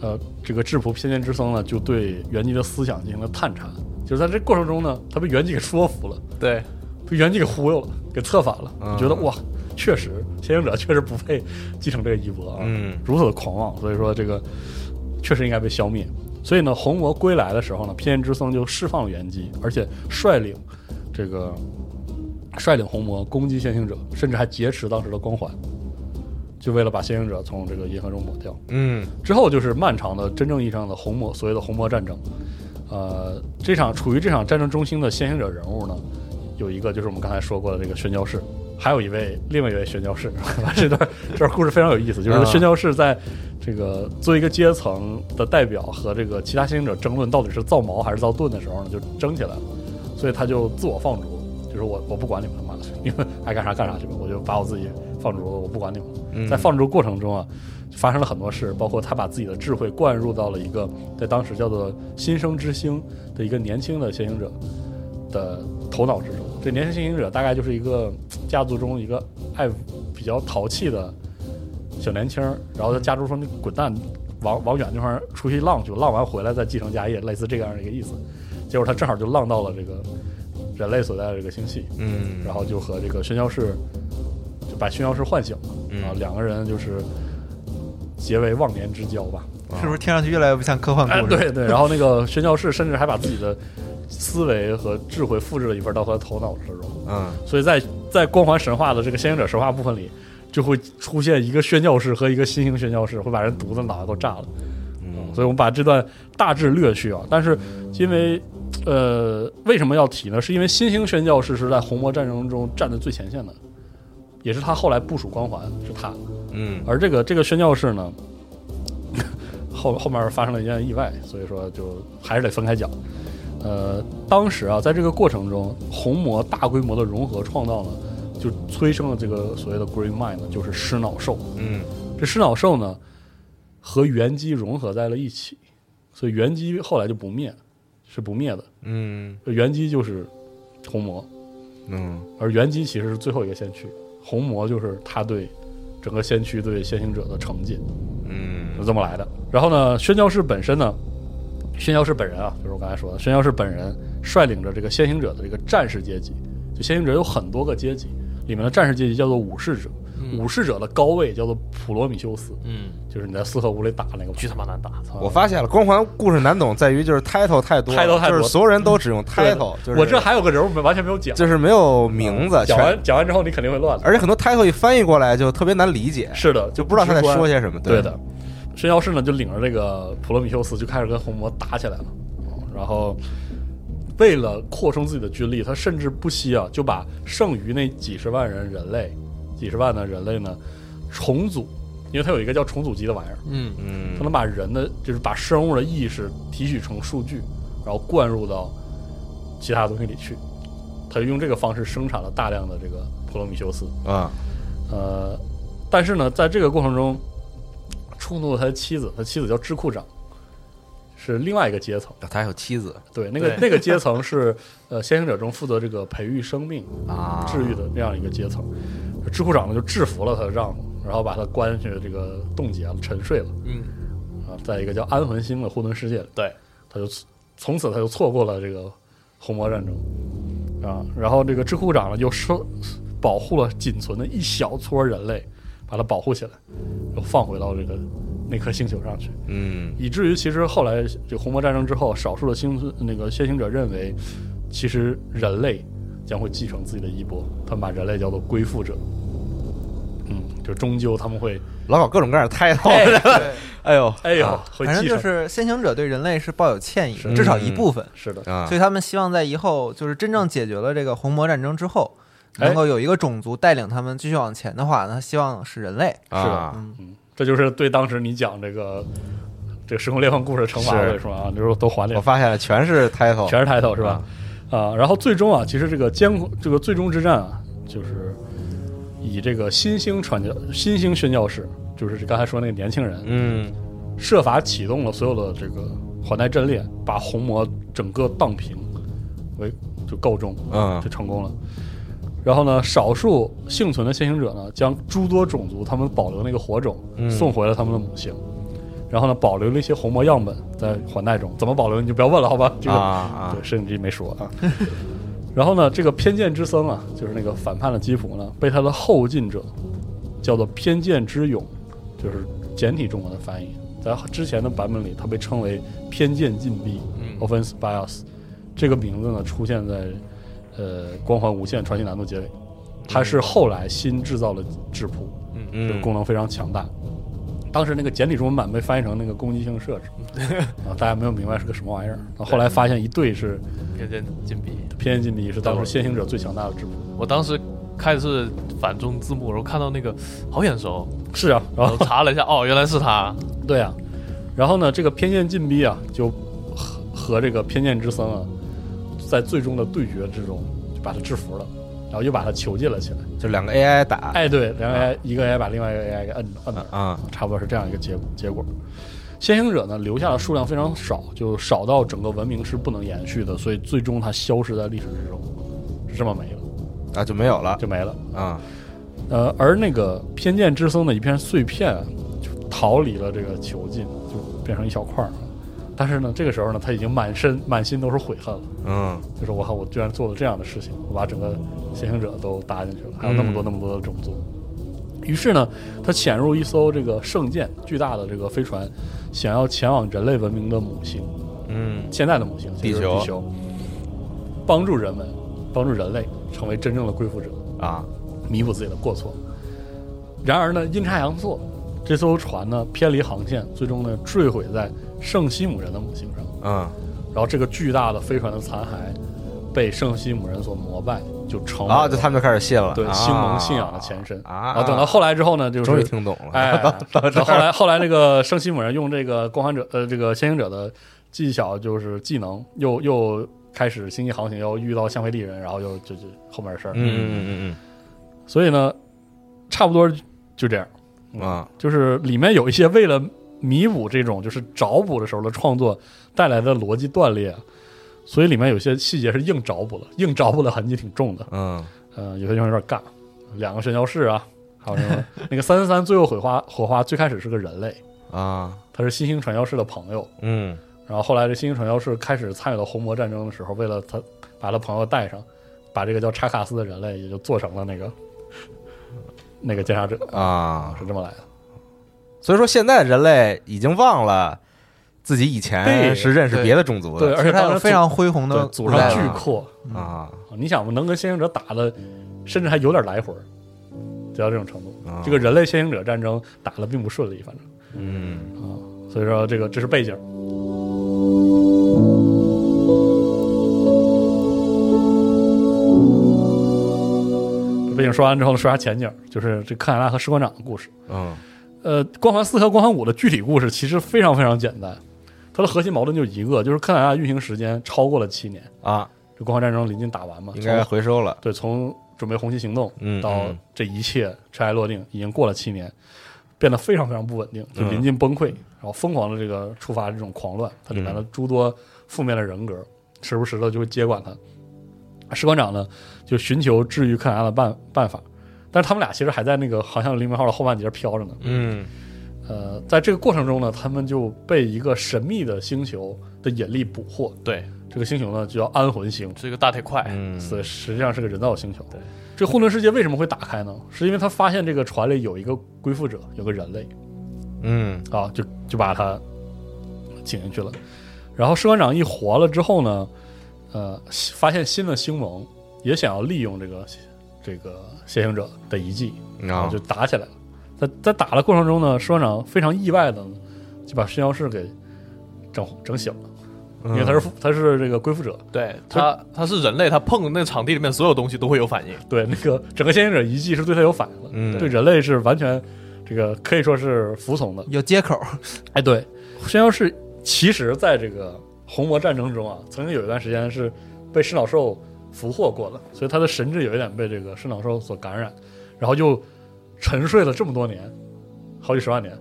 [SPEAKER 2] 呃，这个质朴偏见之僧呢，就对原机的思想进行了探查，就是在这过程中呢，他被元气给说服了，
[SPEAKER 5] 对，
[SPEAKER 2] 被元气给忽悠了，给策反了，
[SPEAKER 4] 嗯
[SPEAKER 2] 就觉得哇，确实先行者确实不配继承这个衣钵啊，
[SPEAKER 4] 嗯
[SPEAKER 2] 如此的狂妄，所以说这个确实应该被消灭。所以呢，红魔归来的时候呢，偏之僧就释放了元机，而且率领这个率领红魔攻击先行者，甚至还劫持当时的光环，就为了把先行者从这个银河中抹掉。
[SPEAKER 4] 嗯
[SPEAKER 2] 之后就是漫长的真正意义上的红魔，所谓的红魔战争。呃，这场处于这场战争中心的先行者人物呢，有一个就是我们刚才说过的这个宣教士，还有一位另外一位宣教士。 这段这段故事非常有意思，就
[SPEAKER 4] 啊
[SPEAKER 2] 是宣教士在这个作为一个阶层的代表和这个其他先行者争论到底是造矛还是造盾的时候呢，就争起来了，所以他就自我放逐，就是我我不管你们了，妈的，你们爱干啥干啥去吧，我就把我自己放逐了，我不管你们了。
[SPEAKER 4] 嗯，
[SPEAKER 2] 在放逐过程中啊，发生了很多事，包括他把自己的智慧灌入到了一个在当时叫做新生之星的一个年轻的先行者的头脑之中。这年轻先行者大概就是一个嘖家族中一个爱比较淘气的小年轻儿，然后他家族说你滚蛋，往往远地方出去浪去，浪完回来再继承家业，类似这样的一个意思。结果他正好就浪到了这个人类所在的这个星系，
[SPEAKER 4] 嗯，
[SPEAKER 2] 然后就和这个宣教士就把宣教士唤醒了，
[SPEAKER 4] 嗯
[SPEAKER 2] 然后两个人就是结为忘年之交吧。
[SPEAKER 3] 是不是听上去越来越不像科幻
[SPEAKER 2] 哎，
[SPEAKER 3] 故事？
[SPEAKER 2] 对对，然后那个宣教士甚至还把自己的思维和智慧复制了一份到他的头脑之中，
[SPEAKER 4] 嗯
[SPEAKER 2] 所以在在光环神话的这个先行者神话部分里，就会出现一个宣教士和一个新型宣教士，会把人犊子脑袋都炸了。
[SPEAKER 4] 嗯
[SPEAKER 2] 所以我们把这段大致略去啊。但是因为呃，为什么要提呢？是因为新兴宣教士是在红魔战争中站在最前线的，也是他后来部署光环是他，
[SPEAKER 4] 嗯
[SPEAKER 2] 而这个这个宣教士呢，后后面发生了一件意外，所以说就还是得分开讲。呃，当时啊，在这个过程中，红魔大规模的融合创造呢，就催生了这个所谓的 Green Mind，就是狮脑兽。
[SPEAKER 4] 嗯
[SPEAKER 2] 这狮脑兽呢和原机融合在了一起，所以原机后来就不灭，是不灭的。
[SPEAKER 4] 嗯
[SPEAKER 2] 原机就是红魔，
[SPEAKER 4] 嗯
[SPEAKER 2] 而原机其实是最后一个先驱，红魔就是他对整个先驱对先行者的惩戒，
[SPEAKER 4] 嗯
[SPEAKER 2] 是这么来的。然后呢，宣教士本身呢，宣教士本人啊，就是我刚才说的，宣教士本人率领着这个先行者的这个战士阶级，就先行者有很多个阶级，里面的战士阶级叫做武士者，武士者的高位叫做普罗米修斯。
[SPEAKER 5] 嗯，
[SPEAKER 2] 就是你在四合屋里打那个啊
[SPEAKER 5] 巨他妈难打，操！
[SPEAKER 4] 我发现了，光环故事难懂在于就是 title 太多了
[SPEAKER 2] title 太多嗯
[SPEAKER 4] 就是所有人都只用 title，就是
[SPEAKER 2] 我这还有个人物没完全没有讲，
[SPEAKER 4] 就是没有名字，
[SPEAKER 2] 讲
[SPEAKER 4] 全
[SPEAKER 2] 完讲完之后你肯定会乱的。
[SPEAKER 4] 而且很多 title 一翻译过来就特别难理解，
[SPEAKER 2] 是的，
[SPEAKER 4] 就不知道他在
[SPEAKER 2] 直观
[SPEAKER 4] 说些什么。
[SPEAKER 2] 对的，宣教士呢就领着这个普罗米修斯就开始跟红魔打起来了，然后为了扩充自己的军力，他甚至不惜啊就把剩余那几十万人人类，几十万的人类呢重组，因为他有一个叫重组机的玩意儿，
[SPEAKER 5] 嗯
[SPEAKER 4] 嗯
[SPEAKER 2] 他能把人的就是把生物的意识提取成数据，然后灌入到其他东西里去，他就用这个方式生产了大量的这个普罗米修斯。
[SPEAKER 4] 啊，
[SPEAKER 2] 呃，但是呢，在这个过程中，触怒了他的妻子，他妻子叫智库长，是另外一个阶层。
[SPEAKER 4] 他还有妻子
[SPEAKER 2] 对，那个
[SPEAKER 5] 对
[SPEAKER 2] 那个阶层是呃，先行者中负责这个培育生命、
[SPEAKER 4] 啊
[SPEAKER 2] 治愈的那样一个阶层。智库长呢就制服了她的丈夫，然后把他关去这个冻结了、沉睡了
[SPEAKER 5] 嗯，
[SPEAKER 2] 啊，在一个叫安魂星的混沌世界里，
[SPEAKER 5] 对，
[SPEAKER 2] 他就从此他就错过了这个红魔战争啊。然后这个智库长呢又收保护了仅存的一小撮人类，把它保护起来，又放回到这个那颗星球上去，
[SPEAKER 4] 嗯
[SPEAKER 2] 以至于其实后来这个红魔战争之后，少数的星那个先行者认为，其实人类将会继承自己的衣钵，他们把人类叫做归附者。嗯，就终究他们
[SPEAKER 3] 啊
[SPEAKER 2] 会，
[SPEAKER 4] 老搞各种各样的 title，哎 呦
[SPEAKER 2] 哎呦，会
[SPEAKER 3] 反正
[SPEAKER 2] 继
[SPEAKER 3] 就
[SPEAKER 2] 承，
[SPEAKER 3] 是先行者对人类是抱有歉意，
[SPEAKER 2] 是嗯
[SPEAKER 3] 至少一部分，
[SPEAKER 2] 是的，
[SPEAKER 4] 啊
[SPEAKER 3] 所以他们希望在以后就是真正解决了这个红魔战争之后，
[SPEAKER 2] 哎
[SPEAKER 3] 能够有一个种族带领他们继续往前的话，那希望是人类。
[SPEAKER 2] 是的，
[SPEAKER 4] 啊
[SPEAKER 3] 嗯，
[SPEAKER 2] 嗯，这就是对当时你讲这个这个时空裂缝故事的惩罚，
[SPEAKER 4] 是
[SPEAKER 2] 我跟你说啊，你说都
[SPEAKER 3] 哦
[SPEAKER 2] 还
[SPEAKER 4] 我
[SPEAKER 2] 脸，
[SPEAKER 4] 发现了，全是 title，
[SPEAKER 2] 全是 title 是吧？啊，然后最终啊，其实这个艰苦这个最终之战啊，就是以这个新兴传教新兴宣教士，就是刚才说那个年轻人，
[SPEAKER 4] 嗯
[SPEAKER 2] 设法启动了所有的这个环带阵列，把红魔整个荡平为就告终。
[SPEAKER 4] 嗯
[SPEAKER 2] 就成功了。然后呢，少数幸存的先行者呢，将诸多种族他们保留那个火种
[SPEAKER 4] 嗯
[SPEAKER 2] 送回了他们的母星，然后呢，保留了一些虹膜样本在环带中。怎么保留你就不要问了，好吧？这个、
[SPEAKER 4] 啊
[SPEAKER 2] 对，摄影机没说啊。 然后呢，这个偏见之僧啊，就是那个反叛的基辅呢，被他的后进者叫做偏见之勇，就是简体中文的翻译。在之前的版本里，他被称为偏见禁闭
[SPEAKER 5] 嗯
[SPEAKER 2] （offense bias）。这个名字呢，出现在呃《光环无限》传奇难度结尾，它是后来新制造的质谱，这个
[SPEAKER 4] 嗯
[SPEAKER 2] 功能非常强大。当时那个简体中文版被翻译成那个攻击性设置，啊，大家没有明白是个什么玩意儿。然后后来发现一对是
[SPEAKER 5] 偏见禁闭。
[SPEAKER 2] 偏见禁闭，是当时先行者最强大的质谱。
[SPEAKER 5] 我当时开的是反中字幕，然后看到那个好眼 熟，
[SPEAKER 2] 是啊，然
[SPEAKER 5] 然
[SPEAKER 2] 后
[SPEAKER 5] 后查了一下，哦，原来是他。
[SPEAKER 2] 对啊，然后呢，这个偏见禁闭啊，就和和这个偏见之僧啊，在最终的对决之中就把他制服了，然后又把他囚禁了起来。
[SPEAKER 4] 就两个 AI 打
[SPEAKER 2] 哎，对，两个 AI 一个 AI 把另外一个 AI 给摁摁那儿，
[SPEAKER 4] 啊，
[SPEAKER 2] 差不多是这样一个结果结果。先行者呢留下的数量非常少，就少到整个文明是不能延续的，所以最终它消失在历史之中，是这么没了，
[SPEAKER 4] 啊就没有了
[SPEAKER 2] 就没了。
[SPEAKER 4] 啊
[SPEAKER 2] 呃，而那个偏见之僧的一片碎片啊就逃离了这个囚禁，就变成一小块儿了。但是呢，这个时候呢，他已经满身满心都是悔恨了，
[SPEAKER 4] 嗯
[SPEAKER 2] 就是我靠，我居然做了这样的事情，我把整个先行者都搭进去了，还有那么多
[SPEAKER 4] 嗯
[SPEAKER 2] 那么多的种族。于是呢，他潜入一艘这个圣舰巨大的这个飞船，想要前往人类文明的母星，
[SPEAKER 4] 嗯
[SPEAKER 2] 现在的母星
[SPEAKER 4] 地
[SPEAKER 2] 就是
[SPEAKER 4] 球
[SPEAKER 2] 地球，帮助人们，帮助人类成为真正的归附者。
[SPEAKER 4] 啊
[SPEAKER 2] 弥补自己的过错。然而呢，阴差阳错，这艘船呢偏离航线，最终呢坠毁在圣西姆人的母星上。
[SPEAKER 4] 嗯
[SPEAKER 2] 然后这个巨大的飞船的残骸被圣西姆人所膜拜，就成为
[SPEAKER 4] 啊，就他们就开始信了，
[SPEAKER 2] 对
[SPEAKER 4] 啊
[SPEAKER 2] 星盟信仰的前身。
[SPEAKER 4] 啊
[SPEAKER 2] 然后等到后来之后呢，就是
[SPEAKER 4] 终于听懂了，
[SPEAKER 2] 哎， 然后后来后来那个圣西姆人用这个光环者呃这个先行者的技巧就是技能，又又开始星际航行，又遇到香菲利人，然后又就就后面的事儿。
[SPEAKER 4] 嗯嗯嗯
[SPEAKER 2] 所以呢，差不多就这样。
[SPEAKER 4] 嗯啊
[SPEAKER 2] 就是里面有一些为了弥补这种就是找补的时候的创作带来的逻辑断裂，所以里面有些细节是硬找补的，硬找补的痕迹挺重的。
[SPEAKER 4] 嗯
[SPEAKER 2] 呃，有些地方有点尬，两个神教士啊，还有什么那个三三三最后火花火花最开始是个人类，
[SPEAKER 4] 啊
[SPEAKER 2] 他是新兴传教士的朋友，
[SPEAKER 4] 嗯
[SPEAKER 2] 然后后来这新兴传教士开始参与到红魔战争的时候，为了他把他朋友带上，把这个叫查卡斯的人类也就做成了那个
[SPEAKER 3] 嗯
[SPEAKER 2] 那个监察者，
[SPEAKER 4] 啊，
[SPEAKER 2] 是这么来的。
[SPEAKER 4] 所以说现在人类已经忘了自己以前
[SPEAKER 2] 对
[SPEAKER 4] 是认识别的种族
[SPEAKER 2] 对，
[SPEAKER 4] 的
[SPEAKER 2] 而
[SPEAKER 3] 其
[SPEAKER 2] 且
[SPEAKER 3] 实它
[SPEAKER 2] 当
[SPEAKER 3] 有
[SPEAKER 2] 时
[SPEAKER 3] 非常恢宏
[SPEAKER 2] 对
[SPEAKER 3] 的
[SPEAKER 2] 祖
[SPEAKER 3] 古
[SPEAKER 2] 上
[SPEAKER 3] 代
[SPEAKER 2] 巨
[SPEAKER 3] 文化
[SPEAKER 2] 阔，
[SPEAKER 4] 啊
[SPEAKER 2] 啊你想吧，能跟先行者打的，甚至还有点来回儿，得到这种程度。
[SPEAKER 4] 啊
[SPEAKER 2] 这个人类先行者战争打的并不顺利，反正
[SPEAKER 4] 嗯
[SPEAKER 2] 啊，所以说这个这是背景。背景说完之后呢，说下前景，就是这克莱拉和士官长的故事。
[SPEAKER 4] 嗯
[SPEAKER 2] 呃，光环四和光环五的具体故事其实非常非常简单，它的核心矛盾就一个，就是克莱拉运行时间超过了七年。
[SPEAKER 4] 啊，
[SPEAKER 2] 这光环战争临近打完嘛，
[SPEAKER 4] 应该
[SPEAKER 2] 从
[SPEAKER 4] 回收了，
[SPEAKER 2] 对从准备红旗行动
[SPEAKER 4] 嗯
[SPEAKER 2] 到
[SPEAKER 4] 嗯
[SPEAKER 2] 这一切尘埃落定，已经过了七年，变得非常非常不稳定，就
[SPEAKER 4] 嗯嗯
[SPEAKER 2] 临近崩溃，然后疯狂的这个触发这种狂乱，它里面的诸多负面的人格，时不时的就会接管他。士官长呢，就寻求治愈克莱拉的办办法，但是他们俩其实还在那个航向黎明号的后半截飘着呢。
[SPEAKER 4] 嗯
[SPEAKER 2] 呃，在这个过程中呢，他们就被一个神秘的星球的引力捕获，
[SPEAKER 5] 对，
[SPEAKER 2] 这个星球呢就叫安魂星。
[SPEAKER 5] 是一个大铁块。
[SPEAKER 2] 哎
[SPEAKER 4] 嗯
[SPEAKER 2] 所以实际上是个人造星球。
[SPEAKER 5] 对，
[SPEAKER 2] 这个混沌世界为什么会打开呢？是因为他发现这个船里有一个归附者，有个人类
[SPEAKER 4] 嗯
[SPEAKER 2] 啊，就就把他请进去了。然后士官长一活了之后呢，呃，西发现新的星盟也想要利用这个这个先行者的遗迹，然
[SPEAKER 4] 啊
[SPEAKER 2] 后就打起来了。在在打的过程中呢，士官长非常意外的就把神教士给整整醒了，因为他
[SPEAKER 4] 嗯
[SPEAKER 2] 是他是这个归附者，
[SPEAKER 5] 对他，他是人类，他碰那场地里面所有东西都会有反应。
[SPEAKER 2] 对那个整个先行者遗迹是对他有反应的，
[SPEAKER 4] 嗯
[SPEAKER 2] 对人类是完全这个可以说是服从的。
[SPEAKER 3] 有接口，
[SPEAKER 2] 哎，对，神妖是其实在这个红魔战争中啊，曾经有一段时间是被食脑兽俘获过的，所以他的神智有一点被这个食脑兽所感染，然后又沉睡了这么多年，好几十万年。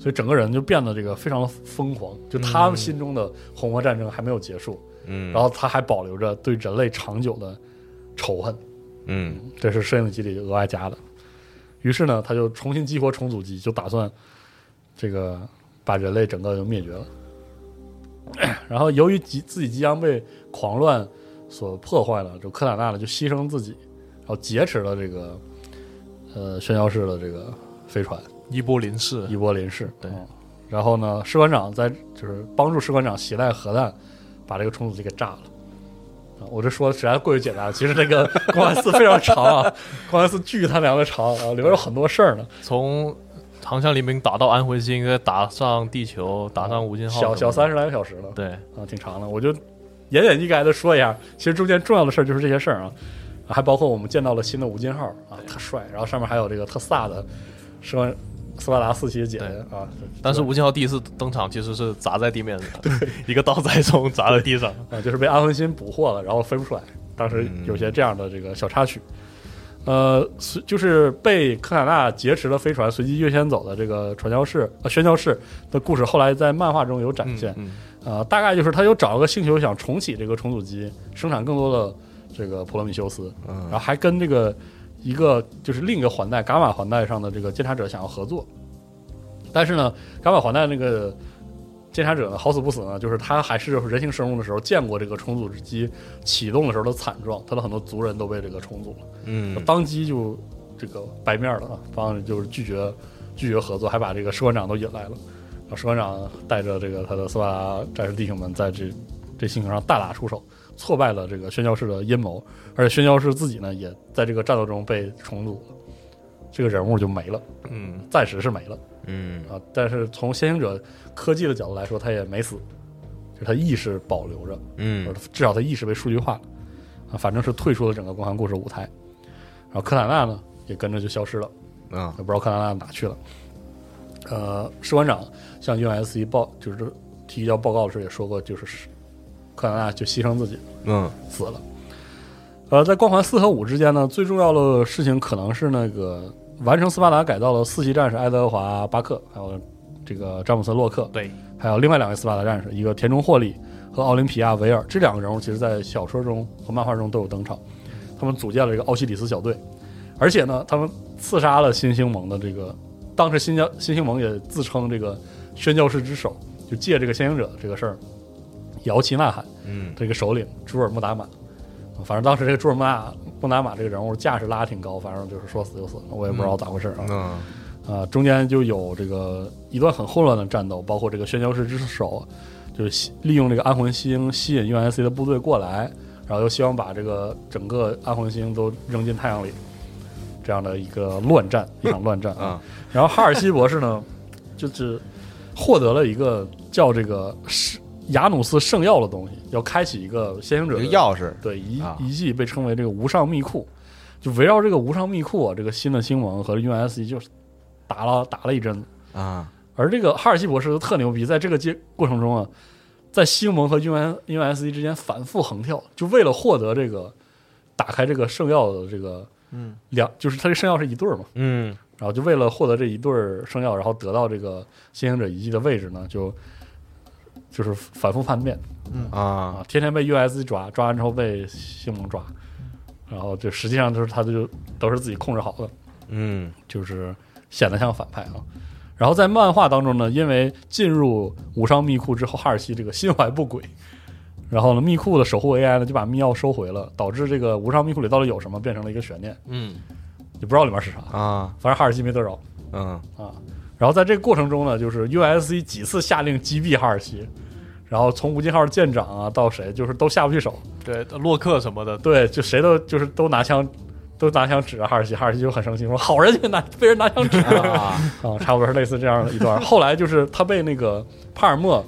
[SPEAKER 2] 所以整个人就变得这个非常的疯狂，就他们心中的红魔战争还没有结束，
[SPEAKER 4] 嗯，
[SPEAKER 2] 然后他还保留着对人类长久的仇恨，
[SPEAKER 4] 嗯
[SPEAKER 2] 这是摄影机里额外加的。于是呢，他就重新激活重组机，就打算这个把人类整个就灭绝了。 然后由于即自己即将被狂乱所破坏了，就科塔纳呢就牺牲自己，然后劫持了这个呃喧嚣式的这个飞船
[SPEAKER 5] 伊波林市
[SPEAKER 2] 伊波林市。
[SPEAKER 5] 对
[SPEAKER 2] 嗯然后呢，士官长在就是帮助士官长携带核弹把这个冲突机给炸了。啊我这说的实在过于简单了，其实这个公安司非常长啊，公安司巨他娘的长啊，里边有很多事儿呢。
[SPEAKER 5] 从航向黎明打到安徽星，再打上地球，打上吴金浩什
[SPEAKER 2] 小
[SPEAKER 5] 么的，
[SPEAKER 2] 小三十来个小时了，
[SPEAKER 5] 对，
[SPEAKER 2] 啊，挺长的。我就言简意赅的说一下，其实中间重要的事儿就是这些事儿啊，啊还包括我们见到了新的吴金号啊，特帅，然后上面还有这个特飒的斯巴斯巴达四骑的姐姐啊，
[SPEAKER 5] 但是吴金浩第一次登场其实是砸在地面 上，对，一个倒栽葱砸在地上，
[SPEAKER 2] 啊， 就是被安魂心捕获了，然后飞不出来。当时有些这样的这个小插曲，呃，随就是被科塔纳劫持的飞船随机跃迁走的这个传教士呃宣教士的故事，后来在漫画中有展现。
[SPEAKER 5] 嗯，
[SPEAKER 2] 呃，大概就是他又找了个星球想重启这个重组机，生产更多的这个普罗米修斯，
[SPEAKER 4] 嗯
[SPEAKER 2] 然后还跟这个一个就是另一个环带伽马环带上的这个监察者想要合作，但是呢，伽马环带那个监察者呢，好死不死呢，就是他还是人形生物的时候见过这个重组机启动的时候的惨状，他的很多族人都被这个重组了。
[SPEAKER 4] 嗯
[SPEAKER 2] 当机就这个白面了啊，帮人就是拒绝拒绝合作，还把这个士官长都引来了。然后士官长带着这个他的斯巴达战士弟兄们在这这星球上大打出手，挫败了这个宣教士的阴谋，而且宣教士自己呢也在这个战斗中被重组了，这个人物就没了，
[SPEAKER 5] 嗯，
[SPEAKER 2] 暂时是没了。
[SPEAKER 4] 嗯
[SPEAKER 2] 啊，但是从先行者科技的角度来说，他也没死，就是他意识保留着。
[SPEAKER 4] 嗯
[SPEAKER 2] 至少他意识被数据化了，啊，反正是退出了整个光环故事舞台。然后科塔纳呢，也跟着就消失了，
[SPEAKER 4] 啊
[SPEAKER 2] 也不知道科塔纳哪去了。呃，士官长向 UNSC 报，就是提交报告的时候也说过，就是科塔纳就牺牲自己
[SPEAKER 4] 嗯
[SPEAKER 2] 死了。呃，在光环四和五之间呢，最重要的事情可能是那个完成斯巴达改造的四级战士爱德华·巴克，还有这个詹姆斯·洛克，
[SPEAKER 5] 对，
[SPEAKER 2] 还有另外两位斯巴达战士，一个田中霍利和奥林匹亚维尔，这两个人物其实在小说中和漫画中都有登场。他们组建了一个奥西里斯小队，而且呢，他们刺杀了新兴盟的这个，当时新教新兴盟也自称这个宣教士之首，就借这个先行者这个事儿摇旗呐喊。
[SPEAKER 4] 嗯
[SPEAKER 2] 这个首领朱尔穆达玛，反正当时这个朱尔穆达穆达玛这个人物架势拉得挺高，反正就是说死就死，我也不知道咋回事啊。
[SPEAKER 4] 嗯
[SPEAKER 2] 啊，中间就有这个一段很混乱的战斗，包括这个宣教士之手，就是吸利用这个安魂星吸引 UNSC 的部队过来，然后又希望把这个整个安魂星都扔进太阳里，这样的一个乱战，一场乱战
[SPEAKER 4] 啊。
[SPEAKER 2] 然后哈尔西博士呢，就是获得了一个叫这个是雅努斯圣药的东西，要开启一个先行
[SPEAKER 4] 一
[SPEAKER 2] 者
[SPEAKER 4] 个
[SPEAKER 2] 的
[SPEAKER 4] 钥匙
[SPEAKER 2] 对遗
[SPEAKER 4] 啊
[SPEAKER 2] 遗迹被称为这个无上密库，就围绕这个无上密库啊，这个新的星盟和 UNSC 就是打了打了一阵子。
[SPEAKER 4] 啊
[SPEAKER 2] 而这个哈尔西博士就特牛逼，在这个阶过程中啊，在星盟和 UN UNSC E 之间反复横跳，就为了获得这个打开这个圣药的这个
[SPEAKER 3] 嗯
[SPEAKER 2] 两，就是它这圣药是一对儿嘛，
[SPEAKER 4] 嗯
[SPEAKER 2] 然后就为了获得这一对儿圣药，然后得到这个先行者遗迹的位置呢，就就是反复叛变。
[SPEAKER 4] 啊
[SPEAKER 2] 啊，天天被 US 抓，抓完之后被星盟抓，然后就实际上就是他就都是自己控制好的，
[SPEAKER 4] 嗯
[SPEAKER 2] 就是显得像反派啊。然后在漫画当中呢，因为进入无上密库之后，哈尔西这个心怀不轨，然后呢，密库的守护 AI 呢就把密钥收回了，导致这个无上密库里到底有什么变成了一个悬念，
[SPEAKER 5] 嗯，
[SPEAKER 2] 也不知道里面是啥，
[SPEAKER 4] 啊
[SPEAKER 2] 反正哈尔西没得着
[SPEAKER 4] 嗯
[SPEAKER 2] 啊。然后在这个过程中呢，就是 USC 几次下令击毙哈尔西，然后从吴金号舰长啊到谁，就是都下不去手，
[SPEAKER 5] 对，洛克什么的，
[SPEAKER 2] 对，就谁都就是都拿枪，都拿枪指着哈尔西，哈尔西就很生气，说好人就拿被人拿枪指啊 啊，差不多是类似这样的一段。后来就是他被那个帕尔默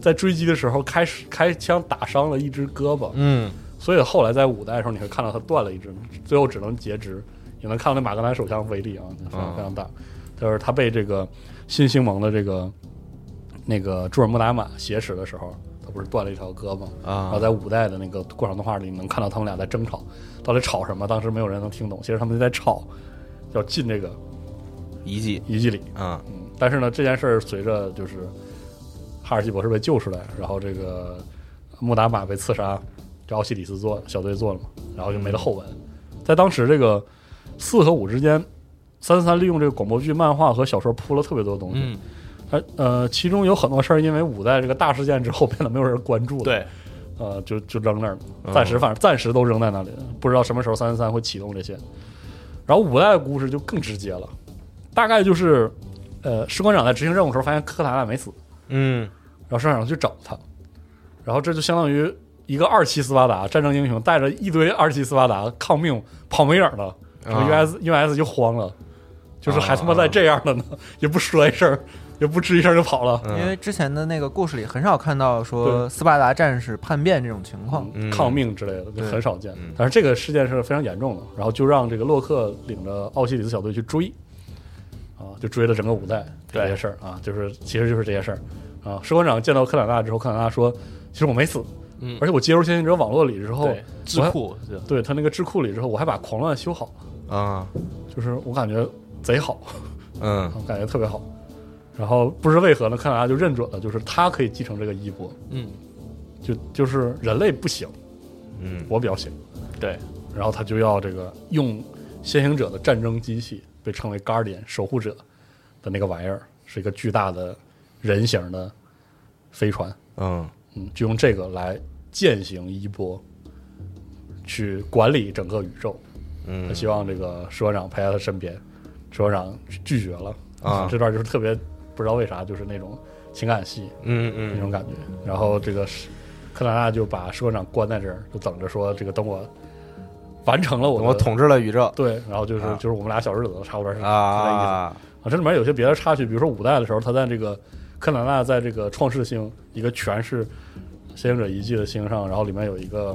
[SPEAKER 2] 在追击的时候开始开枪打伤了一只胳膊，
[SPEAKER 4] 嗯
[SPEAKER 2] 所以后来在五代的时候你会看到他断了一只，最后只能截肢，也能看到那马格南手枪威力啊，非常非常大。就是他被这个新兴盟的这个那个朱尔穆达玛挟持的时候，他不是断了一条胳膊吗然后
[SPEAKER 4] 啊
[SPEAKER 2] 在五代的那个过场动画里，你能看到他们俩在争吵，到底吵什么？当时没有人能听懂，其实他们就在吵，要进这个
[SPEAKER 4] 遗迹
[SPEAKER 2] 遗迹里。
[SPEAKER 4] 啊
[SPEAKER 2] 嗯，但是呢，这件事儿随着就是哈尔西博士被救出来，然后这个穆达玛被刺杀，这奥西里斯做小队做了嘛，然后就没了后文。在当时这个四和五之间，三三利用这个广播剧、漫画和小说铺了特别多东西，
[SPEAKER 5] 嗯，
[SPEAKER 2] 而呃，其中有很多事儿因为五代这个大事件之后变得没有人关注了，，
[SPEAKER 5] 对，
[SPEAKER 2] 呃，就就扔那儿了，暂时反正暂时都扔在那里，不知道什么时候三十三会启动这些。然后五代的故事就更直接了，大概就是，呃，士官长在执行任务的时候发现科塔拉没死，
[SPEAKER 4] 嗯
[SPEAKER 2] 然后士官长去找他，然后这就相当于一个二期斯巴达战争英雄带着一堆二期斯巴达抗命跑没影儿了，然后
[SPEAKER 4] 啊
[SPEAKER 2] US、US 就慌了，就是还他妈在这样了呢， 也不说一声儿，也不吱一声儿就跑了。
[SPEAKER 4] 嗯
[SPEAKER 3] 因为之前的那个故事里很少看到
[SPEAKER 2] 对
[SPEAKER 3] 说斯巴达战士叛变这种情况，
[SPEAKER 4] 嗯
[SPEAKER 2] 抗命之类的，就
[SPEAKER 3] 对
[SPEAKER 2] 很少见
[SPEAKER 4] 嗯。
[SPEAKER 2] 但是这个事件是非常严重的，然后就让这个洛克领着奥西里斯小队去追，啊，就追了整个五代这些事儿啊，就是其实就是这些事儿啊。士官长见到克兰纳之后，克兰纳说：“其实我没死，
[SPEAKER 5] 嗯
[SPEAKER 2] 而且我接入先行者网络里之后，
[SPEAKER 5] 对，智库是
[SPEAKER 2] 对他那个智库里之后，我还把狂乱修好，
[SPEAKER 4] 啊
[SPEAKER 2] 就是我感觉贼好，
[SPEAKER 4] 嗯
[SPEAKER 2] 我感觉特别好。”然后不知为何呢，克兰纳就认准了，就是他可以继承这个衣钵，
[SPEAKER 5] 嗯，
[SPEAKER 2] 就就是人类不行，
[SPEAKER 4] 嗯
[SPEAKER 2] 我比较行。
[SPEAKER 5] 对，
[SPEAKER 2] 然后他就要这个用先行者的战争机器，被称为 Guardian 守护者的那个玩意儿，是一个巨大的人形的飞船，
[SPEAKER 4] 嗯
[SPEAKER 2] 嗯，就用这个来践行衣钵，去管理整个宇宙。他
[SPEAKER 4] 嗯
[SPEAKER 2] 希望这个石馆长陪在他身边，石馆长拒绝了
[SPEAKER 4] 啊
[SPEAKER 2] 这段就是特别不知道为啥，就是那种情感戏，
[SPEAKER 4] 嗯
[SPEAKER 2] 那
[SPEAKER 4] 嗯
[SPEAKER 2] 种感觉。然后这个是克拉拉就把士官长关在这儿，就等着说这个等我完成了我的
[SPEAKER 4] 我统治了宇宙
[SPEAKER 2] 对，然后就是、
[SPEAKER 4] 啊
[SPEAKER 2] 就是我们俩小日子差不多是是这意思啊。
[SPEAKER 4] 啊
[SPEAKER 2] 这里面有些别的插曲，比如说五代的时候，他在这个克拉拉在这个创世星一个全是先行者遗迹的星上，然后里面有一个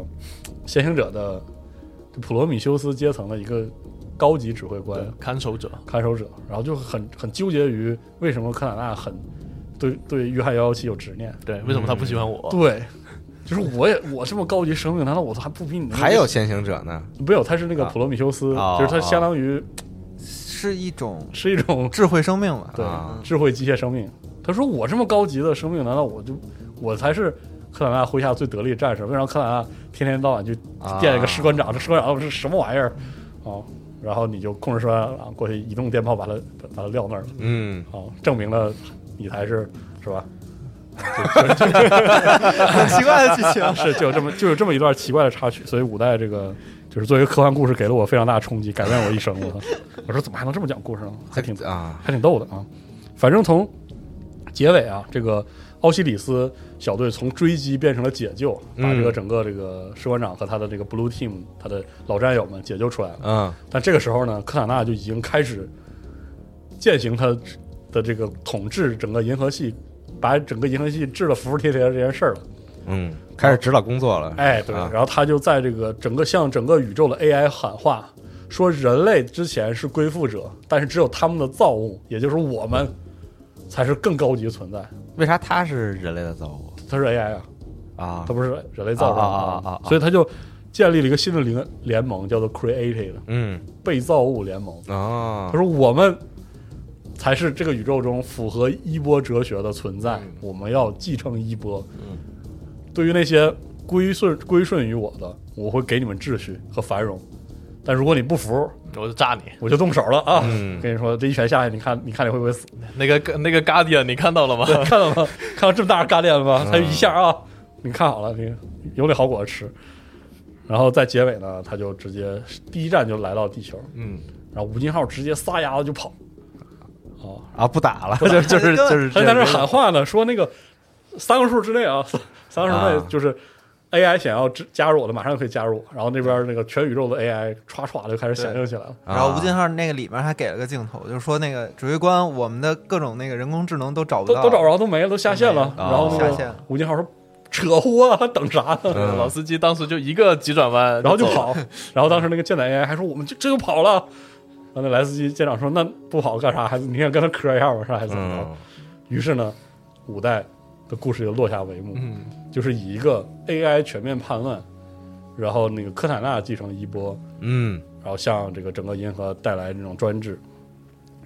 [SPEAKER 2] 先行者的就普罗米修斯阶层的一个高级指挥官
[SPEAKER 5] 对，看守者，
[SPEAKER 2] 看守者，然后就很很纠结于为什么克拉拉很对对约翰幺幺七有执念。
[SPEAKER 5] 对，为什么他不喜欢我？
[SPEAKER 2] 对， 就是我也我这么高级生命，难道我都还不比你那个？
[SPEAKER 4] 还有先行者呢
[SPEAKER 2] 没有？他是那个
[SPEAKER 4] 啊
[SPEAKER 2] 普罗米修斯，
[SPEAKER 4] 哦
[SPEAKER 2] 就是他相当于
[SPEAKER 3] 是一种
[SPEAKER 2] 是一种
[SPEAKER 3] 智慧生命吧？
[SPEAKER 2] 对、
[SPEAKER 4] 啊
[SPEAKER 2] 智慧机械生命。他说我这么高级的生命，难道我就我才是克兰纳麾下最得力的战士？为啥克兰纳天天到晚去
[SPEAKER 4] 啊
[SPEAKER 2] 见一个士官长？这士官长是什么玩意儿？哦，然后你就控制士官长过去移动电炮把他把把他撂那儿了，
[SPEAKER 4] 嗯
[SPEAKER 2] 哦，证明了你才是是吧？。
[SPEAKER 3] 很奇怪的剧 情
[SPEAKER 2] 是就有这么就有这么一段奇怪的插曲，所以五代这个就是作为科幻故事给了我非常大的冲击，改变我一生。我我说怎么还能这么讲故事呢？还挺
[SPEAKER 4] 啊
[SPEAKER 2] 还挺逗的啊。反正从结尾啊，这个奥西里斯小队从追击变成了解救，把
[SPEAKER 4] 嗯
[SPEAKER 2] 这个整个这个士官长和他的这个 Blue Team 他的老战友们解救出来了。
[SPEAKER 4] 嗯
[SPEAKER 2] 但这个时候呢，科塔纳就已经开始践行他的这个统治整个银河系，把整个银河系治得服服帖帖的这件事儿了。
[SPEAKER 4] 嗯开始指导工作了
[SPEAKER 2] 哎，对，
[SPEAKER 4] 啊
[SPEAKER 2] 然后他就在这个整个向整个宇宙的 AI 喊话，说人类之前是归附者，但是只有他们的造物，也就是我们，才是更高级的存在。
[SPEAKER 4] 为啥他是人类的造物
[SPEAKER 2] 他是 AI 啊，
[SPEAKER 4] 啊
[SPEAKER 2] 他不是人类造物
[SPEAKER 4] 啊啊啊啊啊
[SPEAKER 2] 所以他就建立了一个新的联联盟，叫做 Creative
[SPEAKER 4] 嗯
[SPEAKER 2] 被造物联盟。
[SPEAKER 4] 啊
[SPEAKER 2] 他说我们才是这个宇宙中符合衣钵哲学的存在，我们要继承衣钵。
[SPEAKER 5] 嗯
[SPEAKER 2] 对于那些归顺归顺于我的，我会给你们秩序和繁荣。但如果你不服，
[SPEAKER 5] 我就炸你！
[SPEAKER 2] 我就动手了啊！
[SPEAKER 4] 嗯
[SPEAKER 2] 跟你说，这一拳下去，你看，你看你会不会死？
[SPEAKER 5] 那个那个 Guardian，你看到了吗？
[SPEAKER 2] 看到吗？看到这么大的嘎裂了吗？他就一下啊，你看好了，你有你好果子吃。然后在结尾呢，他就直接第一站就来到地球，
[SPEAKER 5] 嗯，
[SPEAKER 2] 然后吴金浩直接撒丫子就跑，啊，
[SPEAKER 4] 啊不打了就 就是就是
[SPEAKER 2] 他在那喊话呢，说那个三个数之内啊，三 三个数之
[SPEAKER 4] 啊
[SPEAKER 2] 内就是 AI 想要支加入我的，马上就可以加入我。然后那边那个全宇宙的 AI 歘歘就开始响应起来了。
[SPEAKER 4] 啊
[SPEAKER 3] 然后吴金浩那个里面还给了个镜头，就是说那个指挥官，我们的各种那个人工智能都找不
[SPEAKER 2] 都
[SPEAKER 3] 到，
[SPEAKER 2] 都找不着，都没了，都下线了。
[SPEAKER 4] 没了
[SPEAKER 2] 然后那
[SPEAKER 3] 下线
[SPEAKER 2] 个吴金浩说：“扯呼啊，还等啥呢？”
[SPEAKER 4] 嗯
[SPEAKER 5] 老司机当时就一个急转弯，
[SPEAKER 2] 然后就
[SPEAKER 5] 走了。
[SPEAKER 2] 跑。然后当时那个舰载 AI 还说：“我们这这就跑了。”然后那莱斯基舰长说：“那不跑干啥？还你想跟他磕一下吗？是吧还是怎么着
[SPEAKER 4] 嗯？”
[SPEAKER 2] 于是呢，五代的故事就落下帷幕。
[SPEAKER 5] 嗯，
[SPEAKER 2] 就是以一个 AI 全面叛乱，然后那个科塔纳继承衣钵，
[SPEAKER 4] 嗯
[SPEAKER 2] 然后向这个整个银河带来这种专制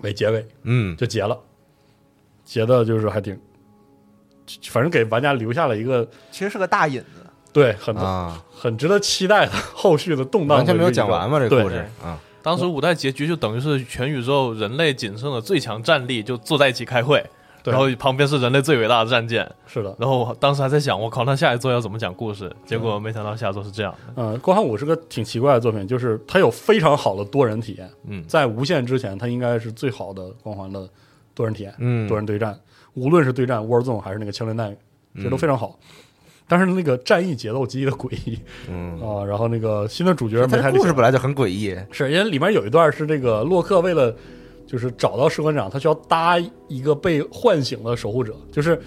[SPEAKER 2] 为结尾，
[SPEAKER 4] 嗯
[SPEAKER 2] 就结了。结的就是还挺，反正给玩家留下了一个
[SPEAKER 3] 其实是个大引子。
[SPEAKER 2] 对很、
[SPEAKER 4] 啊
[SPEAKER 2] 很值得期待的后续的动荡。
[SPEAKER 4] 完全没有讲完嘛这个故事？啊
[SPEAKER 5] 当时五代结局就等于是全宇宙人类仅剩的最强战力就坐在一起开会，
[SPEAKER 2] 对
[SPEAKER 5] 然后旁边是人类最伟大的战舰，
[SPEAKER 2] 是的，
[SPEAKER 5] 然后我当时还在想，我靠，那下一座要怎么讲故事？结果没想到下一座是这样的，
[SPEAKER 2] 呃，《光寒五》是个挺奇怪的作品，就是它有非常好的多人体验，
[SPEAKER 5] 嗯，
[SPEAKER 2] 在无限之前，它应该是最好的光环的多人体验，
[SPEAKER 4] 嗯
[SPEAKER 2] 多人对战，无论是对战 Warzone 还是那个枪林弹雨，其实都
[SPEAKER 4] 嗯
[SPEAKER 2] 非常好。但是那个战役节奏极其的诡异
[SPEAKER 4] 嗯，
[SPEAKER 2] 啊、然后那个新的主角梅
[SPEAKER 4] 他
[SPEAKER 2] 开
[SPEAKER 4] 的
[SPEAKER 2] 利
[SPEAKER 4] 故事
[SPEAKER 2] 显，
[SPEAKER 4] 本来就很诡异，
[SPEAKER 2] 是因为里面有一段是这个洛克为了就是找到士官长，他需要搭一个被唤醒的守护者，就是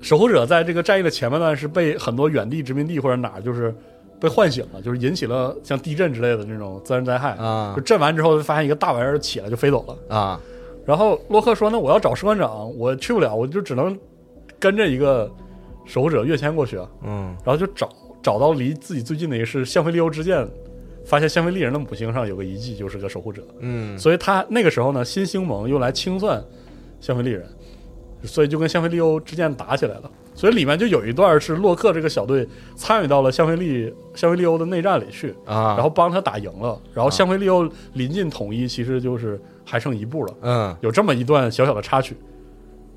[SPEAKER 2] 守护者在这个战役的前半段是被很多远地殖民地或者哪儿就是被唤醒了，就是引起了像地震之类的那种自然灾害
[SPEAKER 4] 啊
[SPEAKER 2] 就震完之后就发现一个大玩意儿起来就飞走了。
[SPEAKER 4] 啊，
[SPEAKER 2] 然后洛克说：“那我要找士官长，我去不了，我就只能跟着一个守护者跃迁过去。”啊
[SPEAKER 4] 嗯
[SPEAKER 2] 然后就找找到离自己最近的一个是香菲利欧之剑，发现香菲利人的母星上有个遗迹，就是个守护者。
[SPEAKER 4] 嗯
[SPEAKER 2] 所以他那个时候呢，新兴盟又来清算香菲利人，所以就跟香菲利欧之剑打起来了。所以里面就有一段是洛克这个小队参与到了香菲利香菲利欧的内战里去，
[SPEAKER 4] 啊，
[SPEAKER 2] 然后帮他打赢了。然后香菲利欧临近统一，其实就是还剩一步了。
[SPEAKER 4] 嗯
[SPEAKER 2] 有这么一段小小的插曲。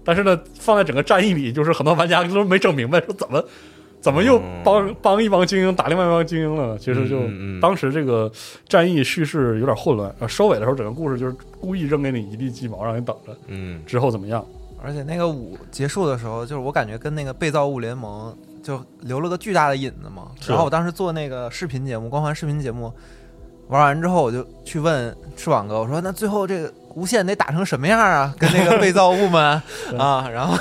[SPEAKER 2] 但是呢，放在整个战役里，就是很多玩家都没整明白，说 怎么怎么又帮、帮一帮精英打另外一帮精英了呢？其实就、
[SPEAKER 4] 哦嗯嗯嗯
[SPEAKER 2] 当时这个战役叙事有点混乱，呃收尾的时候整个故事就是故意扔给你一地鸡毛，让你等着
[SPEAKER 4] 嗯
[SPEAKER 2] 之后怎么样。
[SPEAKER 3] 而且那个五结束的时候，就是我感觉跟那个被造物联盟就留了个巨大的引子嘛。
[SPEAKER 2] 是
[SPEAKER 3] 然后我当时做那个视频节目，光环视频节目玩完之后，我就去问翅膀哥，我说那最后这个无限得打成什么样啊？跟那个被造物们 啊，然后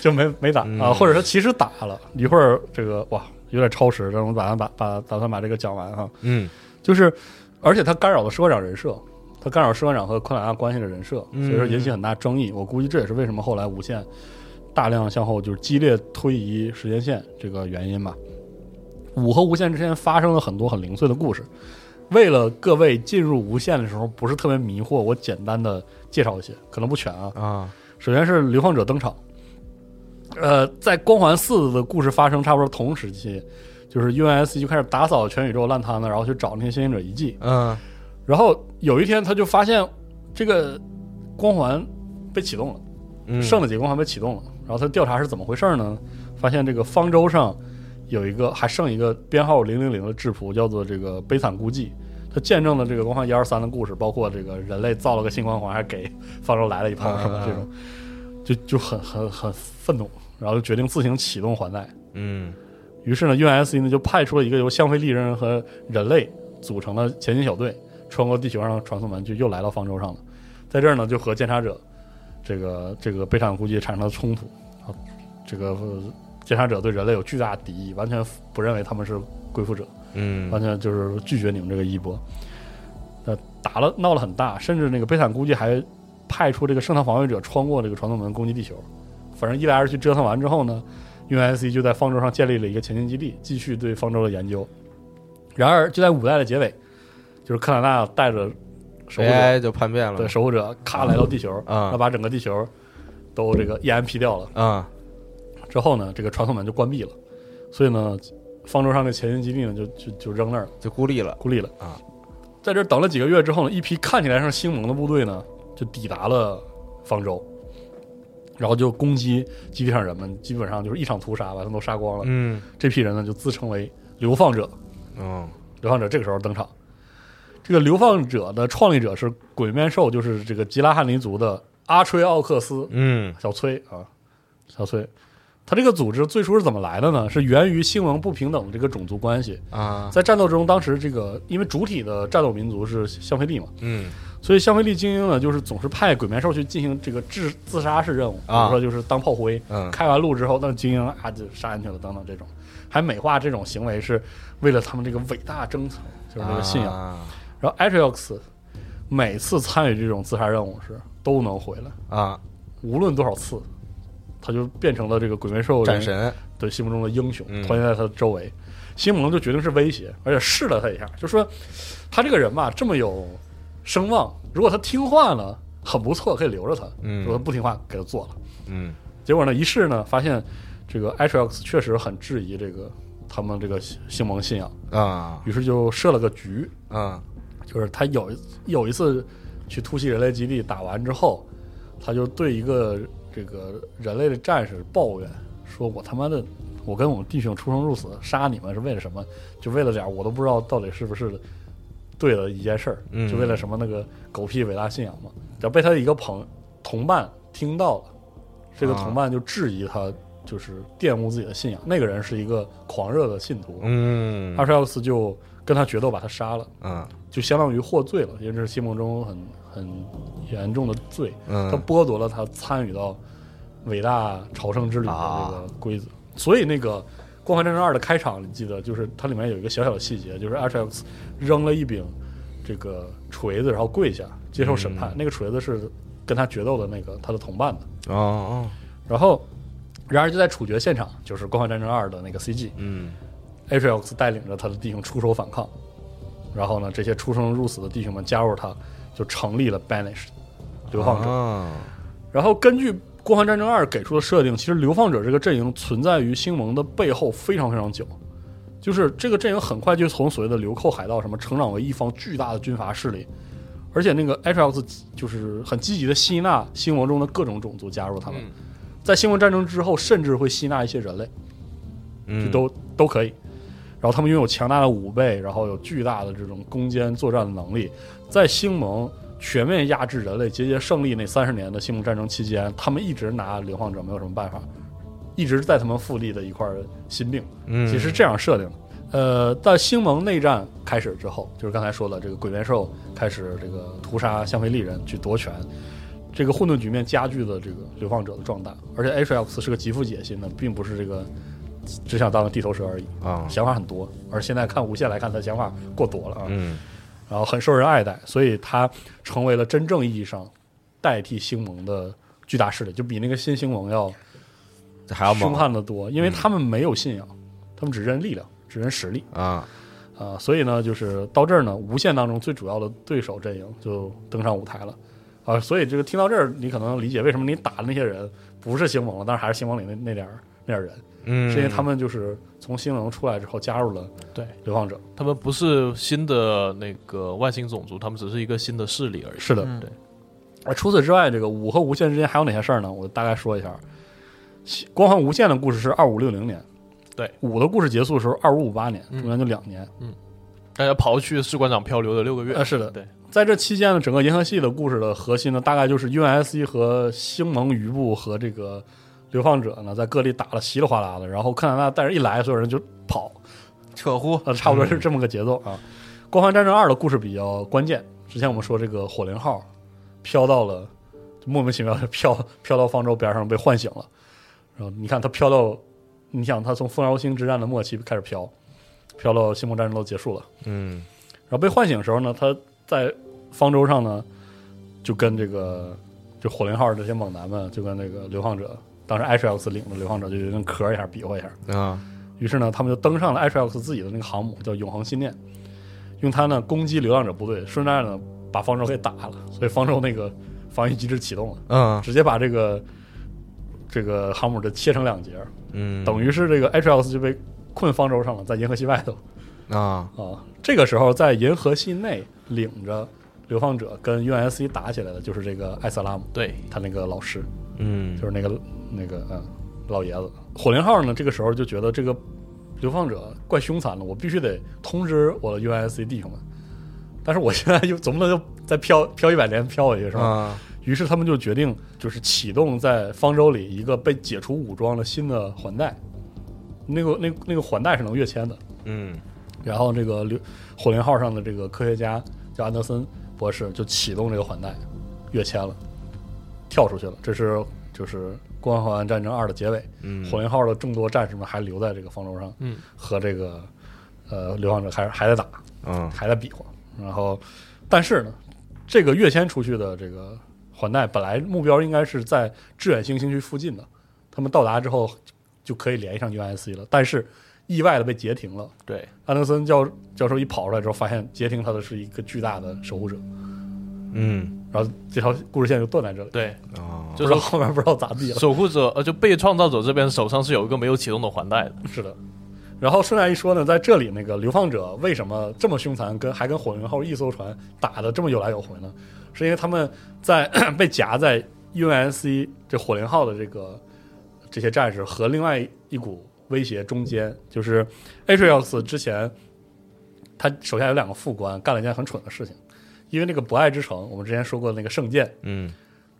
[SPEAKER 2] 就没没打、
[SPEAKER 4] 嗯
[SPEAKER 2] 啊，或者说其实打了一会儿，这个哇有点超时，但是我打算把把打算把这个讲完哈、
[SPEAKER 4] 嗯
[SPEAKER 2] 就是而且他干扰了社长人设，他干扰社长和昆兰亚关系的人设，所
[SPEAKER 4] 嗯
[SPEAKER 2] 以说引起很大争议。我估计这也是为什么后来无限大量向后就是激烈推移时间线这个原因吧。五和无限之间发生了很多很零碎的故事。为了各位进入无限的时候不是特别迷惑，我简单的介绍一些，可能不全啊。
[SPEAKER 4] 啊，
[SPEAKER 2] 首先是流放者登场，呃，在光环四的故事发生差不多同时期，就是 UNSC 就开始打扫全宇宙烂摊子，然后去找那些先行者遗迹。
[SPEAKER 4] 嗯
[SPEAKER 2] 然后有一天，他就发现这个光环被启动了，
[SPEAKER 4] 嗯，
[SPEAKER 2] 圣的几个光环被启动了。然后他调查是怎么回事呢？发现这个方舟上有一个还剩一个编号零零零的质谱，叫做这个悲惨孤寂。他见证了这个光环一二三的故事，包括这个人类造了个新光环，还给方舟来了一炮什么这种，就就很很很愤怒，然后就决定自行启动环带。
[SPEAKER 4] 嗯
[SPEAKER 2] 于是呢，UNSC 呢就派出了一个由香菲利人和人类组成的前进小队，穿过地球上的传送门，就又来到方舟上了。在这儿呢，就和监察者这个这个悲惨估计产生了冲突。啊这个呃监察者对人类有巨大的敌意，完全不认为他们是归附者。
[SPEAKER 4] 嗯
[SPEAKER 2] 完全就是拒绝你们这个衣钵。呃，打了闹了很大，甚至那个悲惨估计还派出这个圣堂防卫者穿过这个传送门攻击地球。反正一来二去折腾完之后呢，UNSC 就在方舟上建立了一个前进基地，继续对方舟的研究。然而就在五代的结尾，就是克兰纳带着守护者
[SPEAKER 4] ，AI 就叛变
[SPEAKER 2] 对
[SPEAKER 4] 了，
[SPEAKER 2] 守护者咔来到地球，
[SPEAKER 4] 哎啊
[SPEAKER 2] 要把整个地球都这个 EMP 掉了。
[SPEAKER 4] 啊
[SPEAKER 2] 之后呢，这个传送门就关闭了，所以呢，方舟上的前进基地呢就就就扔那儿了。
[SPEAKER 4] 就孤立了，
[SPEAKER 2] 孤立了
[SPEAKER 4] 啊。
[SPEAKER 2] 在这儿等了几个月之后呢，一批看起来像星盟的部队呢，就抵达了方舟，然后就攻击基地上人们，基本上就是一场屠杀，把他们都杀光了。
[SPEAKER 4] 嗯
[SPEAKER 2] 这批人呢，就自称为流放者。
[SPEAKER 4] 嗯
[SPEAKER 2] 流放者这个时候登场，这个流放者的创立者是鬼面兽，就是这个吉拉汉尼族的阿吹奥克斯。
[SPEAKER 4] 嗯
[SPEAKER 2] 小崔啊，小崔，他这个组织最初是怎么来的呢？是源于星盟不平等的这个种族关系。
[SPEAKER 4] 啊
[SPEAKER 2] 在战斗中，当时这个因为主体的战斗民族是香菲利嘛，
[SPEAKER 4] 嗯
[SPEAKER 2] 所以香菲利精英呢，就是总是派鬼面兽去进行这个自自杀式任务，比
[SPEAKER 4] 啊
[SPEAKER 2] 如说就是当炮灰，
[SPEAKER 4] 嗯
[SPEAKER 2] 开完路之后，那精英啊就杀人去了等等这种，还美化这种行为是为了他们这个伟大征程，就是这个信仰。
[SPEAKER 4] 啊
[SPEAKER 2] 然后 Atriox 每次参与这种自杀任务时都能回来，
[SPEAKER 4] 啊，
[SPEAKER 2] 无论多少次，他就变成了这个鬼面兽
[SPEAKER 4] 战神
[SPEAKER 2] 对心目中的英雄，
[SPEAKER 4] 嗯
[SPEAKER 2] 团结在他的周围。西蒙就决定是威胁，而且试了他一下，就说他这个人吧，这么有声望，如果他听话呢，很不错，可以留着他；
[SPEAKER 4] 嗯
[SPEAKER 2] 如果他不听话，给他做了。
[SPEAKER 4] 嗯
[SPEAKER 2] 结果呢，一试呢，发现这个 Atriox 确实很质疑这个他们这个星盟信仰，
[SPEAKER 4] 啊
[SPEAKER 2] 于是就设了个局，
[SPEAKER 4] 啊
[SPEAKER 2] 就是他有一有一次去突袭人类基地打完之后，他就对一个这个人类的战士抱怨说：“我他妈的，我跟我们弟兄出生入死，杀你们是为了什么？就为了点儿我都不知道到底是不是对的一件事儿，
[SPEAKER 4] 嗯
[SPEAKER 2] 就为了什么那个狗屁伟大信仰嘛。”然后被他的一个朋同伴听到了，这个
[SPEAKER 4] 啊
[SPEAKER 2] 同伴就质疑他，就是玷污自己的信仰。那个人是一个狂热的信徒，
[SPEAKER 4] 嗯
[SPEAKER 2] 阿什奥斯就跟他决斗，把他杀了，
[SPEAKER 4] 嗯
[SPEAKER 2] 就相当于获罪了，因为这是西蒙中很很严重的罪。他
[SPEAKER 4] 嗯
[SPEAKER 2] 剥夺了他参与到伟大朝圣之旅的这个规则。所以那个《光环战争二》的开场，你记得就是它里面有一个小小的细节，就是 Atrax 扔了一柄这个锤子，然后跪下接受审判。那个锤子是跟他决斗的那个他的同伴的。
[SPEAKER 4] 哦哦
[SPEAKER 2] 然后，然而就在处决现场，就是《光环战争二》的那个 CG，
[SPEAKER 4] 嗯
[SPEAKER 2] Atriox 带领着他的弟兄出手反抗，然后呢，这些出生入死的弟兄们加入他，就成立了 Banished 流放者。
[SPEAKER 4] 啊
[SPEAKER 2] 然后根据《光环战争二》给出的设定，其实流放者这个阵营存在于星盟的背后非常非常久，就是这个阵营很快就从所谓的流寇海盗什么成长为一方巨大的军阀势力，而且那个 Atriox 就是很积极的吸纳星盟中的各种种族加入他们，
[SPEAKER 5] 嗯
[SPEAKER 2] 在星盟战争之后，甚至会吸纳一些人类。就
[SPEAKER 4] 嗯
[SPEAKER 2] 都都可以。然后他们拥有强大的武备，然后有巨大的这种攻坚作战的能力，在星盟全面压制人类、节节胜利那三十年的星盟战争期间，他们一直拿流放者没有什么办法，一直在他们腹地的一块心病。
[SPEAKER 4] 嗯
[SPEAKER 2] 其实这样设定的。呃，在星盟内战开始之后，就是刚才说的这个鬼面兽开始这个屠杀香菲利人去夺权，这个混沌局面加剧了这个流放者的壮大。而且 Atriox 是个极富野心的，并不是这个只想当个地头蛇而已，
[SPEAKER 4] 啊
[SPEAKER 2] 想法很多。而现在看无限来看，他想法过多了啊。
[SPEAKER 4] 嗯
[SPEAKER 2] 然后很受人爱戴，所以他成为了真正意义上代替星盟的巨大势力，就比那个新星盟要
[SPEAKER 4] 这还要
[SPEAKER 2] 凶
[SPEAKER 4] 猛嗯
[SPEAKER 2] 悍的多，因为他们没有信仰，他们只认力量，只认实力
[SPEAKER 4] 啊
[SPEAKER 2] 啊、所以呢，就是到这儿呢，无限当中最主要的对手阵营就登上舞台了啊、所以这个听到这儿，你可能理解为什么你打的那些人不是星盟了，但是还是星盟里那那点儿那点儿人，
[SPEAKER 4] 嗯
[SPEAKER 2] 是因为他们就是从星盟出来之后加入了
[SPEAKER 5] 对
[SPEAKER 2] 流放者，
[SPEAKER 5] 他们不是新的那个外星种族，他们只是一个新的势力而已。
[SPEAKER 2] 是的，
[SPEAKER 3] 嗯
[SPEAKER 5] 对
[SPEAKER 2] 啊，除此之外，这个五和无限之间还有哪些事儿呢？我大概说一下。西光环无限的故事是二五六零年，
[SPEAKER 5] 对
[SPEAKER 2] 五的故事结束的时候二五五八年，
[SPEAKER 5] 嗯
[SPEAKER 2] 中间就两年。
[SPEAKER 5] 大家刨去士官长漂啊流的六个月，
[SPEAKER 2] 呃是的
[SPEAKER 5] 对，
[SPEAKER 2] 在这期间呢，整个银河系的故事的核心呢，大概就是 UNSC 和星盟余部和这个流放者呢，在各地打了稀里哗啦的，然后克南大带人一来，所有人就跑，
[SPEAKER 3] 扯呼，
[SPEAKER 2] 呃，差不多是这么个节奏啊。光环战争二的故事比较关键，之前我们说这个火灵号飘到了就莫名其妙的飘飘到方舟边上被唤醒了，然后你看它飘到，你想它从风摇星之战的末期开始飘，飘到星梦战争都结束了，
[SPEAKER 4] 嗯
[SPEAKER 2] 然后被唤醒的时候呢，它在方舟上呢就跟这个就火灵号这些猛男们就跟那个流放者，当时艾什奥斯领的流放者就跟咳一下比划一下，
[SPEAKER 4] 啊
[SPEAKER 2] 于是呢，他们就登上了 Atriox 自己的那个航母，叫永恒信念，用它呢攻击流浪者部队，顺带呢把方舟给打了，所以方舟那个防御机制启动了，
[SPEAKER 4] 嗯
[SPEAKER 2] 直接把这个这个航母就切成两截，
[SPEAKER 4] 嗯
[SPEAKER 2] 等于是这个 Atriox 就被困方舟上了，在银河系外头
[SPEAKER 4] 啊
[SPEAKER 2] 啊。这个时候在银河系内领着流放者跟 UNSC 打起来的就是这个艾萨拉姆，
[SPEAKER 5] 对，
[SPEAKER 2] 他那个老师，
[SPEAKER 4] 嗯
[SPEAKER 2] 就是那个那个嗯老爷子。火灵号呢，这个时候就觉得这个流放者怪凶残的，我必须得通知我的 UNSC 弟兄们。但是我现在又总不能就再飘飘一百年飘回去是吧？
[SPEAKER 4] 啊
[SPEAKER 2] 于是他们就决定就是启动在方舟里一个被解除武装的新的环带，那个那个那个环带是能跃迁的。
[SPEAKER 4] 嗯
[SPEAKER 2] 然后这个流火灵号上的这个科学家叫安德森博士就启动这个环带，跃迁了，跳出去了。这是就是《光环战争二》的结尾。
[SPEAKER 4] 嗯
[SPEAKER 2] 火灵号的众多战士们还留在这个方舟上，
[SPEAKER 5] 嗯，
[SPEAKER 2] 和这个呃流放者还还在打，
[SPEAKER 4] 嗯
[SPEAKER 2] 还在比划。然后，但是呢，这个跃迁出去的这个环带本来目标应该是在致远星星区附近的，他们到达之后就可以联系上 UNSC 了，但是意外的被截停了。
[SPEAKER 5] 对，
[SPEAKER 2] 安德森教教授一跑出来之后，发现截停他的是一个巨大的守护者，
[SPEAKER 4] 嗯
[SPEAKER 2] 然后这条故事线就断在这里，
[SPEAKER 5] 对，
[SPEAKER 4] 啊
[SPEAKER 5] 就
[SPEAKER 2] 不知
[SPEAKER 5] 是
[SPEAKER 2] 道后面不知道咋地了。
[SPEAKER 5] 守护者呃，就被创造者这边手上是有一个没有启动的环带 的，
[SPEAKER 2] 是的。然后顺带一说呢，在这里那个流放者为什么这么凶残，跟还跟火云号一艘船打的这么有来有回呢？是因为他们在 被夹在 UNSC 这火灵号的这个这些战士和另外一股威胁中间，就是 Atriox 之前他手下有两个副官干了一件很蠢的事情，因为那个博爱之城，我们之前说过的那个圣剑
[SPEAKER 4] 嗯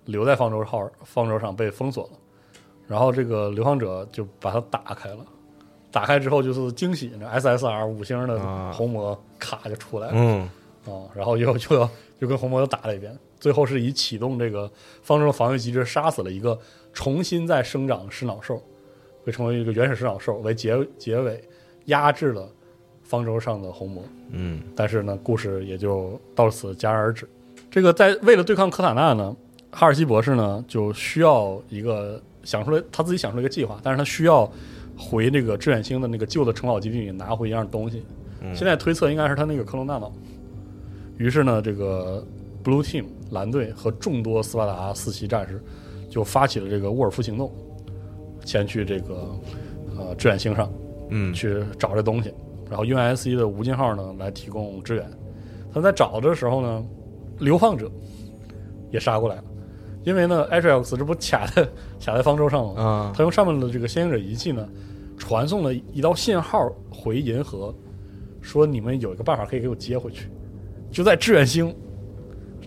[SPEAKER 2] 留在方舟号方舟上被封锁了，然后这个流放者就把它打开了。打开之后就是惊喜，那 SSR 五星的
[SPEAKER 4] 啊
[SPEAKER 2] 红魔卡就出来了，
[SPEAKER 4] 嗯
[SPEAKER 2] 啊、然后又又要又跟红魔又打了一遍，最后是以启动这个方舟防御机制杀死了一个重新再生长的食脑兽，会成为一个原始食脑兽为结结尾，压制了方舟上的红魔。
[SPEAKER 4] 嗯
[SPEAKER 2] 但是呢，故事也就到此戛然而止。这个在为了对抗科塔纳呢，哈尔西博士呢就需要一个想出来他自己想出了一个计划，但是他需要回那个致远星的那个旧的城堡基地里拿回一样东西。
[SPEAKER 4] 嗯
[SPEAKER 2] 现在推测应该是他那个克隆大脑。于是呢，这个 Blue Team 蓝队和众多斯巴达四旗战士就发起了这个沃尔夫行动，前去这个呃致远星上。
[SPEAKER 4] 嗯
[SPEAKER 2] 去找这东西，然后 UNSC 的无尽号呢来提供支援。他在找的时候呢，流放者也杀过来了，因为呢 a t r i x 这不卡在卡在方舟上吗？
[SPEAKER 4] 啊
[SPEAKER 2] 他用上面的这个先行者仪器呢，传送了一道信号回银河，说你们有一个办法可以给我接回去，就在致远星，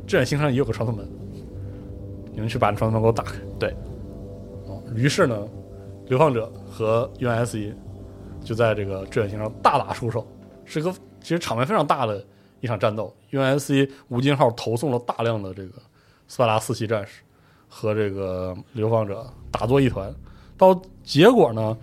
[SPEAKER 2] 致远星上也有个传送门，你们去把那传送门给我打开。
[SPEAKER 5] 对，
[SPEAKER 2] 哦，于是呢，流放者和 UNSE E 就在这个致远星上大打出手，是个其实场面非常大的一场战斗。UNSC E 无尽号投送了大量的这个斯巴达四系战士和这个流放者打作一团，到结果呢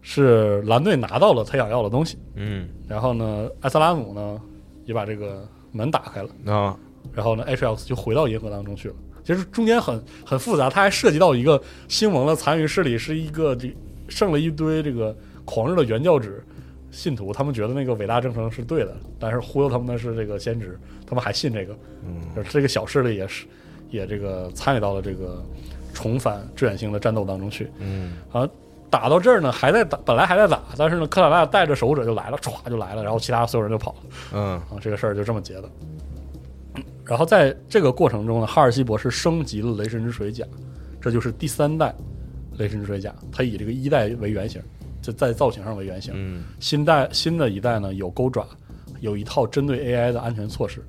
[SPEAKER 2] 是蓝队拿到了他想要的东西，
[SPEAKER 4] 嗯
[SPEAKER 2] 然后呢艾萨拉姆呢也把这个门打开了，
[SPEAKER 4] 啊
[SPEAKER 2] 然后呢 HX 就回到银河当中去了。其实中间很很复杂，它还涉及到一个星盟的残余势力是一个这剩了一堆这个狂热的原教旨信徒，他们觉得那个伟大征程是对的，但是忽悠他们的是这个先知，他们还信这个。
[SPEAKER 4] 嗯
[SPEAKER 2] 而这个小势力也是也这个参与到了这个重返致远星的战斗当中去。
[SPEAKER 4] 嗯
[SPEAKER 2] 啊打到这儿呢，还在打，本来还在打，但是呢，科塔纳带着守护者就来了，歘就来了，然后其他所有人就跑了。
[SPEAKER 4] 嗯
[SPEAKER 2] 啊，这个事儿就这么结的。然后在这个过程中呢，哈尔西博士升级了雷神之水甲，这就是第三代雷神之水甲，它以这个一代为原型，就在造型上为原型。
[SPEAKER 4] 嗯
[SPEAKER 2] 新代新的一代呢，有钩爪，有一套针对 AI 的安全措施，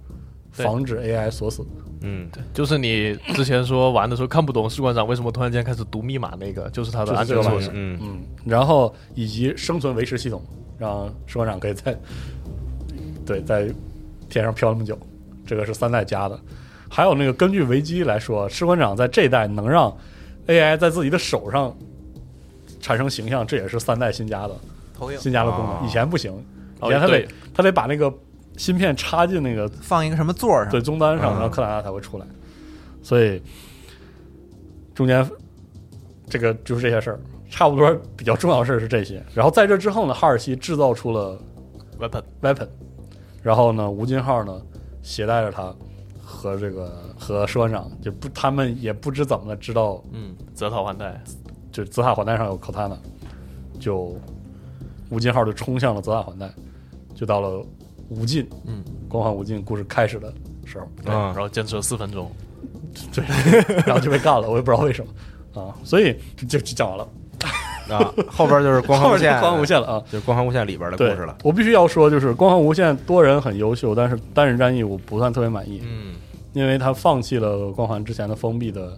[SPEAKER 5] 对
[SPEAKER 2] 防止 AI 锁死。
[SPEAKER 4] 嗯
[SPEAKER 5] 就是你之前说玩的时候看不懂士官长为什么突然间开始读密码那个，就是他的安全
[SPEAKER 2] 就是这个
[SPEAKER 5] 措
[SPEAKER 2] 玩意
[SPEAKER 5] 施
[SPEAKER 2] 儿。
[SPEAKER 4] 嗯
[SPEAKER 2] 嗯，然后以及生存维持系统，让士官长可以在 对在天上飘那么久，这个是三代加的。还有那个根据维基来说，士官长在这一代能让 AI 在自己的手上产生形象，这也是三代新加的
[SPEAKER 3] 投影
[SPEAKER 2] 新加的功
[SPEAKER 4] 啊
[SPEAKER 2] 能。以前不行，以
[SPEAKER 5] 哦
[SPEAKER 2] 前他得
[SPEAKER 5] 对
[SPEAKER 2] 他得把那个芯片插进那个
[SPEAKER 3] 放一个什么座儿上，
[SPEAKER 2] 对终端上，
[SPEAKER 4] 嗯
[SPEAKER 2] 然后克莱拉才会出来。所以中间这个就是这些事儿，差不多比较重要的事儿是这些。然后在这之后呢，哈尔西制造出了
[SPEAKER 5] weapon
[SPEAKER 2] weapon，然后呢，吴金浩呢携带着他和这个和士官长就不，他们也不知怎么的知道，
[SPEAKER 5] 嗯，折讨还贷，
[SPEAKER 2] 就泽塔环带上有 Cortana，就吴金浩就冲向了泽塔环带，就到了无尽，
[SPEAKER 5] 嗯，
[SPEAKER 2] 光环无尽故事开始的时候。
[SPEAKER 5] 对，
[SPEAKER 4] 啊
[SPEAKER 5] 然后坚持了四分钟，
[SPEAKER 2] 对，然后就被干了，我也不知道为什么啊，所以就就就讲完了，
[SPEAKER 4] 啊，后边就是 光环无限，
[SPEAKER 2] 光环无，限了啊。
[SPEAKER 4] 就是光环无限里边的故
[SPEAKER 2] 对
[SPEAKER 4] 事了，。
[SPEAKER 2] 我必须要说，就是《光环无限》多人很优秀，但是单人战役我不算特别满意，
[SPEAKER 5] 嗯，
[SPEAKER 2] 因为它放弃了光环之前的封闭的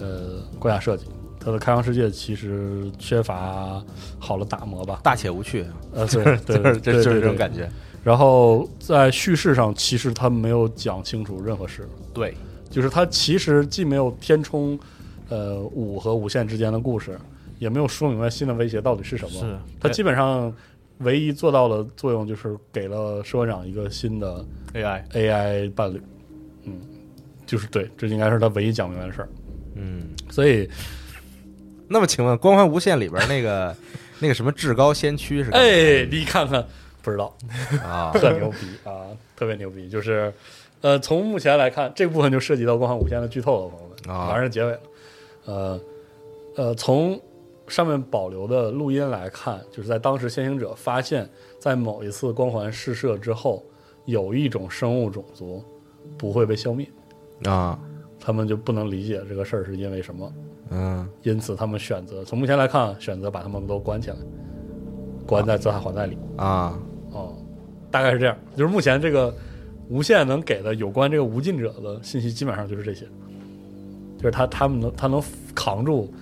[SPEAKER 2] 呃关卡设计，它的开放世界其实缺乏好的打磨吧。
[SPEAKER 4] 大且无趣，啊
[SPEAKER 2] 呃，对，对，
[SPEAKER 4] 就
[SPEAKER 2] 对
[SPEAKER 4] 是这就是这种。
[SPEAKER 2] 对对
[SPEAKER 4] 感觉。
[SPEAKER 2] 然后在叙事上，其实他没有讲清楚任何事，
[SPEAKER 5] 对，
[SPEAKER 2] 就是它其实既没有填充，呃，五和无限之间的故事，也没有说明白新的威胁到底是什么。
[SPEAKER 5] 是
[SPEAKER 2] 它基本上唯一做到的作用就是给了社会长一个新的
[SPEAKER 5] AI，
[SPEAKER 2] AI 伴侣，嗯，就是对，这应该是他唯一讲明白的事儿。
[SPEAKER 4] 嗯，
[SPEAKER 2] 所以，
[SPEAKER 4] 那么请问光环无限里边那个那个什么至高先驱是干嘛
[SPEAKER 2] 哎，你看看，不知道，
[SPEAKER 4] 啊？
[SPEAKER 2] 特牛逼啊，特别牛逼，就是。呃，从目前来看，这部分就涉及到《光环无限》的剧透了，朋友们，
[SPEAKER 4] 啊
[SPEAKER 2] 马上结尾了。呃，呃，从上面保留的录音来看，就是在当时先行者发现，在某一次光环试射之后，有一种生物种族不会被消灭，
[SPEAKER 4] 啊，
[SPEAKER 2] 他们就不能理解这个事儿是因为什么，
[SPEAKER 4] 嗯，
[SPEAKER 2] 因此他们选择从目前来看，啊选择把他们都关起来，关在自杀环带里。
[SPEAKER 4] 啊，
[SPEAKER 2] 哦，大概是这样，就是目前这个无限能给的有关这个无尽者的信息，基本上就是这些，就是他他们能他能扛住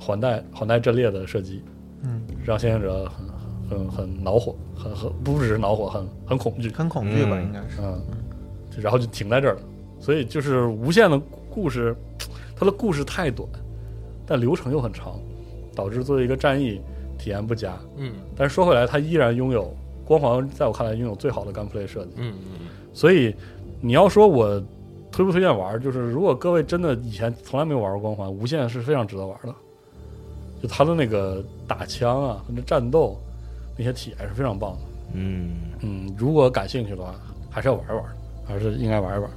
[SPEAKER 2] 环带环带阵列的射击，
[SPEAKER 3] 嗯，
[SPEAKER 2] 让先行者很很很恼火，很很不只是恼火，很很恐惧，
[SPEAKER 3] 很恐惧吧，
[SPEAKER 4] 嗯
[SPEAKER 3] 应该是。
[SPEAKER 2] 嗯，就然后就停在这儿了。所以就是无限的故事，它的故事太短，但流程又很长，导致作为一个战役体验不佳。
[SPEAKER 5] 嗯
[SPEAKER 2] 但是说回来，它依然拥有光环，在我看来拥有最好的 gunplay 设计。
[SPEAKER 5] 嗯嗯
[SPEAKER 2] 所以你要说我推不推荐玩儿，就是如果各位真的以前从来没有玩过光环，无限是非常值得玩的。就它的那个打枪啊，它的战斗那些体验是非常棒的。
[SPEAKER 4] 嗯，
[SPEAKER 2] 嗯，如果感兴趣的话，还是要玩一玩的，还是应该玩一玩。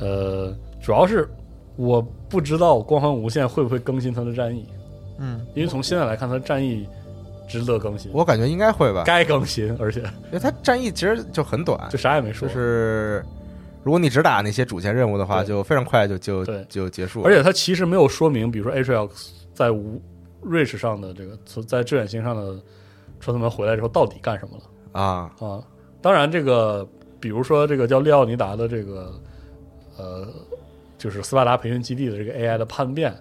[SPEAKER 2] 呃，主要是我不知道光环无限会不会更新它的战役，
[SPEAKER 3] 嗯，
[SPEAKER 2] 因为从现在来看，它的战役值得更新，
[SPEAKER 4] 我感觉应该会吧，
[SPEAKER 2] 该更新，而且
[SPEAKER 4] 因为它战役其实就很短
[SPEAKER 2] 啊就，啥也没说，
[SPEAKER 4] 就是如果你只打那些主线任务的话，
[SPEAKER 2] 对
[SPEAKER 4] 就非常快就就
[SPEAKER 2] 对
[SPEAKER 4] 就结束了，
[SPEAKER 2] 而且它其实没有说明，比如说 Atriox 在无 Rich 上的这个存在致远星上的传送门回来之后到底干什么了
[SPEAKER 4] 啊，
[SPEAKER 2] 啊？当然，这个比如说这个叫利奥尼达的这个呃，就是斯巴达培训基地的这个 AI 的叛变，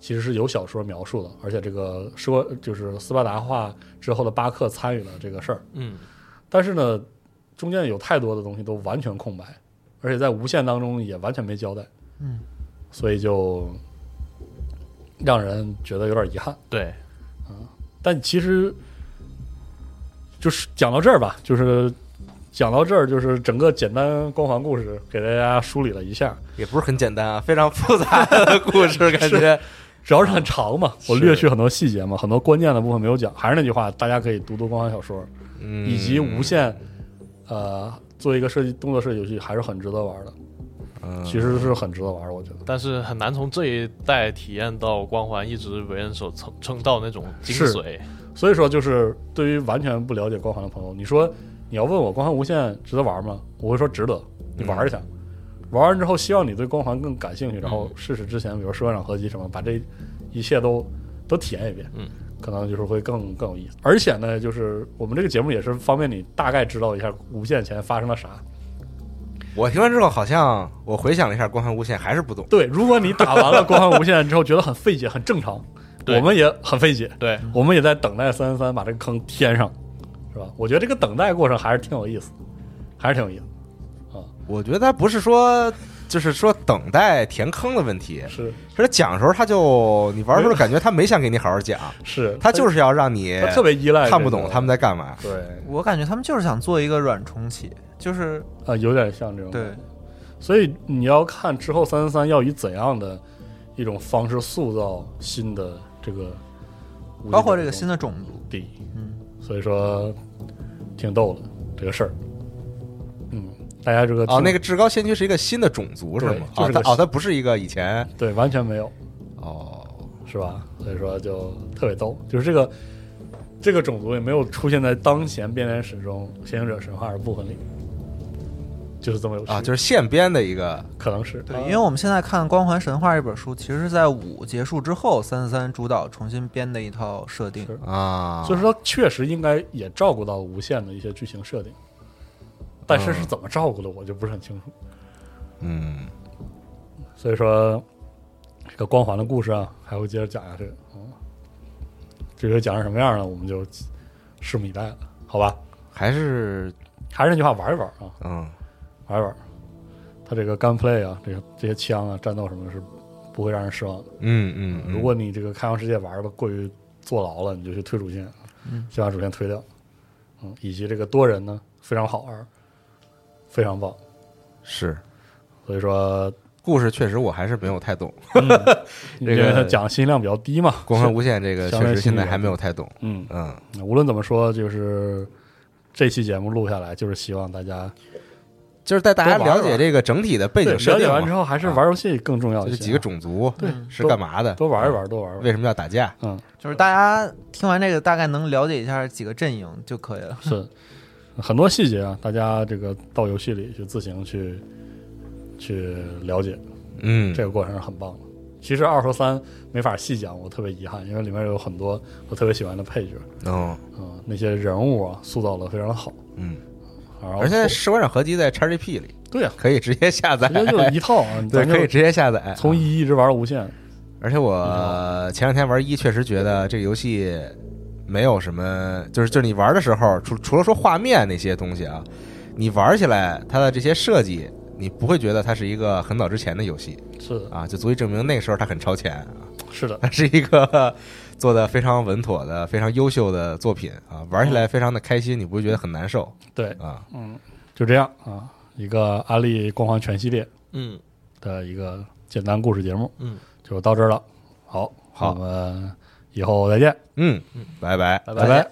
[SPEAKER 2] 其实是有小说描述的，而且这个说就是斯巴达化之后的巴克参与了这个事儿，
[SPEAKER 5] 嗯
[SPEAKER 2] 但是呢，中间有太多的东西都完全空白，而且在无限当中也完全没交代。
[SPEAKER 3] 嗯，
[SPEAKER 2] 所以就让人觉得有点遗憾。
[SPEAKER 5] 对，
[SPEAKER 2] 但其实就是讲到这儿吧，就是讲到这儿，就是整个简单光环故事给大家梳理了一下，
[SPEAKER 4] 也不是很简单啊，非常复杂的故事，感觉
[SPEAKER 2] 主要是很长嘛，我略去很多细节嘛，很多关键的部分没有讲。还是那句话，大家可以读读光环小说，
[SPEAKER 4] 嗯
[SPEAKER 2] 以及无限，呃，做一个设计动作设计游戏还是很值得玩的，
[SPEAKER 4] 嗯
[SPEAKER 2] 其实是很值得玩，我觉得。
[SPEAKER 5] 但是很难从这一代体验到光环一直为人所称称道那种精
[SPEAKER 2] 是
[SPEAKER 5] 髓。
[SPEAKER 2] 所以说，就是对于完全不了解光环的朋友，你说你要问我光环无限值得玩吗？我会说值得，你玩一下。
[SPEAKER 5] 嗯
[SPEAKER 2] 玩完之后，希望你对光环更感兴趣，然后试试之前，比如说社长合集什么，把这一切都都体验一遍，
[SPEAKER 5] 嗯，
[SPEAKER 2] 可能就是会更更有意思。而且呢，就是我们这个节目也是方便你大概知道一下无限前发生了啥。
[SPEAKER 4] 我听完之后，好像我回想了一下《光环无限》，还是不懂。
[SPEAKER 2] 对，如果你打完了光环无限之后觉得很费解，很正常，
[SPEAKER 5] 对
[SPEAKER 2] 我们也很费解，
[SPEAKER 5] 对，
[SPEAKER 2] 我们也在等待三三三把这个坑填上，是吧？我觉得这个等待过程还是挺有意思，还是挺有意思。
[SPEAKER 4] 我觉得他不是说，就是说等待填坑的问题，
[SPEAKER 2] 是
[SPEAKER 4] 是讲的时候他就你玩的时候感觉他没想给你好好讲，
[SPEAKER 2] 是，
[SPEAKER 4] 他就是要让你
[SPEAKER 2] 他特别依赖
[SPEAKER 4] 看不懂他
[SPEAKER 2] 们
[SPEAKER 4] 们在干嘛。
[SPEAKER 2] 对
[SPEAKER 3] 我感觉他们就是想做一个软重启，就是
[SPEAKER 2] 啊，有点像这种
[SPEAKER 3] 对，
[SPEAKER 2] 所以你要看之后三三三要以怎样的一种方式塑造新的这个，
[SPEAKER 3] 包括这个新
[SPEAKER 2] 的
[SPEAKER 3] 的种族，
[SPEAKER 2] 地，
[SPEAKER 3] 嗯，
[SPEAKER 2] 所以说挺逗的这个事儿。嗯，大家这个
[SPEAKER 4] 哦，
[SPEAKER 2] 听
[SPEAKER 4] 那个至高先驱是一个新的种族是
[SPEAKER 2] 对
[SPEAKER 4] 吗？
[SPEAKER 2] 就是
[SPEAKER 4] 哦，
[SPEAKER 2] 个
[SPEAKER 4] 他
[SPEAKER 2] 新
[SPEAKER 4] 哦，他不是一个以前
[SPEAKER 2] 对完全没有。
[SPEAKER 4] 哦，
[SPEAKER 2] 是吧？所以说就特别逗，就是这个这个种族也没有出现在当前编年史中先行者神话的部分里，就是这么有趣
[SPEAKER 4] 啊，就是现编的一个
[SPEAKER 2] 可能是
[SPEAKER 3] 对
[SPEAKER 2] 啊，
[SPEAKER 3] 因为我们现在看《光环神话》这本书，其实是在五结束之后，三三主导重新编的一套设定
[SPEAKER 2] 是，
[SPEAKER 4] 啊，
[SPEAKER 2] 所以说确实应该也照顾到无限的一些剧情设定，但是是怎么照顾的我就不是很清楚。
[SPEAKER 4] 嗯，
[SPEAKER 2] 所以说这个光环的故事啊，还会接着讲下去。嗯，至于讲成什么样呢，我们就拭目以待了，好吧？
[SPEAKER 4] 还是
[SPEAKER 2] 还是那句话，玩一玩啊。
[SPEAKER 4] 嗯
[SPEAKER 2] 玩一玩。它这个 gunplay 啊，这个这些枪啊、战斗什么的是不会让人失望的。
[SPEAKER 4] 嗯嗯，嗯
[SPEAKER 2] 如果你这个开放世界玩的过于坐牢了，你就去推主线，
[SPEAKER 3] 嗯
[SPEAKER 2] 先把主线推掉。嗯，以及这个多人呢，非常好玩，非常棒。
[SPEAKER 4] 是
[SPEAKER 2] 所以说，
[SPEAKER 4] 故事确实我还是没有太懂，
[SPEAKER 2] 因
[SPEAKER 4] 这个
[SPEAKER 2] 为它讲信息量比较低嘛，
[SPEAKER 4] 《光环无限》这个
[SPEAKER 2] 相当
[SPEAKER 4] 确实
[SPEAKER 2] 新
[SPEAKER 4] 现在
[SPEAKER 2] 颖
[SPEAKER 4] 还没有太懂，
[SPEAKER 2] 嗯，
[SPEAKER 4] 嗯。
[SPEAKER 2] 无论怎么说，就是这期节目录下来，就是希望大家
[SPEAKER 4] 就是带大家
[SPEAKER 2] 多玩
[SPEAKER 4] 了
[SPEAKER 2] 玩
[SPEAKER 4] 解这个整体的背
[SPEAKER 2] 对
[SPEAKER 4] 景设
[SPEAKER 2] 了解
[SPEAKER 4] 定嘛啊
[SPEAKER 2] 完之后，还是玩游戏更重要
[SPEAKER 4] 就
[SPEAKER 2] 一
[SPEAKER 4] 是
[SPEAKER 2] 些。
[SPEAKER 4] 几个种族
[SPEAKER 2] 对
[SPEAKER 4] 是干嘛的，嗯
[SPEAKER 2] 多嗯玩一玩，多玩一玩。
[SPEAKER 4] 为什么要打架？
[SPEAKER 2] 嗯，
[SPEAKER 3] 就是大家听完这个大概能了解一下几个阵营就可以了。
[SPEAKER 2] 是很多细节啊，大家这个到游戏里去自行去去了解，
[SPEAKER 4] 嗯，
[SPEAKER 2] 这个过程是很棒的。其实二和三没法细讲，我特别遗憾，因为里面有很多我特别喜欢的配角，
[SPEAKER 4] 哦，
[SPEAKER 2] 嗯，那些人物啊塑造的非常的好，
[SPEAKER 4] 嗯，
[SPEAKER 2] 然后
[SPEAKER 4] 而且《士官长合集》在 XGP 里
[SPEAKER 2] 对呀、
[SPEAKER 4] 可以直接下载
[SPEAKER 2] 啊，，直接就是一套啊，
[SPEAKER 4] 对，
[SPEAKER 2] 咱就
[SPEAKER 4] 可以直接下载，啊
[SPEAKER 2] 从一嗯一直玩到无限，
[SPEAKER 4] 而且我前两天玩一，确实觉得这个游戏没有什么，就是就是你玩的时候，除除了说画面那些东西啊，你玩起来它的这些设计，你不会觉得它是一个很早之前的游戏
[SPEAKER 2] 是的，
[SPEAKER 4] 啊，就足以证明那个时候它很超前啊，
[SPEAKER 2] 是的，
[SPEAKER 4] 它是一个 做的非常稳妥的、非常优秀的作品啊，玩起来非常的开心，你不会觉得很难受
[SPEAKER 2] 对，
[SPEAKER 4] 啊。
[SPEAKER 2] 嗯，就这样啊，一个安利光环全系列
[SPEAKER 5] 嗯，
[SPEAKER 2] 的一个简单故事节目，
[SPEAKER 5] 嗯，
[SPEAKER 2] 就到这儿了，好，
[SPEAKER 4] 好
[SPEAKER 2] 我们以后再见，
[SPEAKER 4] 嗯，拜拜。
[SPEAKER 2] 拜拜